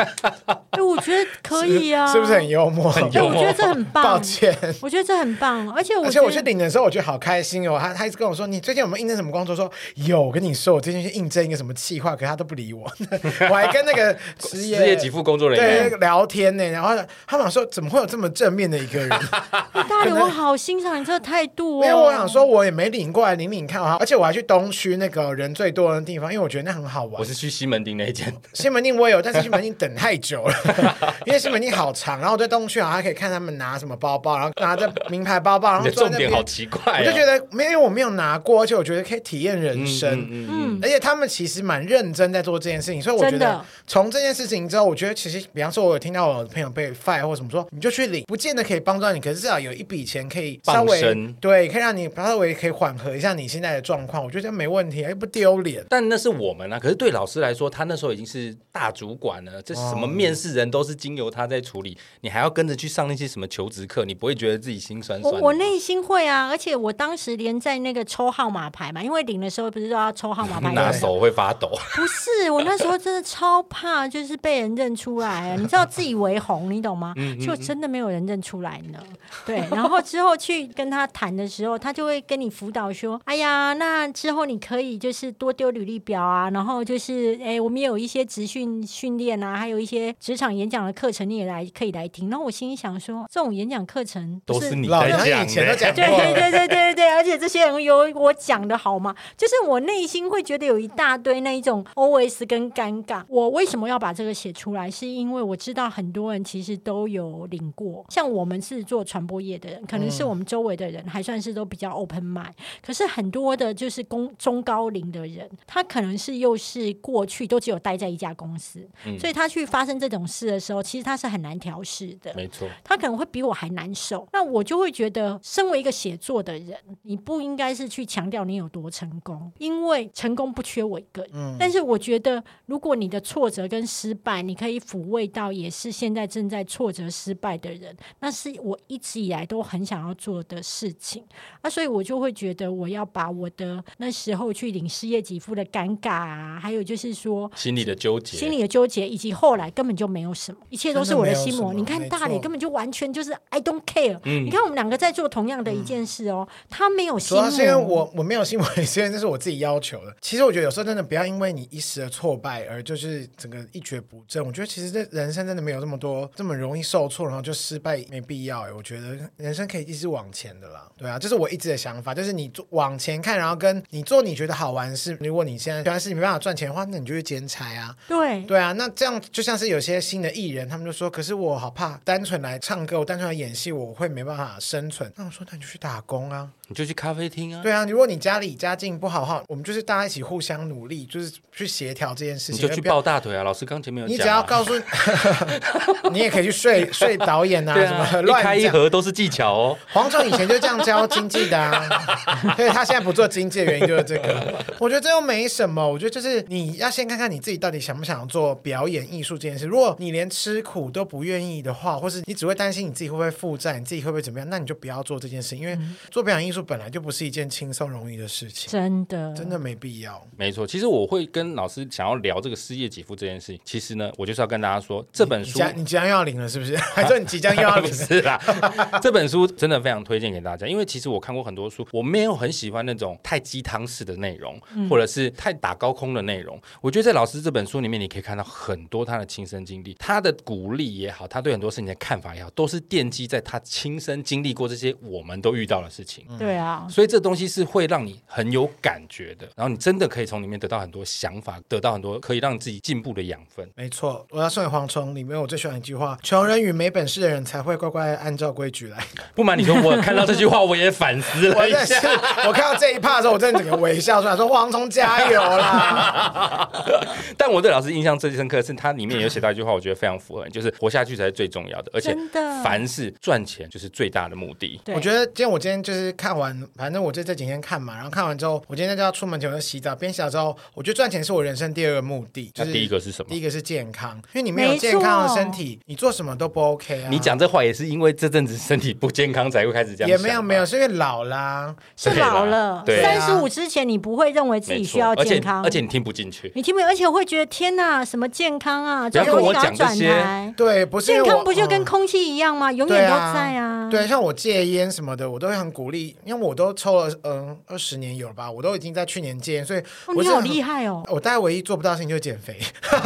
[SPEAKER 3] 哎，我觉得可以啊，
[SPEAKER 2] 是不是很幽默？
[SPEAKER 1] 很
[SPEAKER 3] 哎
[SPEAKER 1] 幽
[SPEAKER 3] 我
[SPEAKER 1] 默
[SPEAKER 3] 觉得这很棒，
[SPEAKER 2] 抱歉。
[SPEAKER 3] 我觉得这很棒，而且我
[SPEAKER 2] 而
[SPEAKER 3] 觉
[SPEAKER 2] 且
[SPEAKER 3] 得
[SPEAKER 2] 我去领的时候，我觉得好开心哦。他他一直跟我说，你最近有没有应征什么工作？说有，我跟你说，我最近去应征一个什么企划，可他都不理我。 [laughs] 我还跟那个失
[SPEAKER 1] 失
[SPEAKER 2] 业
[SPEAKER 1] 业给付工作人
[SPEAKER 2] 对
[SPEAKER 1] 员，
[SPEAKER 2] 聊天呢，然后他们说怎么会有这么正面的一个
[SPEAKER 1] [laughs]
[SPEAKER 2] 人？
[SPEAKER 3] 哎大刘，我好欣赏你这个态度
[SPEAKER 2] 因
[SPEAKER 3] 哦。
[SPEAKER 2] 为我想说，我也没领过来领领看啊，而且我还去东区那个人最多的地方，因为我觉得那很好玩
[SPEAKER 1] 我。是去西门町那一间。
[SPEAKER 2] 西门町我也有，但是西门町等太久
[SPEAKER 1] [laughs]
[SPEAKER 2] 了，因为西门町好长，然后我在东区啊，还可以看他们拿什么包包，然后拿着名牌包包，然
[SPEAKER 1] 你
[SPEAKER 2] 后
[SPEAKER 1] 的
[SPEAKER 2] 坐
[SPEAKER 1] 重
[SPEAKER 2] 在那
[SPEAKER 1] 点
[SPEAKER 2] 边
[SPEAKER 1] 好奇怪、啊，
[SPEAKER 2] 我就觉得没有，因为我没有拿过，而且我觉得可以体验人生。
[SPEAKER 1] 嗯嗯
[SPEAKER 3] 嗯，
[SPEAKER 2] 而且他们其实蛮认真在做这件事情，所以我觉
[SPEAKER 3] 真
[SPEAKER 2] 得
[SPEAKER 3] 的
[SPEAKER 2] 从这件事情之后，我觉得其实，比方说，我有听到我的朋友被 fire 或什么说，你就去领，不见得可以帮助到你，可是至少有一笔钱可以稍
[SPEAKER 1] 傍
[SPEAKER 2] 微
[SPEAKER 1] 身
[SPEAKER 2] 对，可以让你稍微可以缓和一下你现在的状况，我觉得这没问题，哎又不丢脸。
[SPEAKER 1] 但那是我们啊，可是对老师来说，他那时候已经是大主管了，这什么面试人都是经由他在处理，你还要跟着去上那些什么求职课，你不会觉得自己心酸
[SPEAKER 3] 我
[SPEAKER 1] 酸的吗
[SPEAKER 3] 我内心会啊，而且我当时连在那个抽号码牌嘛，因为领的时候不是都要抽号码牌
[SPEAKER 1] 拿
[SPEAKER 3] 吗？
[SPEAKER 1] 手会发抖，
[SPEAKER 3] 不是，我那时候真的超怕，就是被人认出来啊，你知道自以为红，你懂吗？
[SPEAKER 1] 嗯
[SPEAKER 3] 就真的没有人认出来呢。对，然后之后去跟他谈的时候，他就会跟你辅导说：“哎呀，那之后你可以就是多丢履历表啊，然后就是哎，我们也有一些职训训练啊，还有一些职场演讲的课程，你也来可以来听。”然后我心里想说，这种演讲课程不
[SPEAKER 1] 都是你
[SPEAKER 2] 老
[SPEAKER 1] 在
[SPEAKER 2] 娘
[SPEAKER 1] 讲欸
[SPEAKER 2] 以前都
[SPEAKER 1] 的。
[SPEAKER 2] 讲
[SPEAKER 3] 对
[SPEAKER 2] 过
[SPEAKER 3] 对
[SPEAKER 2] 了，
[SPEAKER 3] 对对对对对，而且这些人有我讲的好吗？就是我内心会觉得有一大堆那一种 OS 跟尴尬。我为什么要把这个写出来？是因为我知道很多人其实都有领过，像我们是做传播业的人，可能是我们周围的人还算是都比较 open mind，可是很多的就是公中高龄的人，他可能是又是过去都只有待在一家公司，
[SPEAKER 1] 嗯
[SPEAKER 3] 所以他去发生这种事的时候，其实他是很难调试的。
[SPEAKER 1] 没错，
[SPEAKER 3] 他可能会比我还难受。那我就会觉得，身为一个写作的人，你不应该是去强调你有多成功，因为成功不缺我一个人。
[SPEAKER 2] 嗯
[SPEAKER 3] 但是我觉得，如果你的挫折跟失败，你可以抚慰到也是现在正在挫折失败的人，那是我一直以来都很想要做的事情。那所以我就会觉得，我要把我的那时候去领失业给付的尴尬啊，还有就是说
[SPEAKER 1] 心里的纠结，
[SPEAKER 3] 心里的纠结，以及后来根本就没有什么，一切都是我
[SPEAKER 2] 真的没
[SPEAKER 3] 心魔。
[SPEAKER 2] 有什么
[SPEAKER 3] 你看
[SPEAKER 2] 没
[SPEAKER 3] 大磊
[SPEAKER 2] 错嗯
[SPEAKER 3] 根本就完全就是 I don't care。你看我们两个在做同样的一件事哦，他没有
[SPEAKER 2] 主
[SPEAKER 3] 心魔。
[SPEAKER 2] 要是因为我我没有新闻，是因为这是我自己要求的。其实我觉得有时候真的不要因为你一时的挫败而就是整个一蹶不振。我觉得其实这人生真的没有这么多这么容易受挫，然后就失败没必要、欸。我觉得人生可以一直往前的啦。对啊，这是我一直的想法，就是你做往前看，然后跟你做你觉得好玩的事。如果你现在原来是你没办法赚钱的话，那你就去兼差啊。
[SPEAKER 3] 对
[SPEAKER 2] 对啊，那这样就像是有些新的艺人，他们就说：“可是我好怕单纯来唱歌，我单纯来演戏，我会没办法生存。”那我说：“那你就去打工啊。”
[SPEAKER 1] 你就去咖啡厅啊，
[SPEAKER 2] 对啊，如果你家里家境不好的话，我们就是大家一起互相努力，就是去协调这件事
[SPEAKER 1] 你
[SPEAKER 2] 情。
[SPEAKER 1] 就
[SPEAKER 2] 而
[SPEAKER 1] 去
[SPEAKER 2] 不要
[SPEAKER 1] 抱大腿啊。老师刚前面有
[SPEAKER 2] 你
[SPEAKER 1] 讲啊，
[SPEAKER 2] 只要告诉， [laughs] 你也可以
[SPEAKER 1] [laughs]
[SPEAKER 2] 去睡睡导演啊，
[SPEAKER 1] 对
[SPEAKER 2] 什么
[SPEAKER 1] 啊，
[SPEAKER 2] 乱
[SPEAKER 1] 一开一
[SPEAKER 2] 讲。
[SPEAKER 1] 合都是技巧哦。
[SPEAKER 2] 黄总以前就这样教经济
[SPEAKER 1] [laughs]
[SPEAKER 2] 的啊，所以他现在不做经济的原因就是这个。我觉得这又没什么，我觉得就是你要先看看你自己到底想不想做表演艺术这件事。如果你连吃苦都不愿意的话，或是你只会担心你自己会不会负债，你自己会不会怎么样，那你就不要做这件事，因为
[SPEAKER 1] 嗯
[SPEAKER 2] 做表演艺术本来就不是一件轻松容易的事情，
[SPEAKER 3] 真的
[SPEAKER 2] 真的没必要。
[SPEAKER 1] 没错，其实我会跟老师想要聊这个失业给付这件事情。其实呢，我就是要跟大家说，这本
[SPEAKER 2] 你
[SPEAKER 1] 书
[SPEAKER 2] 将你即将要领了是不 [laughs] 是？还说你即将又要
[SPEAKER 1] 不 [laughs]
[SPEAKER 2] 领了？
[SPEAKER 1] 是
[SPEAKER 2] [laughs]
[SPEAKER 1] 啦，这本书真的非常推荐给大家，因为其实我看过很多书，我没有很喜欢那种太鸡汤式的内容，
[SPEAKER 2] 嗯
[SPEAKER 1] 或者是太打高空的内容。我觉得在老师这本书里面，你可以看到很多他的亲身经历，他的鼓励也好，他对很多事情的看法也好，都是奠基在他亲身经历过这些我们都遇到的事
[SPEAKER 2] 嗯
[SPEAKER 1] 情。
[SPEAKER 3] 对啊，
[SPEAKER 1] 所以这东西是会让你很有感觉的，然后你真的可以从里面得到很多想法，得到很多可以让自己进步的养分。
[SPEAKER 2] 没错，我要送给蝗虫。里面我最喜欢一句话：“穷人与没本事的人才会乖乖按照规矩来。
[SPEAKER 1] [laughs] 不瞒你说，我看到这句话我也反思”
[SPEAKER 2] [laughs] 我
[SPEAKER 1] 了一
[SPEAKER 2] 真的是
[SPEAKER 1] [laughs] 下。，
[SPEAKER 2] 我看到这一趴的时候，我真的整个微笑出来，说：“蝗虫加
[SPEAKER 1] [laughs]
[SPEAKER 2] 油啦
[SPEAKER 1] 但我对老师印象最深刻的是，他里面有写到一句话，我觉得非常符合，就是活下去才是最重要的，而且
[SPEAKER 3] 真的
[SPEAKER 1] 凡事赚钱就是最大的目的！”。
[SPEAKER 3] 对
[SPEAKER 2] 我觉得今天我今天就是看完，反正我就这几天看嘛，然后看完之后，我今天就要出门前我就洗澡，边洗澡之后，我觉得赚钱是我人生第二个目的，
[SPEAKER 1] 那
[SPEAKER 2] 就是
[SPEAKER 1] 第一个是什么
[SPEAKER 2] 第一？个是健康，因为你没有健康的身体，你做什么都不 OK 啊。
[SPEAKER 1] 你讲这话也是因为这阵子身体不健康才会开始这样
[SPEAKER 2] 也
[SPEAKER 1] 想吧，
[SPEAKER 2] 没有没有，是因为老啦。
[SPEAKER 3] 是老了，
[SPEAKER 1] 对
[SPEAKER 3] 三
[SPEAKER 2] 啦啊
[SPEAKER 3] 十五之前你不会认为自
[SPEAKER 1] 没
[SPEAKER 3] 己
[SPEAKER 1] 错，
[SPEAKER 3] 需要健康，
[SPEAKER 1] 而且而且你听不进去。
[SPEAKER 3] 你听没有？而且我会觉得天哪，什么健康啊，
[SPEAKER 1] 不要
[SPEAKER 3] 这
[SPEAKER 1] 跟我
[SPEAKER 3] 种东西赶
[SPEAKER 1] 讲
[SPEAKER 3] 快
[SPEAKER 1] 这
[SPEAKER 3] 转
[SPEAKER 1] 些
[SPEAKER 3] 台。
[SPEAKER 2] 对，不是因
[SPEAKER 3] 健
[SPEAKER 2] 为
[SPEAKER 3] 康
[SPEAKER 2] 我
[SPEAKER 3] 不就跟
[SPEAKER 2] 嗯
[SPEAKER 3] 空气一样吗？永
[SPEAKER 2] 对
[SPEAKER 3] 远都
[SPEAKER 2] 啊，
[SPEAKER 3] 在啊。
[SPEAKER 2] 对，像我戒烟什么的，我都会很鼓励，因为我都抽了嗯二十年有了吧，我都已经在去年戒烟，所以
[SPEAKER 3] 哦，
[SPEAKER 2] 我
[SPEAKER 3] 你
[SPEAKER 2] 是
[SPEAKER 3] 好
[SPEAKER 2] 很
[SPEAKER 3] 厉害哦！
[SPEAKER 2] 我大概唯一做不到的事情就是减肥， [laughs]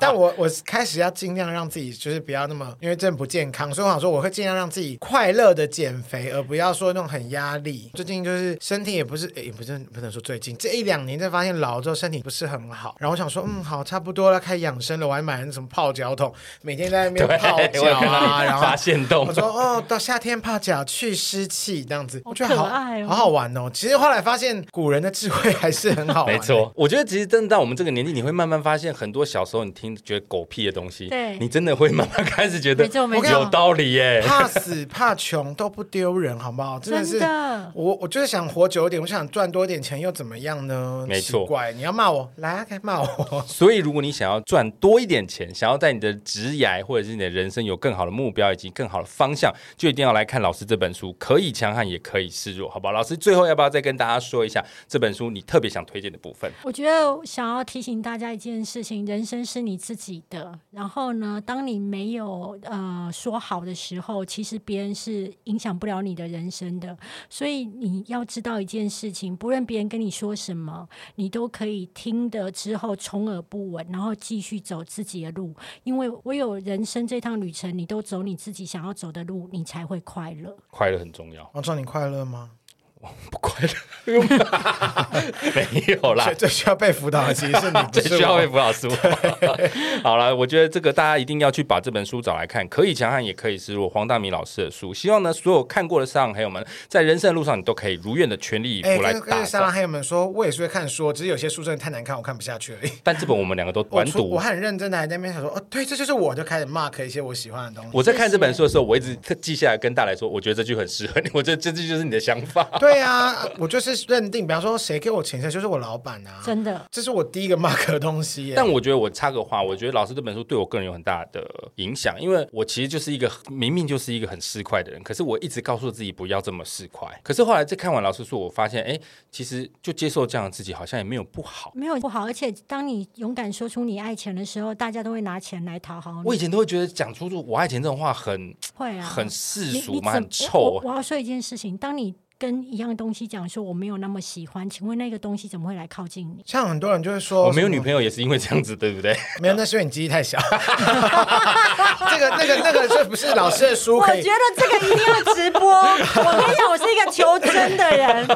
[SPEAKER 2] 但我我开始要尽量让自己就是不要那么，因为真的不健康，所以我想说我会尽量让自己快乐的减肥，而不要说那种很压力。最近就是身体也不是，诶也不是不能说最近这一两年，才发现老了之后身体不是很好，然后我想说嗯好差不多了，开始养生了，我还买了那什么泡脚桶，每天在那边
[SPEAKER 1] [laughs]
[SPEAKER 2] 泡
[SPEAKER 1] 我有
[SPEAKER 2] 脚
[SPEAKER 1] 看到
[SPEAKER 2] 啊，
[SPEAKER 1] 你 [laughs]
[SPEAKER 2] 然后
[SPEAKER 1] 发现洞
[SPEAKER 2] 我，说哦，到夏天泡脚去湿气这样子，
[SPEAKER 3] 好
[SPEAKER 2] 我觉得好
[SPEAKER 3] 可爱哦
[SPEAKER 2] 好好玩哦。其实后来发现古人的智慧还是很好玩，
[SPEAKER 1] 没错，，我觉得其实真的到我们这个年纪，你会慢慢发现很多小时候你听觉得狗屁的东西，
[SPEAKER 3] 对
[SPEAKER 1] 你真的会慢慢开始觉得
[SPEAKER 3] 没错没
[SPEAKER 2] 错
[SPEAKER 1] 有道理耶。
[SPEAKER 2] 怕死怕穷都不丢人，好不好？真的
[SPEAKER 3] 真
[SPEAKER 2] 是。
[SPEAKER 3] 的，
[SPEAKER 2] 我我就是想活久一点，我想赚多点钱，又怎么样呢？
[SPEAKER 1] 没错
[SPEAKER 2] 奇怪，你要骂我，来啊，该骂我。
[SPEAKER 1] 所以，如果你想要赚多一点钱，想要在你的职涯或者是你的人生有更好的目标以及更好的方向，就一定要来看老师这本书，可以强悍也可以示弱，好不好？老师最后要不要再跟大家说一下这本书你特别想推荐的部分？ [laughs]
[SPEAKER 3] 我觉得想要提醒大家一件事情：人生是你自己的。然后呢，当你没有呃说好的时候，其实别人是影响不了你的人生的。所以你要知道一件事情，不论别人跟你说什么，你都可以听得之后充耳不闻，然后继续走自己的路。因为唯有人生这趟旅程，你都走你自己想要走的路，你才会快乐。
[SPEAKER 1] 快乐很重要，
[SPEAKER 2] 王壮，你快乐吗？
[SPEAKER 1] 不快乐，没有啦
[SPEAKER 2] 最。最需要被辅导的其实
[SPEAKER 1] [laughs]
[SPEAKER 2] 是你，不
[SPEAKER 1] 最
[SPEAKER 2] 是
[SPEAKER 1] 啊需要
[SPEAKER 2] 我
[SPEAKER 1] 被。辅导师我。好了，我觉得这个大家一定要去把这本书找来看，可以强悍，也可以是我黄大米老师的书。希望呢，所有看过的上海友们，在人生的路上，你都可以如愿的全力以
[SPEAKER 2] 哎，
[SPEAKER 1] 赴来
[SPEAKER 2] 跟
[SPEAKER 1] 打
[SPEAKER 2] 跟
[SPEAKER 1] 造。
[SPEAKER 2] 莎拉还有没有说，我也是会看书，只是有些书真的太难看，我看不下去而已。
[SPEAKER 1] 但这本我们两个都
[SPEAKER 2] 我
[SPEAKER 1] 完
[SPEAKER 2] 出我
[SPEAKER 1] 读。
[SPEAKER 2] 很认真的还在那边想说，哦，对，这就是我，就开始 mark 一些我喜欢的东西。
[SPEAKER 1] 我在看这本书的时候，我一直特记下来跟大来说，我觉得这句很适合你，我觉得这句就是你的想法。
[SPEAKER 2] 对啊，我就是认定，比方说谁给我钱，谁就是我老板啊，
[SPEAKER 3] 真的。
[SPEAKER 2] 这是我第一个 mark 的东西耶。
[SPEAKER 1] [laughs] 但我觉得我插个话，我觉得老师这本书对我个人有很大的影响，因为我其实就是一个明明就是一个很市侩的人，可是我一直告诉自己不要这么市侩。可是后来在看完老师说，我发现，哎，其实就接受这样的自己好像也没有不好。
[SPEAKER 3] 没有不好，而且当你勇敢说出你爱钱的时候，大家都会拿钱来讨好你。
[SPEAKER 1] 我以前都会觉得讲出“我爱钱”这种话很
[SPEAKER 3] 会啊，
[SPEAKER 1] 很世
[SPEAKER 3] 你
[SPEAKER 1] 俗
[SPEAKER 3] 你
[SPEAKER 1] 嘛，
[SPEAKER 3] 怎
[SPEAKER 1] 很
[SPEAKER 3] 我
[SPEAKER 1] 臭啊
[SPEAKER 3] 我。我要说一件事情，当你跟一样东西讲说我没有那么喜欢，请问那个东西怎么会来靠近你？
[SPEAKER 2] 像很多人就会说，
[SPEAKER 1] 我没有女朋友也是因为这样子，对 [laughs] 不对？
[SPEAKER 2] 友，没有，那是因为你记忆太
[SPEAKER 3] [laughs]
[SPEAKER 2] 小。这个、那个、那个，这不是老师的书
[SPEAKER 3] 我
[SPEAKER 2] 可以
[SPEAKER 3] 觉。得这个一定要直播。 [laughs] 我跟你讲，我是一个求真的人。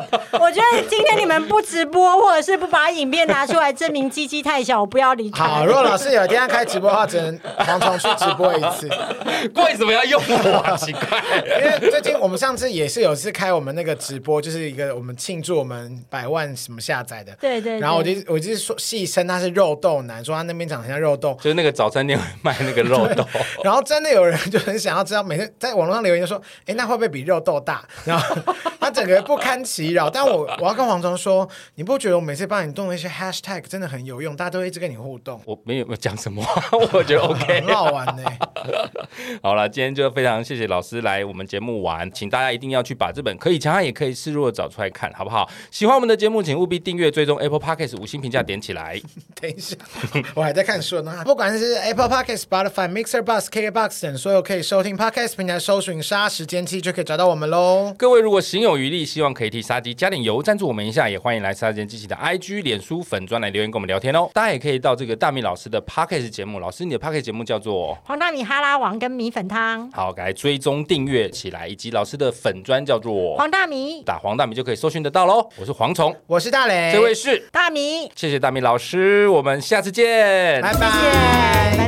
[SPEAKER 3] 我觉得今天你们不直播，或者是不把影片拿出来证明鸡鸡太小，我不要离开。
[SPEAKER 2] 好，如果老师有一天要开直播的话，只能蝗虫去直播一次。
[SPEAKER 1] 为什么要用我、啊？奇怪。 [laughs]
[SPEAKER 2] 因为最近我们上次也是有一次开我们那个直播，就是一个我们庆祝我们百万什么下载的。
[SPEAKER 3] 对对对
[SPEAKER 2] 然后我就我就是说戏称他是肉豆男，说他那边长得像肉豆，
[SPEAKER 1] 就是那个早餐店会卖那个肉豆，
[SPEAKER 2] 然后真的有人就很想要知道，每天在网络上留言就说：“哎，那会不会比肉豆大？”然后他整个不堪其扰。但我我要跟黄忠说，你不觉得我每次帮你动那些 hashtag 真的很有用？大家都一直跟你互动，
[SPEAKER 1] 我没有没有讲什么话， [laughs] 我觉得 OK
[SPEAKER 2] 很。 [laughs] 好玩呢、
[SPEAKER 1] 好了，今天就非常谢谢老师来我们节目玩，请大家一定要去把这本可以强悍也可以示弱的找出来看，好不好？喜欢我们的节目，请务必订阅、追踪 Apple Podcast 五星评价点起来。
[SPEAKER 2] 等一下，我还在看书呢。不管是 Apple Podcast、Spotify、Mixer、Bus、KKBox 等所有可以收听 Podcast 平台，搜寻“杀时间器”就可以找到我们喽。
[SPEAKER 1] 各位如果行有余力，希望可以替杀鸡加点油，赞助我们一下，也欢迎来杀鸡机器的 IG、脸书粉专来留言跟我们聊天哦。大家也可以到这个大米老师的 Podcast 节目，老师你的 Podcast 节目叫做。
[SPEAKER 3] 黄大米哈拉王跟米粉汤，
[SPEAKER 1] 好，来追踪订阅起来，以及老师的粉专叫做
[SPEAKER 3] 黄大米，
[SPEAKER 1] 打黄大米就可以搜寻得到喽。我是蝗虫，
[SPEAKER 2] 我是大雷，
[SPEAKER 1] 这位是
[SPEAKER 3] 大米，
[SPEAKER 1] 谢谢大米老师，我们下次见，
[SPEAKER 2] 拜
[SPEAKER 3] 谢谢，拜拜。